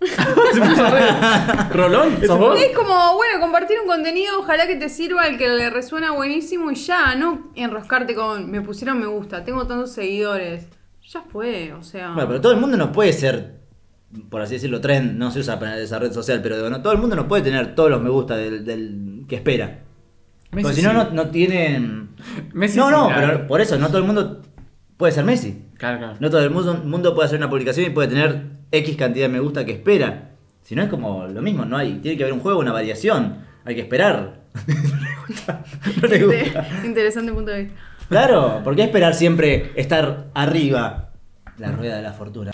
S2: Se puso re- ¿Rolón? ¿Sos vos?
S4: Es como, bueno, compartir un contenido, ojalá que te sirva, al que le resuena buenísimo y ya, no enroscarte con, me pusieron me gusta, tengo tantos seguidores. Ya fue, o sea.
S3: Bueno, pero todo el mundo no puede ser, por así decirlo, trend. No se usa para esa red social, pero bueno, todo el mundo no puede tener todos los me gusta del, del que espera. Porque si no, no, no tienen.
S2: Messi
S3: no,
S2: sí,
S3: no,
S2: claro.
S3: pero por eso, no todo el mundo puede ser Messi.
S2: Claro, claro.
S3: No todo el mundo, mundo puede hacer una publicación y puede tener X cantidad de me gusta que espera. Si no es como lo mismo, no hay. Tiene que haber un juego, una variación. Hay que esperar. no
S4: Este.
S3: le gusta. No le gusta.
S4: Interesante punto de vista.
S3: Claro, ¿por qué esperar siempre estar arriba? La rueda de la fortuna.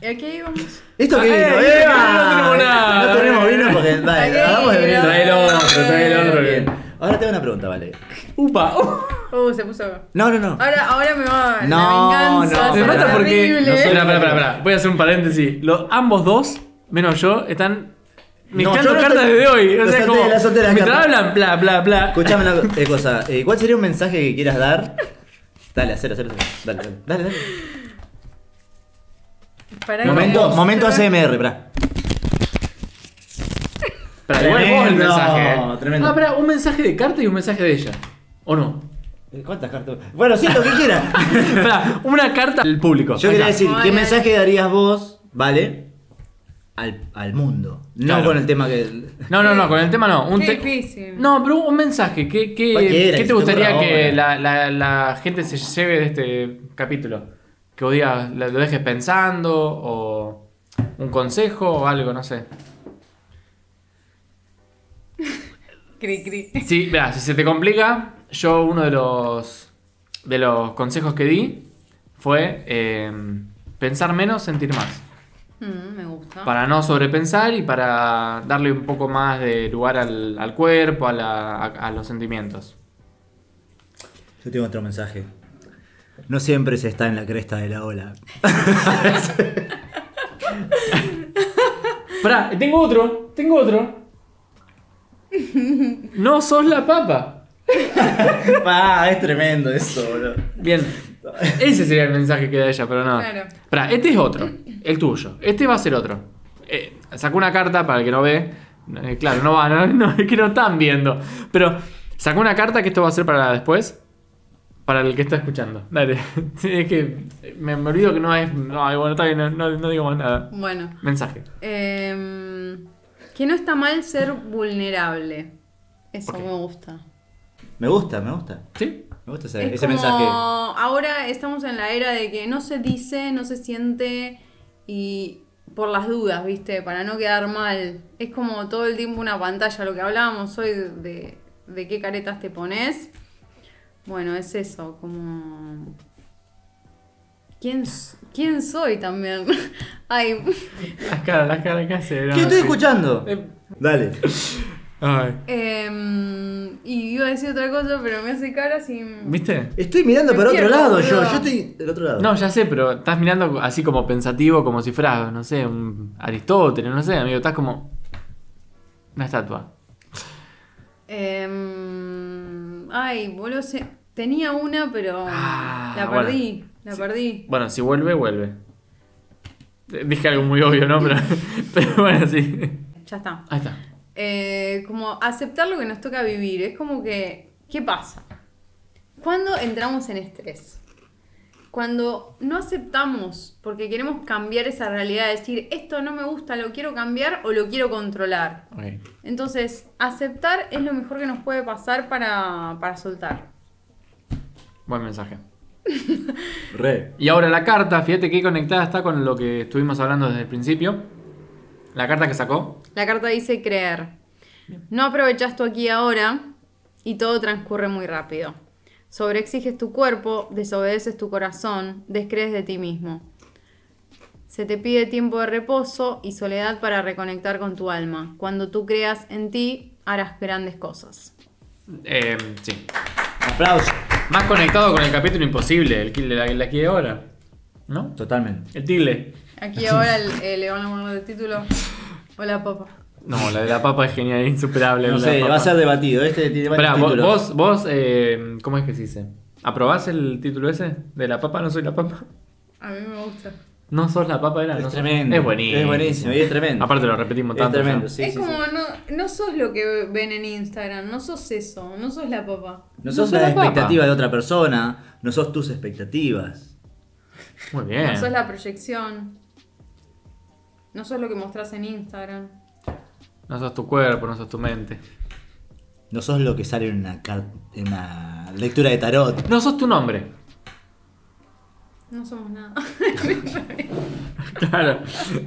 S4: ¿Y aquí íbamos?
S3: Esto que
S2: Ah,
S3: vino,
S2: eh,
S3: Eva.
S2: no tenemos nada.
S3: No tenemos vino porque
S4: Aquí
S3: dale, hagamos de vino.
S4: vino.
S2: Trae el otro, trae el otro.
S3: Bien. Ahora tengo una pregunta, vale.
S2: Upa, uh.
S4: Uh, se puso.
S3: No, no, no.
S4: Ahora, ahora me va
S3: No,
S4: la venganza.
S3: no,
S2: Me
S4: será
S2: mata porque.
S4: terrible.
S2: No, espera, espera, espera, espera. Voy a hacer un paréntesis. Los, ambos dos, menos yo, están mezclando
S3: yo no
S2: cartas
S3: estoy-
S2: desde hoy. O
S3: Lo
S2: sea,
S3: solté,
S2: como.
S3: la solté, la
S2: mientras
S3: carta.
S2: hablan, bla, bla, bla.
S3: Escuchame una co- eh, cosa. eh, ¿Cuál sería un mensaje que quieras dar? Dale, hacer, hacer, hacer. Dale, dale, dale. dale.
S4: Pará que
S3: Momento,
S4: vamos.
S3: momento ACMR, pará.
S2: Pero igual vos el
S3: Tremendo,
S2: mensaje. ¿eh?
S3: tremendo.
S2: Ah, pará, un mensaje de carta y un mensaje de ella. ¿O no?
S3: Eh, ¿Cuántas cartas? Bueno, sí, lo que quieras.
S2: Pará, una carta al público.
S3: Yo
S2: Ahí
S3: quería
S2: está.
S3: decir,
S4: Vale.
S3: ¿qué mensaje darías vos, vale? Al, al mundo. No
S2: Claro.
S3: con el tema que.
S2: No, no, no, con el tema no. Un
S4: Qué
S2: te-
S4: difícil.
S2: No, pero un mensaje. ¿Qué, qué,
S3: Cualquiera,
S2: qué
S3: que
S2: te
S3: se te
S2: gustaría
S3: ocurra
S2: que la,
S3: ahora.
S2: la- la gente se lleve de este capítulo? Que vos digas, la- lo dejes pensando o un consejo o algo, no sé.
S4: Cri, cri.
S2: Sí, mirá, si se te complica, yo uno de los, de los consejos que di fue eh, pensar menos, sentir más.
S4: Mm, me gusta.
S2: Para no sobrepensar y para darle un poco más de lugar al, al cuerpo, a, la- a- a los sentimientos.
S3: Yo tengo otro mensaje. No siempre se está en la cresta de la ola.
S2: Pará, tengo otro, tengo otro. No sos la papa.
S3: ah, es tremendo eso, boludo.
S2: Bien. Ese sería el mensaje que da ella, pero no.
S4: Claro.
S2: Pará, este es otro, el tuyo. Este va a ser otro. Eh, sacó una carta para el que no ve. Eh, claro, no va, no, no, es que no están viendo. Pero sacó una carta que esto va a ser para después. Para el que está escuchando. Dale. Sí, es que me, me olvido que no es. Ay, bueno, está bien, no, no- no digo más nada.
S4: Bueno.
S2: Mensaje.
S4: em, que no está mal ser vulnerable. Eso
S2: Ok.
S4: me gusta.
S3: Me gusta, me gusta.
S2: ¿Sí?
S3: Me gusta ese,
S4: Es
S3: ese
S4: como
S3: mensaje.
S4: Ahora estamos en la era de que no se dice, no se siente y por las dudas, ¿viste? Para no quedar mal. Es como todo el tiempo una pantalla, lo que hablábamos hoy de, de qué caretas te pones. Bueno, es eso, como... ¿Quién, s- quién soy también? Ay,
S2: Las caras, las caras que hace. no,
S3: ¿Qué estoy
S2: sí. Eh,
S3: escuchando?
S4: Eh,
S3: Dale.
S2: Ay.
S4: em, y iba a decir otra cosa, pero me hace caras y...
S2: ¿Viste?
S3: Estoy mirando
S4: Me
S3: para otro
S4: pierdo,
S3: lado yo.
S4: boludo.
S3: Yo estoy del otro lado.
S2: No, ya sé, pero estás mirando así como pensativo, como si fueras, no sé, un Aristóteles, no sé, amigo, estás como una estatua.
S4: Em, ay, boludo, se- tenía una, pero
S2: Ah,
S4: la
S2: bueno.
S4: perdí, la perdí.
S2: Bueno, si vuelve, vuelve. Eh, Dije algo muy obvio, ¿no? Pero, pero bueno, sí.
S4: Ya está.
S2: Ahí está.
S4: Eh, como aceptar lo que nos toca vivir, es como que, ¿qué pasa? Cuando entramos en estrés, cuando no aceptamos porque queremos cambiar esa realidad, decir, esto no me gusta, lo quiero cambiar o lo quiero controlar.
S2: Ok.
S4: Entonces, aceptar es lo mejor que nos puede pasar para, para soltar.
S2: Buen mensaje.
S3: Re.
S2: Y ahora la carta, fíjate que conectada está con lo que estuvimos hablando desde el principio. La carta que sacó.
S4: La carta dice creer. No aprovechas tu aquí y ahora y todo transcurre muy rápido. Sobreexiges tu cuerpo, desobedeces tu corazón, descrees de ti mismo. Se te pide tiempo de reposo y soledad para reconectar con tu alma. Cuando tú creas en ti, harás grandes cosas.
S2: Eh, sí.
S3: Aplauso.
S2: Más conectado con el capítulo imposible, el kill de la, la que ahora. ¿No?
S3: Totalmente.
S2: El tigre.
S4: Aquí ahora el- eh, le van a poner de título. Hola, papá.
S2: No, la de la papa es genial, insuperable.
S3: No
S2: la de
S3: sé,
S2: la
S3: va a
S2: papa.
S3: ser debatido. Este tiene varios
S2: Pará, vos,
S3: títulos.
S2: vos, vos, eh, ¿cómo es que se dice? ¿Aprobás el título ese? ¿De la papa no soy la papa?
S4: A mí me gusta.
S2: No sos la papa, era.
S3: Es
S2: no sos-
S3: tremendo.
S2: Es buenísimo.
S3: Es buenísimo y es tremendo.
S2: Aparte lo repetimos
S3: Es
S2: tanto.
S3: tremendo,
S2: ya.
S3: sí,
S4: es
S3: sí,
S4: como
S3: sí.
S4: No, no sos lo que ven en Instagram, no sos eso, no sos la papá.
S3: No sos
S2: No soy
S3: la
S2: la papa.
S3: expectativa de otra persona, no sos tus expectativas.
S2: Muy bien.
S4: No sos la proyección. No sos lo que mostrás en Instagram.
S2: tu cuerpo, no sos tu mente.
S3: No sos lo que sale en una, car- en una lectura de tarot.
S2: No sos tu nombre.
S4: No somos nada.
S2: Claro,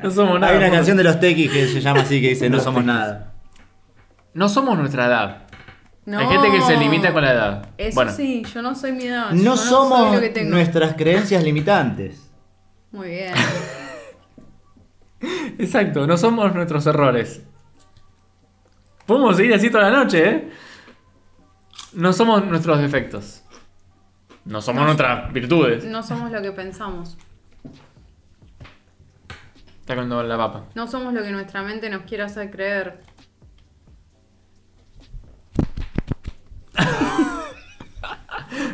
S2: no somos nada.
S3: Hay una canción de los Tequis que se llama así que dice no somos nada.
S2: No somos nuestra edad.
S4: No.
S2: Hay gente que se limita con la edad.
S4: Eso
S2: bueno,
S4: sí, yo no soy mi edad. yo
S3: No
S4: soy
S3: somos
S4: lo que tengo.
S3: nuestras creencias limitantes.
S4: Muy bien.
S2: exacto, no somos nuestros errores. Podemos seguir así toda la noche, ¿eh? No somos nuestros defectos. No somos nuestras virtudes.
S4: No somos lo que pensamos.
S2: Está con la papa.
S4: No somos lo que nuestra mente nos quiere hacer creer.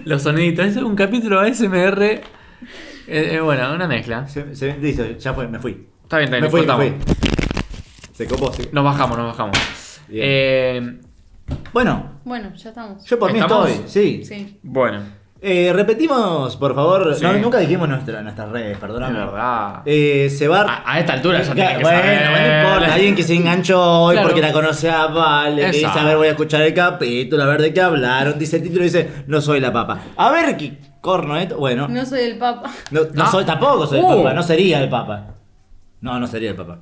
S2: Los soniditos, es un capítulo ASMR. Eh, eh, bueno, una mezcla.
S3: Se, se- listo, ya fue, me fui.
S2: Está bien, está bien,
S3: Me fui, me
S2: cortamos.
S3: fui. Se copó, se-
S2: Nos bajamos, nos bajamos.
S3: Bien.
S2: Eh,
S3: Bueno,
S4: Bueno, ya estamos.
S3: yo por mí
S2: ¿Estamos?
S3: estoy, sí.
S4: Sí.
S2: bueno,
S3: Eh, repetimos, por favor.
S2: Sí.
S3: No, nunca dijimos nuestra- nuestras redes,
S2: es
S3: perdóname.
S2: verdad.
S3: Eh, Sebar.
S2: A, a esta altura ya tenés
S3: Bueno,
S2: que
S3: no
S2: saber. ¿eh?
S3: importa. Alguien que se enganchó hoy
S2: Claro.
S3: porque la conoce a Vale. que
S2: Exacto.
S3: Dice, a ver, voy a escuchar el capítulo, a ver de qué hablaron. Dice el título, dice, no soy la papa. A ver, qué corno esto. Bueno, no,
S4: No soy el papa.
S3: no
S2: No.
S3: soy tampoco, soy
S2: Uh.
S3: el papa. No sería el papa. No, no sería el papa.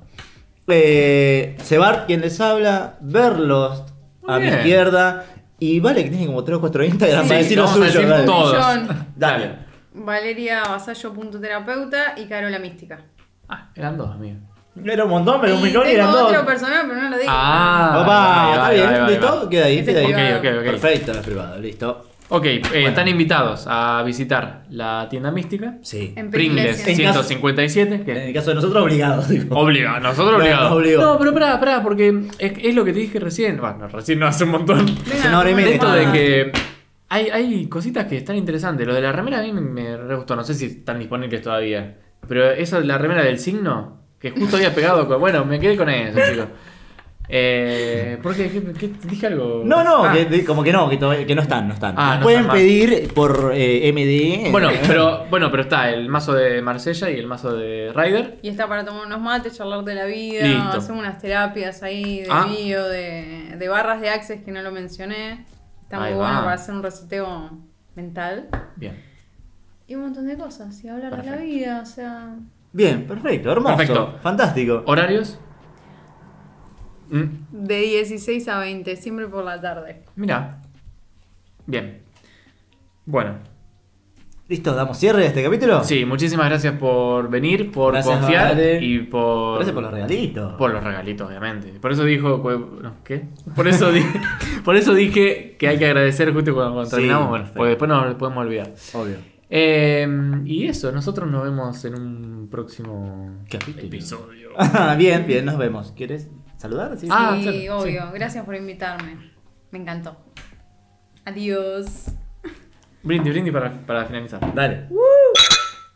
S3: Eh, Sebar, quien les habla, Verlost,
S2: Muy
S3: a
S2: bien.
S3: mi izquierda. Y Vale, que tiene como 3 o 4 Instagram
S4: Sí,
S3: para decir lo
S2: vamos a
S3: suyo.
S2: decir
S3: dale.
S2: todo. Todos.
S4: John,
S3: Dale.
S4: Valeria Vasallo, punto terapeuta y Carola Mística.
S2: Ah, eran dos, amigo.
S3: Era un montón, pero un
S4: y
S3: millón y
S4: tengo
S3: eran dos.
S4: otro personal, pero no lo digo.
S2: Ah,
S3: Papá,
S2: ahí va,
S3: está
S2: ahí va,
S3: bien,
S2: ahí va, ahí
S3: listo,
S2: va.
S3: queda ahí,
S4: Ese
S3: queda ahí.
S4: es privado.
S2: Ok, ok, ok.
S3: Perfecto, es privado, listo.
S2: Ok, eh, están invitados a visitar la tienda mística.
S3: Sí.
S4: En
S2: Pringles
S4: Pringles.
S3: En caso-
S2: 157.
S3: En
S2: Que
S3: el caso de nosotros, obligados. digo.
S2: obliga, nosotros
S3: Bueno,
S2: obligados.
S3: obligó.
S2: No, pero pará, pará, porque es, es lo que te dije recién. Bueno, recién no hace un montón.
S4: Venga,
S3: Es una hora y
S4: vamos
S3: media.
S4: a
S2: Esto
S4: tomar.
S2: de que hay, hay cositas que están interesantes. Lo de la remera a mí me, me re gustó. No sé si están disponibles todavía. Pero esa de la remera del signo, que justo había pegado con. Bueno, me quedé con eso, chicos. Eh, ¿Por qué? ¿Qué- qué? ¿Dije algo?
S3: No, no,
S2: Ah,
S3: que- de- como que no, que, todavía- que no están, no están.
S2: Ah,
S3: Nos
S2: no
S3: Pueden
S2: están más.
S3: pedir por eh, MD.
S2: Bueno, pero, bueno, pero está el mazo de Marsella y el mazo de Ryder.
S4: Y está para tomar unos mates, charlar de la vida,
S2: Listo.
S4: hacemos unas terapias ahí de
S2: Ah.
S4: bio, de, de barras de access que no lo mencioné. Está muy
S2: Ahí
S4: bueno
S2: va.
S4: para hacer un reseteo mental.
S2: Bien.
S4: Y un montón de cosas, y hablar de la
S2: Perfecto.
S4: vida, o sea...
S3: Bien, perfecto, hermoso.
S2: Perfecto.
S3: Fantástico.
S2: ¿Horarios? Mm,
S4: De 16 a 20, siempre por la tarde.
S2: mirá. Bien. Bueno.
S3: Listo, damos cierre a este capítulo.
S2: Sí, muchísimas gracias por venir, por
S3: Gracias,
S2: confiar
S3: Vale.
S2: y por.
S3: Gracias por los regalitos.
S2: Por los regalitos, obviamente. Por eso dijo. cue- no, ¿Qué? Por eso, di- por eso dije que hay que agradecer justo cuando, cuando
S3: Sí,
S2: terminamos, bueno,
S3: perfecto.
S2: porque después nos podemos olvidar.
S3: Obvio.
S2: Eh, y eso, nosotros nos vemos en un próximo
S3: Capítulo.
S2: episodio.
S3: bien, bien, nos vemos. ¿Quieres saludar? Sí, sí.
S2: Ah,
S4: sí,
S2: claro, sí.
S4: obvio. Gracias por invitarme. Me encantó. Adiós.
S2: Brindis, brindis para, para finalizar.
S3: Dale.